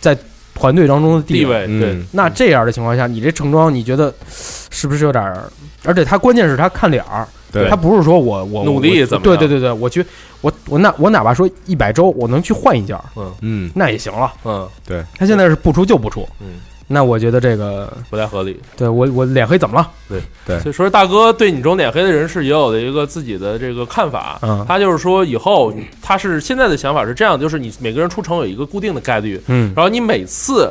Speaker 10: 在团队当中的
Speaker 4: 地位对
Speaker 3: 嗯
Speaker 10: 那这样的情况下，你这盛装你觉得是不是有点儿？而且他关键是他看脸儿，
Speaker 3: 对
Speaker 10: 他不是说我我
Speaker 4: 努力
Speaker 10: 我
Speaker 4: 怎么
Speaker 10: 对
Speaker 4: 样
Speaker 10: 对对对，我去我我哪我哪怕说一百周，我能去换一件儿，
Speaker 4: 嗯
Speaker 3: 嗯，
Speaker 10: 那也行了。
Speaker 4: 嗯
Speaker 3: 对，
Speaker 10: 他现在是不出就不出，
Speaker 4: 嗯，
Speaker 10: 那我觉得这个
Speaker 4: 不太合理。
Speaker 10: 对我我脸黑怎么了？
Speaker 4: 所以说，大哥对你这种脸黑的人士也有了一个自己的这个看法。
Speaker 10: 嗯
Speaker 4: 他就是说，以后他是现在的想法是这样，就是你每个人出城有一个固定的概率，
Speaker 10: 嗯
Speaker 4: 然后你每次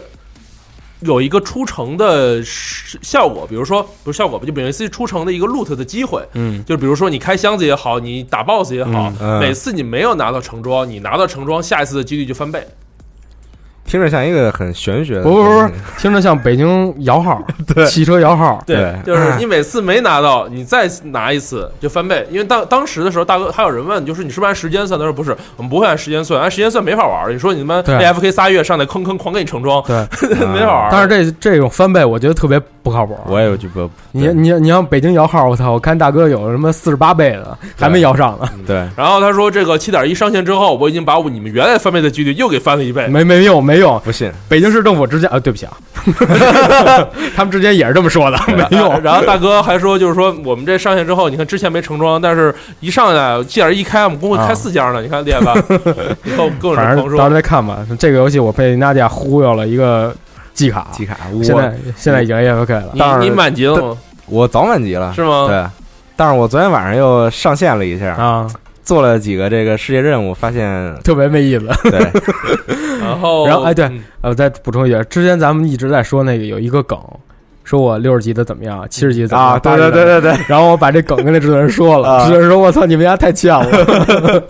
Speaker 4: 有一个出城的时效果，比如说不是效果吧，就每次出城的一个 loot 的机会，
Speaker 10: 嗯，
Speaker 4: 就比如说你开箱子也好，你打 boss 也好，
Speaker 3: 嗯嗯
Speaker 4: 每次你没有拿到橙装，你拿到橙装，下一次的几率就翻倍。
Speaker 3: 听着像一个很玄学的
Speaker 10: 不
Speaker 3: 东
Speaker 10: 不
Speaker 3: 西，
Speaker 10: 不不，听着像北京摇号，
Speaker 3: 嗯对
Speaker 10: 汽车摇号，
Speaker 4: 对
Speaker 3: 对，
Speaker 4: 就是你每次没拿到，你再拿一次就翻倍。因为当当时的时候，大哥还有人问，就是你是不是按时间算？他说不是，我们不会按时间算，按时间算没法玩儿。你说你他妈
Speaker 10: 对
Speaker 4: AFK 仨月上来坑坑狂给你成 装，
Speaker 10: 对嗯
Speaker 4: 没法玩儿。
Speaker 10: 但是这这种翻倍，我觉得特别不靠谱。
Speaker 3: 我也有句不，
Speaker 10: 你你你像北京摇号，我操！我看大哥有什么四十八倍的，还没摇上呢，
Speaker 3: 对
Speaker 4: 然后他说这个七点一上线之后，我已经把我你们原来翻倍的几率又给翻了一倍。
Speaker 10: 没没用没用。
Speaker 3: 不信，
Speaker 10: 北京市政府直接啊，对不 起啊，他们之间也是这么说的，没
Speaker 4: 啊
Speaker 10: 用。
Speaker 4: 然后大哥还说，就是说我们这上线之后，你看之前没成装，但是一上来七点一开，我们公会开
Speaker 10: 啊
Speaker 4: 四家呢，你看厉害 吧？够够
Speaker 10: 反
Speaker 4: 人
Speaker 10: 正到时候
Speaker 4: 狂说。
Speaker 10: 再看吧。这个游戏我被娜迪亚忽悠了一个季卡，
Speaker 3: 季卡，
Speaker 10: 现
Speaker 3: 啊我
Speaker 10: 在现在已经 AFK 了。
Speaker 4: 你
Speaker 3: 当然
Speaker 4: 你满级了吗？
Speaker 3: 我早满级了，
Speaker 4: 是吗？
Speaker 3: 对，但是我昨天晚上又上线了一下，
Speaker 10: 啊，
Speaker 3: 做了几个这个世界任务， 发现
Speaker 10: 特别没意思。
Speaker 3: 对，
Speaker 4: 然后
Speaker 10: 然后哎对
Speaker 4: 嗯
Speaker 10: 呃，我再补充一句，之前咱们一直在说那个有一个梗，说我六十级的怎么样，七十级怎么样，
Speaker 3: 啊，对
Speaker 10: 80
Speaker 3: 对
Speaker 10: 级
Speaker 3: 对对对，
Speaker 10: 然后我把这梗跟那制作人说了，
Speaker 3: 啊
Speaker 10: 制作人说：“我操，你们家太 欠了。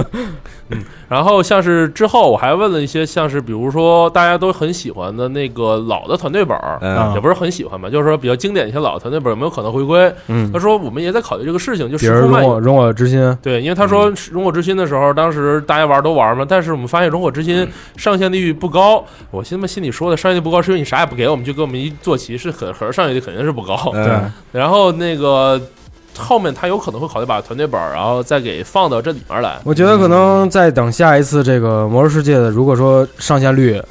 Speaker 4: 然后像是之后我还问了一些，像是比如说大家都很喜欢的那个老的团队本儿，
Speaker 3: 嗯
Speaker 4: 也不是很喜欢吧，就是说比较经典一些老的团队本儿有没有可能回归？”
Speaker 10: 嗯
Speaker 4: 他，说我们也在考虑这个事情，就
Speaker 10: 比
Speaker 4: 时
Speaker 10: 如
Speaker 4: 空
Speaker 10: 容
Speaker 4: 漫
Speaker 10: 我嗯
Speaker 4: 游。
Speaker 10: 容我之心，
Speaker 4: 对，因为他说《熔火之心》的时候，当时大家玩都玩嘛，但是我们发现《熔火之
Speaker 10: 嗯
Speaker 4: 心》上线率不高。我心他妈心里说的，上线率不高是因为你啥也不给我们，就给我们一坐骑，是很很上线率肯定是不高。
Speaker 3: 嗯
Speaker 4: 然后那个后面他有可能会考虑把团队本儿，然后再给放到这里面来。
Speaker 10: 我觉得可能再等下一次这个《魔兽世界》的，如果说上线率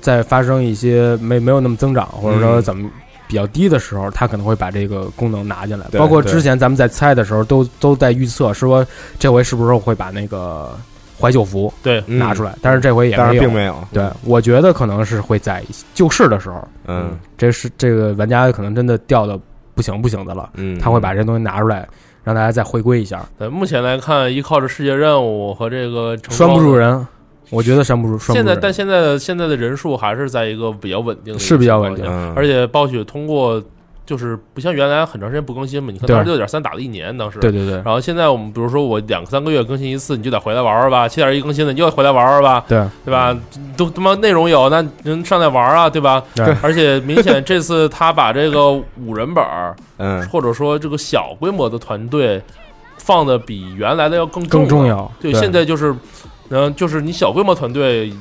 Speaker 10: 再发生一些没没有那么增长，或者说
Speaker 3: 嗯
Speaker 10: 怎么比较低的时候，他可能会把这个功能拿进来。
Speaker 3: 对
Speaker 10: 包括
Speaker 3: 对
Speaker 10: 之前咱们在猜的时候，都都在预测说这回是不是会把那个怀旧服
Speaker 4: 对，
Speaker 3: 嗯
Speaker 10: 拿出来，但是这回也
Speaker 3: 但
Speaker 10: 没
Speaker 3: 是
Speaker 10: 有。
Speaker 3: 并没有，
Speaker 10: 对，我觉得可能是会在一起救市的时候，
Speaker 3: 嗯
Speaker 10: 这是这个玩家可能真的掉的不行不行的了，
Speaker 3: 嗯，
Speaker 10: 他会把这东西拿出来，让大家再回归一下。
Speaker 4: 对，目前来看，依靠着世界任务和这个成
Speaker 10: 拴不
Speaker 4: 功
Speaker 10: 住。人，我觉得拴不住，拴
Speaker 4: 现
Speaker 10: 不
Speaker 4: 在，
Speaker 10: 住
Speaker 4: 但
Speaker 10: 人。
Speaker 4: 现在现在的人数还是在一个比较稳定的一个
Speaker 10: 是比较稳
Speaker 4: 情
Speaker 10: 定
Speaker 4: 况下
Speaker 3: 嗯
Speaker 4: 而且暴雪通过就是不像原来很长时间不更新嘛，你看
Speaker 10: 对
Speaker 4: 当时六点三打了一年，当时
Speaker 10: 对。对对
Speaker 4: 然后现在我们比如说我两三个月更新一次，你就得回来玩玩吧；七点一更新了，你就得回来玩玩吧，
Speaker 10: 对，
Speaker 4: 对吧？
Speaker 10: 嗯
Speaker 4: 都他妈内容有，那人上来玩啊，对吧？
Speaker 10: 对
Speaker 4: 而且明显这次他把这个五人本儿，
Speaker 3: 嗯
Speaker 4: 或者说这个小规模的团队放的比原来的要更啊
Speaker 10: 更重
Speaker 4: 要。
Speaker 10: 要。
Speaker 4: 对，现在就是，嗯、就是你小规模团队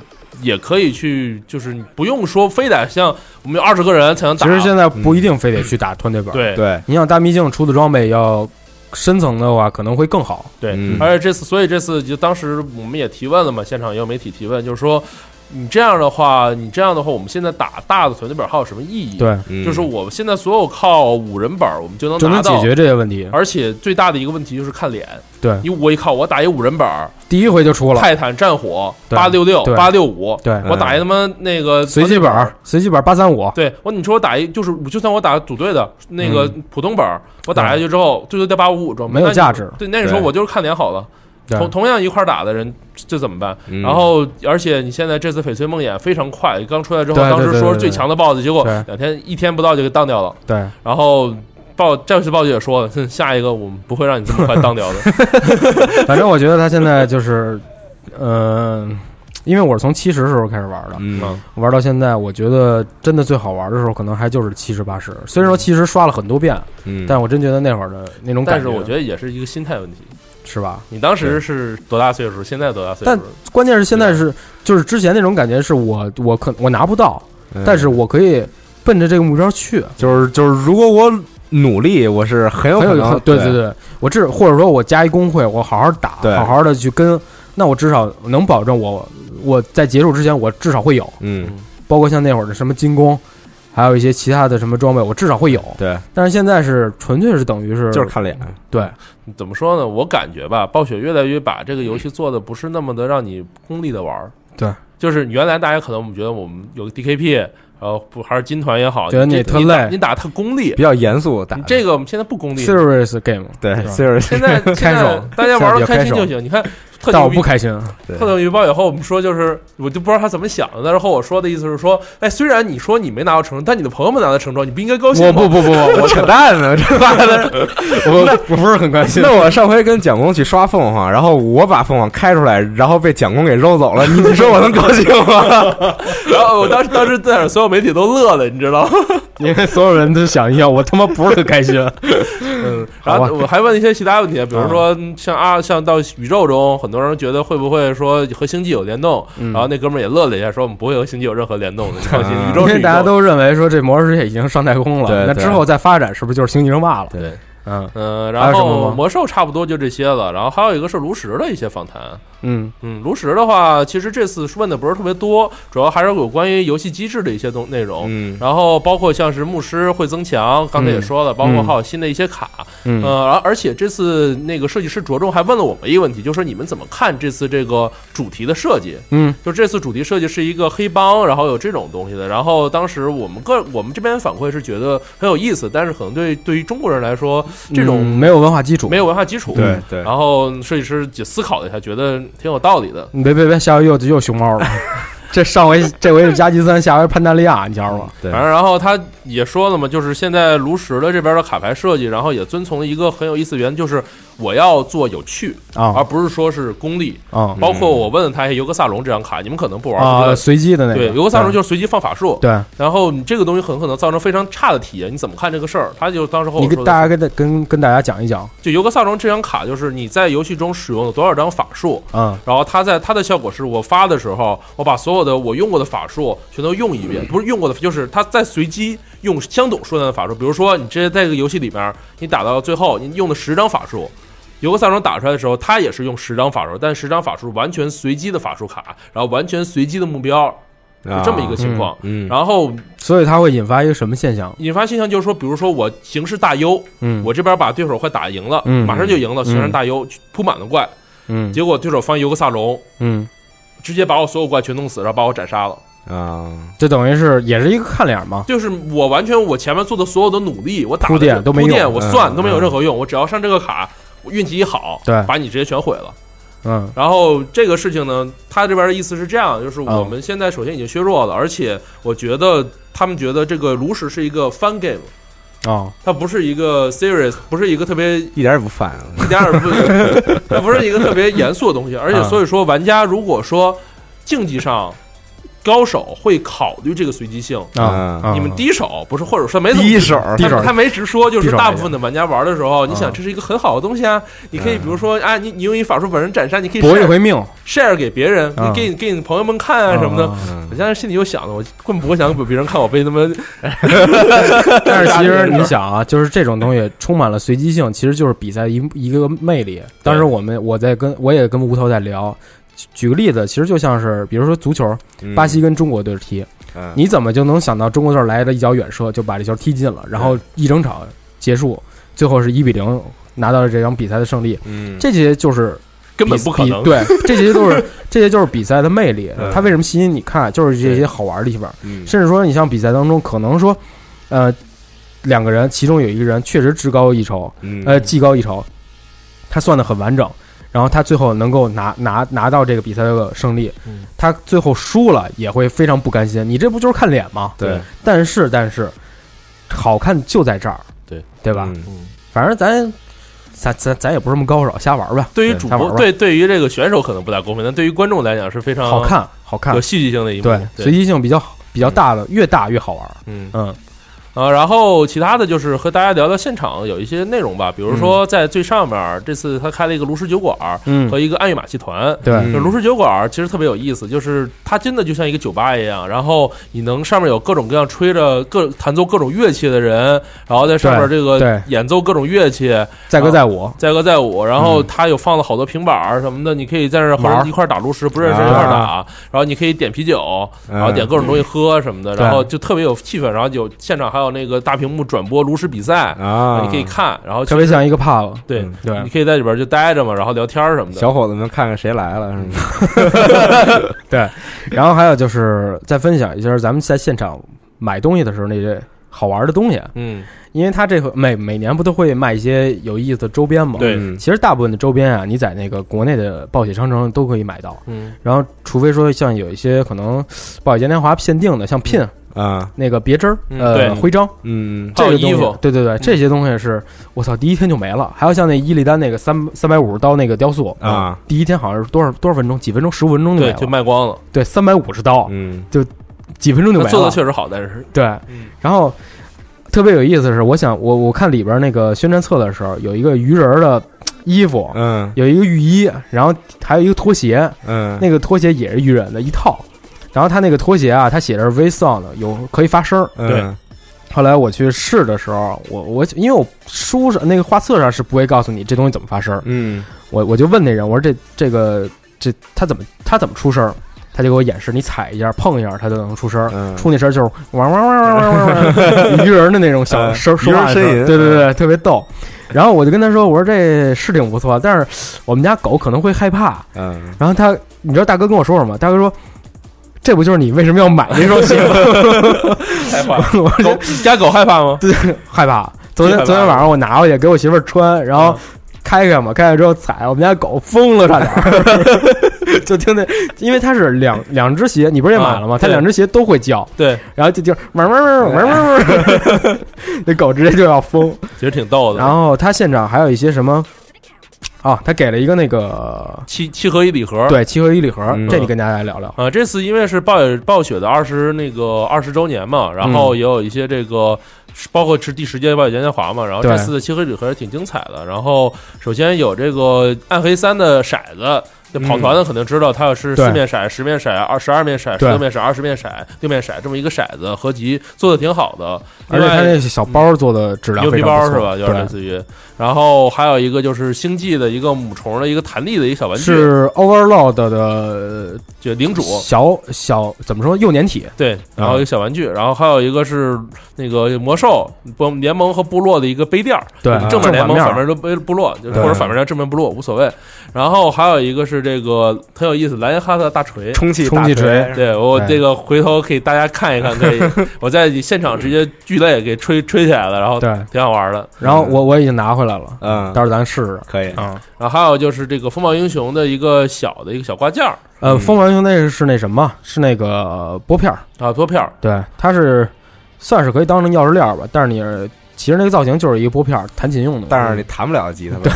Speaker 4: 也可以去，就是你不用说非得像我们有二十个人才能打。嗯
Speaker 10: 其实现在不一定非得去打团队本。，
Speaker 4: 对
Speaker 3: 对
Speaker 10: 你想大秘境出的装备要深层的话，可能会更好。
Speaker 4: 对，
Speaker 3: 嗯
Speaker 4: 而且这次，所以这次就当时我们也提问了嘛，现场也有媒体提问，就是说你这样的话，你这样的话，我们现在打大的团队本还有什么意义？，
Speaker 10: 对，
Speaker 3: 嗯
Speaker 4: 就是我们现在所有靠五人本，我们就能
Speaker 10: 就
Speaker 4: 拿
Speaker 10: 能解
Speaker 4: 到。
Speaker 10: 决这些问题。
Speaker 4: 而且最大的一个问题就是看脸，
Speaker 10: 对
Speaker 4: 你我一靠，我打一五人本，
Speaker 10: 第一回就出了，
Speaker 4: 泰坦战火
Speaker 10: 对
Speaker 4: 八六六
Speaker 10: 对
Speaker 4: 八六五，
Speaker 10: 对
Speaker 4: 我打一他妈那个
Speaker 10: 随机
Speaker 4: 团队
Speaker 10: 本儿，随机本八三五。
Speaker 4: 对我，你说我打一就是，就算我打组队的那个普通本儿，我打下去之后，最多带八五五装
Speaker 10: 嗯
Speaker 4: 备，
Speaker 10: 没有
Speaker 4: 那你
Speaker 10: 价值
Speaker 4: 对，那你说
Speaker 3: 对
Speaker 4: 我就是看脸好了，
Speaker 10: 对
Speaker 4: 同同样一块儿打的人，这怎么办？
Speaker 10: 嗯
Speaker 4: 然后，而且你现在这次翡翠梦魇非常快，刚出来之后，
Speaker 10: 对对
Speaker 4: 当时
Speaker 10: 对
Speaker 4: 说
Speaker 10: 对对
Speaker 4: 是最强的 BOSS，结果
Speaker 10: 对
Speaker 4: 两天一天不到就给当掉了。
Speaker 10: 对，
Speaker 4: 然后报战士报姐也说了，哼下一个我们不会让你这么快当掉的。
Speaker 10: 反正我觉得他现在就是， 呃，因为我是从七十时候开始玩的，
Speaker 3: 嗯，
Speaker 10: 玩到现在，我觉得真的最好玩的时候，可能还就是七十八十。虽然
Speaker 4: 嗯
Speaker 10: 说七十刷了很多遍，
Speaker 3: 嗯
Speaker 10: 但我真觉得那会儿的那种感
Speaker 4: 但是我觉得也是一个心态问题，
Speaker 10: 是吧？
Speaker 4: 你当时是多大岁数？现在多大岁
Speaker 10: 但
Speaker 4: 数？
Speaker 10: 关键是现在是，就是之前那种感觉是我我可我拿不到，
Speaker 3: 嗯
Speaker 10: 但是我可以奔着这个目标去，
Speaker 3: 就是就是，如果我努力，我是很有
Speaker 10: 很
Speaker 3: 可
Speaker 10: 有
Speaker 3: 能
Speaker 10: 很对对，对，我至或者说我加一工会，我好好打，
Speaker 3: 对
Speaker 10: 好好的去跟，那我至少能保证我我在结束之前，我至少会有，
Speaker 3: 嗯，
Speaker 10: 包括像那会儿的什么金工，还有一些其他的什么装备，我至少会有。
Speaker 3: 对，
Speaker 10: 但是现在是纯粹是等于是
Speaker 3: 就是看脸，
Speaker 10: 对，
Speaker 4: 怎么说呢？我感觉吧，暴雪越来越把这个游戏做的不是那么的让你功利的玩儿。
Speaker 10: 对，
Speaker 4: 就是原来大家可能我们觉得我们有个 DKP，然后不还是金团也好，
Speaker 10: 觉得
Speaker 4: 你
Speaker 10: 你
Speaker 4: 这
Speaker 10: 特
Speaker 4: 你打
Speaker 10: 累
Speaker 4: 你打特功利
Speaker 3: 比。较严肃打
Speaker 4: 你。这个我们现在不功利，
Speaker 10: serious game
Speaker 3: 对
Speaker 10: 是吧
Speaker 3: ，serious，
Speaker 4: 现在现
Speaker 10: 开
Speaker 4: 在
Speaker 10: 手
Speaker 4: 大家玩
Speaker 10: 现在比
Speaker 4: 的
Speaker 10: 较
Speaker 4: 开
Speaker 10: 开
Speaker 4: 心
Speaker 10: 手
Speaker 4: 就行。你看，特
Speaker 10: 但
Speaker 4: 牛
Speaker 10: 我
Speaker 4: 逼
Speaker 10: 不开心，
Speaker 3: 对
Speaker 4: 特等于报以后，我们说就是，我就不知道他怎么想的。但是后我说的意思是说，哎，虽然你说你没拿到成绩，但你的朋友们拿到成绩，你不应该高兴
Speaker 10: 我
Speaker 4: 吗？
Speaker 10: 不不不不，
Speaker 3: 我扯淡呢，这妈的！
Speaker 10: 我我不是很关心。
Speaker 3: 那我上回跟蒋工去刷凤凰，然后我把凤凰开出来，然后被蒋工给揉走了，你你说我能高兴吗？
Speaker 4: 然后我当时当时在场所有媒体都乐了，你知道吗？
Speaker 10: 因为所有人都想一样，我他妈不是很 开心。
Speaker 4: 然
Speaker 10: 嗯好
Speaker 4: 后
Speaker 10: 吧
Speaker 4: 我还问一些其他问题，比如说像啊，像到宇宙中，很多人觉得会不会说和星际有联动？
Speaker 10: 嗯
Speaker 4: 然后那哥们儿也乐了一下，说我们不会和星际有任何联动的，你放心，宇宙
Speaker 10: 因
Speaker 4: 是
Speaker 10: 为
Speaker 4: 宇
Speaker 10: 大家
Speaker 4: 宙。
Speaker 10: 都认为说这魔兽世界已经上太空
Speaker 3: 对
Speaker 10: 了，那
Speaker 3: 对
Speaker 10: 之后再发展是不是就是星际争霸了？
Speaker 3: 对，
Speaker 10: 嗯
Speaker 4: 嗯，
Speaker 10: 还
Speaker 4: 然
Speaker 10: 有什么
Speaker 4: 后
Speaker 10: 吗
Speaker 4: 魔兽差不多就这些了，然后还有一个是炉石的一些访谈，
Speaker 10: 嗯，
Speaker 4: 嗯，炉石的话，其实这次问的不是特别多，主要还是有关于游戏机制的一些东内容。
Speaker 3: 嗯
Speaker 4: 然后包括像是牧师会增强，刚才也说了，包括还有新的一些卡，
Speaker 10: 嗯
Speaker 4: 呃，而而且这次那个设计师着重还问了我们一个问题，就是说你们怎么看这次这个主题的设计？
Speaker 10: 嗯，
Speaker 4: 就这次主题设计是一个黑帮，然后有这种东西的。然后当时我们个我们这边反馈是觉得很有意思，但是可能对对于中国人来说，这种
Speaker 10: 嗯没有文化基础，
Speaker 4: 没有文化基础。
Speaker 3: 对对
Speaker 4: 然后设计师也思考了一下，觉得挺有道理的。
Speaker 10: 你嗯别别别，下回又又熊 猫了。这上回这回是加吉森，下回潘达利亚，你瞧吧。
Speaker 3: 对
Speaker 4: 反正然后他也说了嘛，就是现在炉石的这边的卡牌设计，然后也遵从了一个很有意思的原因，就是我要做有趣，而
Speaker 10: 啊
Speaker 4: 不是说是功利。
Speaker 10: 啊
Speaker 4: 包括我问了他一下尤格萨隆这张卡，你们可能不玩
Speaker 10: 啊！
Speaker 4: 对不
Speaker 10: 随机的那
Speaker 4: 对
Speaker 10: 个，
Speaker 4: 对，尤格萨隆就是随机放法术，
Speaker 10: 对，
Speaker 4: 然后你这个东西很可能造成非常差的体验，你怎么看这个事儿？他就当时和
Speaker 10: 你
Speaker 4: 我
Speaker 10: 跟
Speaker 4: 说
Speaker 10: 大
Speaker 4: 的
Speaker 10: 家
Speaker 4: 是，
Speaker 10: 跟大跟跟大家讲一讲，
Speaker 4: 就尤格萨隆这张卡，就是你在游戏中使用了多少张法术，
Speaker 10: 嗯
Speaker 4: 然后它在它的效果是我发的时候，我把所有的我用过的法术全都用一遍，不是用过的，就是它在随机用相等数量的法术。比如说，你这在这个游戏里面，你打到最后，你用的十张法术，尤格萨庄打出来的时候，他也是用十张法术，但十张法术完全随机的法术卡，然后完全随机的目标，就这么一个情况。
Speaker 3: 啊嗯
Speaker 4: 然后
Speaker 10: 所以它会引发一个什么现象？
Speaker 4: 引发现象就是说，比如说我形势大优，
Speaker 10: 嗯，
Speaker 4: 我这边把对手快打赢了，
Speaker 10: 嗯
Speaker 4: 马上就赢了，形势大优，铺满了怪，
Speaker 10: 嗯
Speaker 4: 结果对手放尤格萨隆。
Speaker 10: 嗯，
Speaker 4: 直接把我所有怪全弄死，然后把我斩杀了。
Speaker 3: 啊，
Speaker 10: 这等于是也是一个看脸嘛。
Speaker 4: 就是我完全我前面做的所有的努力，我打的
Speaker 10: 铺垫
Speaker 4: 这个
Speaker 10: 都没
Speaker 4: 铺
Speaker 10: 用
Speaker 4: 垫我算
Speaker 3: 嗯
Speaker 4: 都没有任何用。我只要上这个卡，我运气一好，
Speaker 10: 对
Speaker 4: 把你直接全毁了。
Speaker 10: 嗯
Speaker 4: 然后这个事情呢，他这边的意思是这样，就是
Speaker 10: 哦
Speaker 4: 我们现在首先已经削弱了，而且我觉得他们觉得这个炉石是一个 fun game，
Speaker 10: 哦，
Speaker 4: 它不是一个 serious，不是一个特别
Speaker 3: 一点也不烦。啊
Speaker 4: 一点 儿也不，它不是一个特别严肃的东西。而且
Speaker 10: 嗯
Speaker 4: 所以说，玩家如果说竞技上高手会考虑这个随机性，
Speaker 10: 啊
Speaker 3: 啊
Speaker 10: 啊！
Speaker 4: 你们低手不是，或者说哎没怎么
Speaker 3: 第一手，
Speaker 10: 低手
Speaker 4: 他他没直说，就
Speaker 10: 低
Speaker 4: 是
Speaker 10: 手
Speaker 4: 大
Speaker 10: 没
Speaker 4: 部分的玩家玩的时候，你想
Speaker 10: 嗯
Speaker 4: 这是一个很好的东西啊，你可以比如说啊，你你用一法术把人斩杀，你可以
Speaker 10: 搏一
Speaker 4: share
Speaker 10: 回命
Speaker 4: share 给别人，你
Speaker 10: 嗯
Speaker 4: 给你给你朋友们看啊什么的。我现在心里就想了，我更不会想给别人看我被他们
Speaker 10: 但是其实你想啊，就是这种东西充满了随机性，其实就是比赛一一个魅力。当时我们我在跟我也跟吴头在聊，举举个例子，其实就像是比如说足球，巴西跟中国队踢，
Speaker 3: 嗯
Speaker 10: 你怎么就能想到中国队来的一脚远射就把这球踢进了，然后一整场结束，最后是一比零拿到了这场比赛的胜利？
Speaker 3: 嗯
Speaker 10: 这些就是
Speaker 4: 根本
Speaker 10: 比
Speaker 4: 不可能
Speaker 10: 比。对，这些都是这些就是比赛的魅力
Speaker 3: 嗯。
Speaker 10: 它为什么吸引你看？就是这些好玩的地方。
Speaker 3: 嗯
Speaker 10: 甚至说，你像比赛当中，可能说，呃，两个人其中有一个人确实技高一筹，
Speaker 3: 嗯
Speaker 10: 呃，技高一筹，他算的很完整。然后他最后能够拿拿拿到这个比赛的胜利，
Speaker 4: 嗯
Speaker 10: 他最后输了也会非常不甘心。你这不就是看脸吗？
Speaker 3: 对。
Speaker 10: 但是但是，好看就在这儿，
Speaker 4: 对嗯
Speaker 10: 对吧？
Speaker 3: 嗯
Speaker 10: 反正咱咱咱咱也不是什么高手，瞎玩儿吧。
Speaker 4: 对于主
Speaker 10: 瞎玩
Speaker 4: 播
Speaker 10: 儿，吧
Speaker 4: 对对于这个选手可能不太公平，但对于观众来讲是非常
Speaker 10: 好看好看，
Speaker 4: 呃有戏剧性的一幕。
Speaker 10: 啊对
Speaker 4: 对
Speaker 10: 随机性比较比较大的，越大越好玩儿。
Speaker 4: 嗯
Speaker 10: 嗯，
Speaker 4: 啊，然后其他的就是和大家聊聊现场有一些内容吧，比如说在最上面儿，这次他开了一个炉石酒馆儿
Speaker 10: 嗯
Speaker 4: 和一个暗夜马戏团。
Speaker 10: 对
Speaker 4: 就炉石酒馆儿其实特别有意思，就是它真的就像一个酒吧一样，然后你能上面有各种各样吹着各弹奏各种乐器的人，然后在上面
Speaker 10: 对
Speaker 4: 这个
Speaker 10: 对
Speaker 4: 演奏各种乐器，
Speaker 10: 载歌
Speaker 4: 然后
Speaker 10: 载舞
Speaker 4: 载歌载舞，然后它有放了好多平板儿什么的，你可以在那儿
Speaker 10: 嗯
Speaker 4: 和
Speaker 10: 玩
Speaker 4: 人
Speaker 10: 儿
Speaker 4: 一块儿打炉石，不认识人一块儿打
Speaker 10: 啊，
Speaker 4: 然后你可以点啤酒，然后
Speaker 10: 嗯
Speaker 4: 点各种东西喝什么的，
Speaker 10: 对
Speaker 4: 然后就特别有气氛，然后有现场还有那个大屏幕转播炉石比赛
Speaker 3: 啊
Speaker 4: 你可以看，然后其
Speaker 10: 特别
Speaker 4: 实
Speaker 10: 像一个 pub。
Speaker 4: 对
Speaker 10: 嗯对
Speaker 4: 你可以在里边就待着嘛，然后聊天儿什么的。
Speaker 3: 小伙子们看看谁来了，是吗？
Speaker 10: 对，然后还有就是再分享一下咱们在现场买东西的时候那些好玩的东西。
Speaker 4: 嗯，
Speaker 10: 因为他这个每每年不都会卖一些有意思的周边嘛？
Speaker 4: 对
Speaker 10: 其实大部分的周边啊，你在那个国内的暴雪商城都可以买到。
Speaker 4: 嗯，
Speaker 10: 然后除非说像有一些可能暴雪嘉年华限定的，像
Speaker 4: 嗯
Speaker 10: pin
Speaker 3: 啊，
Speaker 10: 那个别针儿、
Speaker 3: 嗯对
Speaker 10: 呃徽章，
Speaker 3: 嗯
Speaker 10: 这
Speaker 3: 还有
Speaker 10: 个东西
Speaker 3: 衣服
Speaker 10: 对对对，这些东西是我操，第一天就没了。还有像那伊利丹那个三三百五十刀那个雕塑
Speaker 3: 啊，
Speaker 10: 第一天好像是多少多少分钟，几分钟，十五分钟就没
Speaker 4: 对，
Speaker 10: 了，
Speaker 4: 就卖光了。
Speaker 10: 对，三百五十刀，
Speaker 3: 嗯，
Speaker 10: 就几分钟就没
Speaker 4: 他
Speaker 10: 了。
Speaker 4: 做的确实好，但是
Speaker 10: 对，然后特别有意思的是，我想我我看里边那个宣传册的时候，有一个鱼人儿的衣服，
Speaker 3: 嗯，
Speaker 10: 有一个浴衣，然后还有一个拖鞋，
Speaker 3: 嗯
Speaker 10: 那个拖鞋也是鱼人的一套。然后他那个拖鞋啊，它写着 V Sound，有可以发声儿。
Speaker 3: 对
Speaker 10: 后来我去试的时候，我我因为我书上那个画册上是不会告诉你这东西怎么发声儿，
Speaker 3: 嗯，
Speaker 10: 我我就问那人，我说这这个这他怎么他怎么出声儿？他就给我演示，你踩一下碰一下，它就能出声儿。
Speaker 3: 嗯
Speaker 10: 出那声儿就是汪汪汪汪汪汪汪，鱼人的那种小
Speaker 3: 嗯
Speaker 10: 声说话的声
Speaker 3: 鱼人呻
Speaker 10: 儿，
Speaker 3: 吟
Speaker 10: 对对对，特别逗。然后我就跟他说，我说这是挺不错，但是我们家狗可能会害怕。
Speaker 3: 嗯，
Speaker 10: 然后他，你知道大哥跟我说什么？大哥说。这不就是你为什么要买这双鞋吗？
Speaker 4: 害怕。
Speaker 10: 狗
Speaker 4: 家狗害怕吗？
Speaker 10: 对，害怕。昨天
Speaker 4: 害怕
Speaker 10: 昨天晚上我拿回去给我媳妇儿穿，然
Speaker 4: 嗯
Speaker 10: 后开开嘛，开开之后踩，我们家狗疯了，差点儿。 就听那，因为它是两两只鞋，你不是也买了吗
Speaker 4: 啊？
Speaker 10: 它
Speaker 4: 对
Speaker 10: 两只鞋都会叫，
Speaker 4: 对，
Speaker 10: 然后就就汪汪汪汪汪汪， 那狗直接就要疯。
Speaker 4: 其实挺逗的。
Speaker 10: 然后他现场还有一些什么啊，他给了一个那个
Speaker 4: 七七合一礼盒，
Speaker 10: 对七合一礼盒，
Speaker 4: 嗯
Speaker 10: 这你跟大家聊聊。
Speaker 4: 啊，这次因为是暴雪暴雪的二十那个二十周年嘛，然后
Speaker 10: 嗯
Speaker 4: 也有一些这个。包括是第十届暴雪嘉年华嘛，然后
Speaker 10: 对
Speaker 4: 这次的漆黑礼盒也挺精彩的。然后首先有这个暗黑三的骰子，就跑团的肯定知道，它是
Speaker 10: 嗯对
Speaker 4: 四面骰、十面骰、二十二面骰、十
Speaker 10: 对
Speaker 4: 六面骰、二十面骰、六面骰这么一个骰子合集，做的挺好的。
Speaker 10: 而且
Speaker 4: 另外
Speaker 10: 他那小包做的质量
Speaker 4: 牛
Speaker 10: 非
Speaker 4: 皮
Speaker 10: 常
Speaker 4: 包
Speaker 10: 不
Speaker 4: 是吧？
Speaker 10: 错
Speaker 4: 有点类
Speaker 10: 对，
Speaker 4: 似于，然后还有一个就是星际的一个母虫的一个弹力的一个小玩具，
Speaker 10: 是 Overload 的
Speaker 4: 就领主
Speaker 10: 小小怎么说幼年体
Speaker 4: 对，然后一个小玩具，然后还有一个是那个魔兽不联盟和部落的一个杯垫儿，
Speaker 10: 对
Speaker 4: 正面联盟，
Speaker 10: 正反面
Speaker 4: 反面都杯部落，就是
Speaker 10: 对
Speaker 4: 或者反面联正面部落无所谓。然后还有一个是这个很有意思，莱因哈特大锤，
Speaker 3: 充气大锤
Speaker 4: 对我
Speaker 3: 对
Speaker 4: 这个回头给大家看一看， 可以我在现场直接巨累给吹吹起来了，然后
Speaker 10: 对
Speaker 4: 挺好玩的。
Speaker 10: 然后我我已经拿回来了，嗯，到时候咱试试。
Speaker 3: 可以
Speaker 10: 啊，
Speaker 4: 然后还有就是这个风暴英雄的一个小的一个小挂件儿
Speaker 10: 呃，疯狂英雄那个是那什么，是那个呃拨片儿，
Speaker 4: 啊，托票儿，
Speaker 10: 对，它是算是可以当成钥匙链儿吧，但是你其实那个造型就是一个拨片儿，弹琴用的，
Speaker 3: 但是你弹不了吉他吧？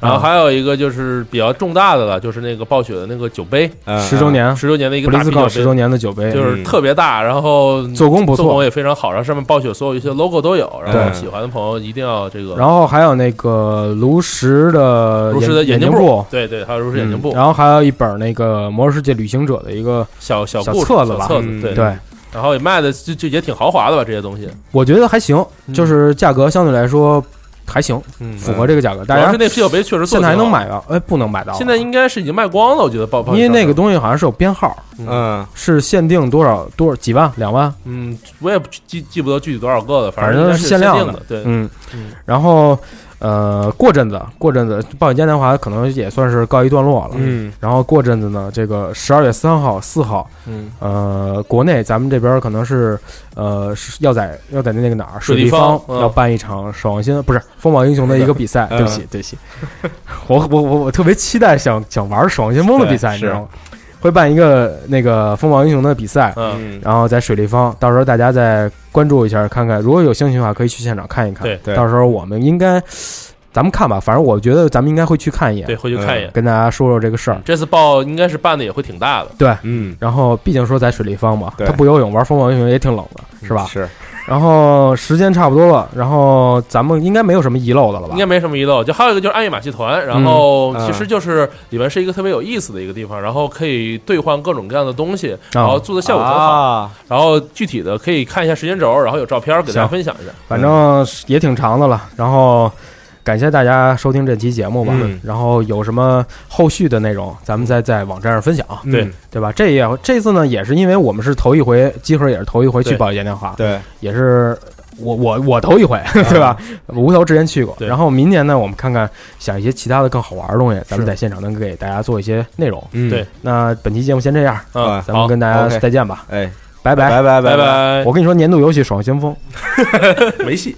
Speaker 4: 然后还有一个就是比较重大的了，就是那个暴雪的那个酒杯，
Speaker 10: 嗯
Speaker 3: 嗯
Speaker 10: 十周年，
Speaker 4: 十周年的嗯一个
Speaker 10: 布
Speaker 4: 大
Speaker 10: 里斯
Speaker 4: 啤酒
Speaker 10: 考
Speaker 4: 杯
Speaker 10: 十周年的酒杯，
Speaker 4: 就是特别大，然
Speaker 10: 哎
Speaker 4: 后
Speaker 10: 嗯做工不错
Speaker 4: 做工也非常好，然后上面暴雪所有一些 logo 都有，然后
Speaker 10: 对
Speaker 4: 喜欢的朋友一定要这个。
Speaker 10: 然后还有那个炉石的
Speaker 4: 如实的
Speaker 10: 眼
Speaker 4: 睛
Speaker 10: 睛布，
Speaker 4: 对对，还有如实眼睛布，
Speaker 10: 嗯然后还有一本那个《魔兽世界旅行者》的一个
Speaker 4: 小
Speaker 10: 小
Speaker 4: 故事
Speaker 10: 册子吧，
Speaker 4: 册
Speaker 10: 嗯
Speaker 4: 子对
Speaker 10: 对。
Speaker 4: 然后也卖的就就也挺豪华的吧，这些东西。
Speaker 10: 我觉得还行，嗯就是价格相对来说还行，
Speaker 4: 嗯
Speaker 10: 符合这个价格。
Speaker 4: 主
Speaker 10: 大
Speaker 4: 要
Speaker 10: 家
Speaker 4: 是那啤酒杯确实做
Speaker 10: 现
Speaker 4: 得
Speaker 10: 在还
Speaker 4: 挺好
Speaker 10: 能买到，哎，不能买到了，
Speaker 4: 现在应该是已经卖光了，我觉得暴暴雪
Speaker 10: 因为那
Speaker 4: 商
Speaker 10: 个
Speaker 4: 城
Speaker 10: 东西好像是有编号，
Speaker 3: 嗯，
Speaker 10: 是限定多少多少几万两万，
Speaker 4: 嗯，我也不记记不得具体多少个了，
Speaker 10: 反
Speaker 4: 正应该
Speaker 10: 正
Speaker 4: 是
Speaker 10: 限量嗯
Speaker 4: 定的，对，
Speaker 10: 嗯，然后呃，过阵子，过阵子，暴雪嘉年华可能也算是告一段落了。
Speaker 3: 嗯，
Speaker 10: 然后过阵子呢，这个十二月三号、四号，
Speaker 3: 嗯，
Speaker 10: 呃，国内咱们这边可能是呃是要在要在那个哪儿水
Speaker 4: 水
Speaker 10: 立
Speaker 4: 立方
Speaker 10: 方
Speaker 4: 嗯
Speaker 10: 要办一场守望先不是风暴英雄的一个比 赛，
Speaker 3: 嗯
Speaker 10: 对不起对不起，
Speaker 4: 嗯
Speaker 10: 我我我我特别期待想想玩守望先锋的比赛，
Speaker 3: 对
Speaker 10: 你知道吗？会办一个那个风暴英雄的比赛，
Speaker 3: 嗯，
Speaker 10: 然后在水立方，到时候大家再关注一下，看看如果有兴趣的话，可以去现场看一看。
Speaker 4: 对
Speaker 3: 对
Speaker 10: 到时候我们应该，咱们看吧，反正我觉得咱们应该会去看一眼，
Speaker 4: 对，回去看一眼。
Speaker 10: 跟大家说说这个事儿。
Speaker 4: 这次报应该是办的也会挺大的，
Speaker 10: 对，
Speaker 3: 嗯，
Speaker 10: 然后毕竟说在水立方嘛，
Speaker 3: 对
Speaker 10: 他不游泳玩风暴英雄也挺冷的，是吧？
Speaker 3: 嗯是，
Speaker 10: 然后时间差不多了，然后咱们应该没有什么遗漏的了吧
Speaker 4: 应？该没什么遗漏。就还有一个就是暗夜马戏团，然后
Speaker 3: 嗯
Speaker 4: 其实就是里面是一个特别有意思的一个地方，然后可以兑换各种各样的东西，然后做的效果很好。
Speaker 3: 啊，
Speaker 4: 然后具体的可以看一下时间轴，然后有照片给大家分享一下。
Speaker 10: 反正也挺长的了。然后感谢大家收听这期节目吧。
Speaker 3: 嗯
Speaker 10: 然后有什么后续的内容，咱们再在网站上分享，
Speaker 4: 对
Speaker 3: 嗯
Speaker 10: 对吧？这也这次呢，也是因为我们是头一回，集合也是头一回去
Speaker 4: 对
Speaker 10: 保嘉年华，
Speaker 3: 对，
Speaker 10: 也是。我我我头一回，对吧？无头之前去过，
Speaker 4: 对
Speaker 10: 然后明年呢，我们看看想一些其他的更好玩的东西，咱们
Speaker 4: 是
Speaker 10: 在现场能给大家做一些内容。
Speaker 3: 嗯
Speaker 4: 对，
Speaker 10: 那本期节目先这样，
Speaker 4: 嗯，
Speaker 10: 咱们
Speaker 4: 好，
Speaker 10: 跟大家
Speaker 3: OK
Speaker 10: 再见吧，
Speaker 3: 哎，
Speaker 10: 拜
Speaker 3: 拜拜
Speaker 4: 拜
Speaker 3: 拜，
Speaker 4: 拜，
Speaker 10: 我跟你说，年度游戏《爽先锋》
Speaker 4: 没戏。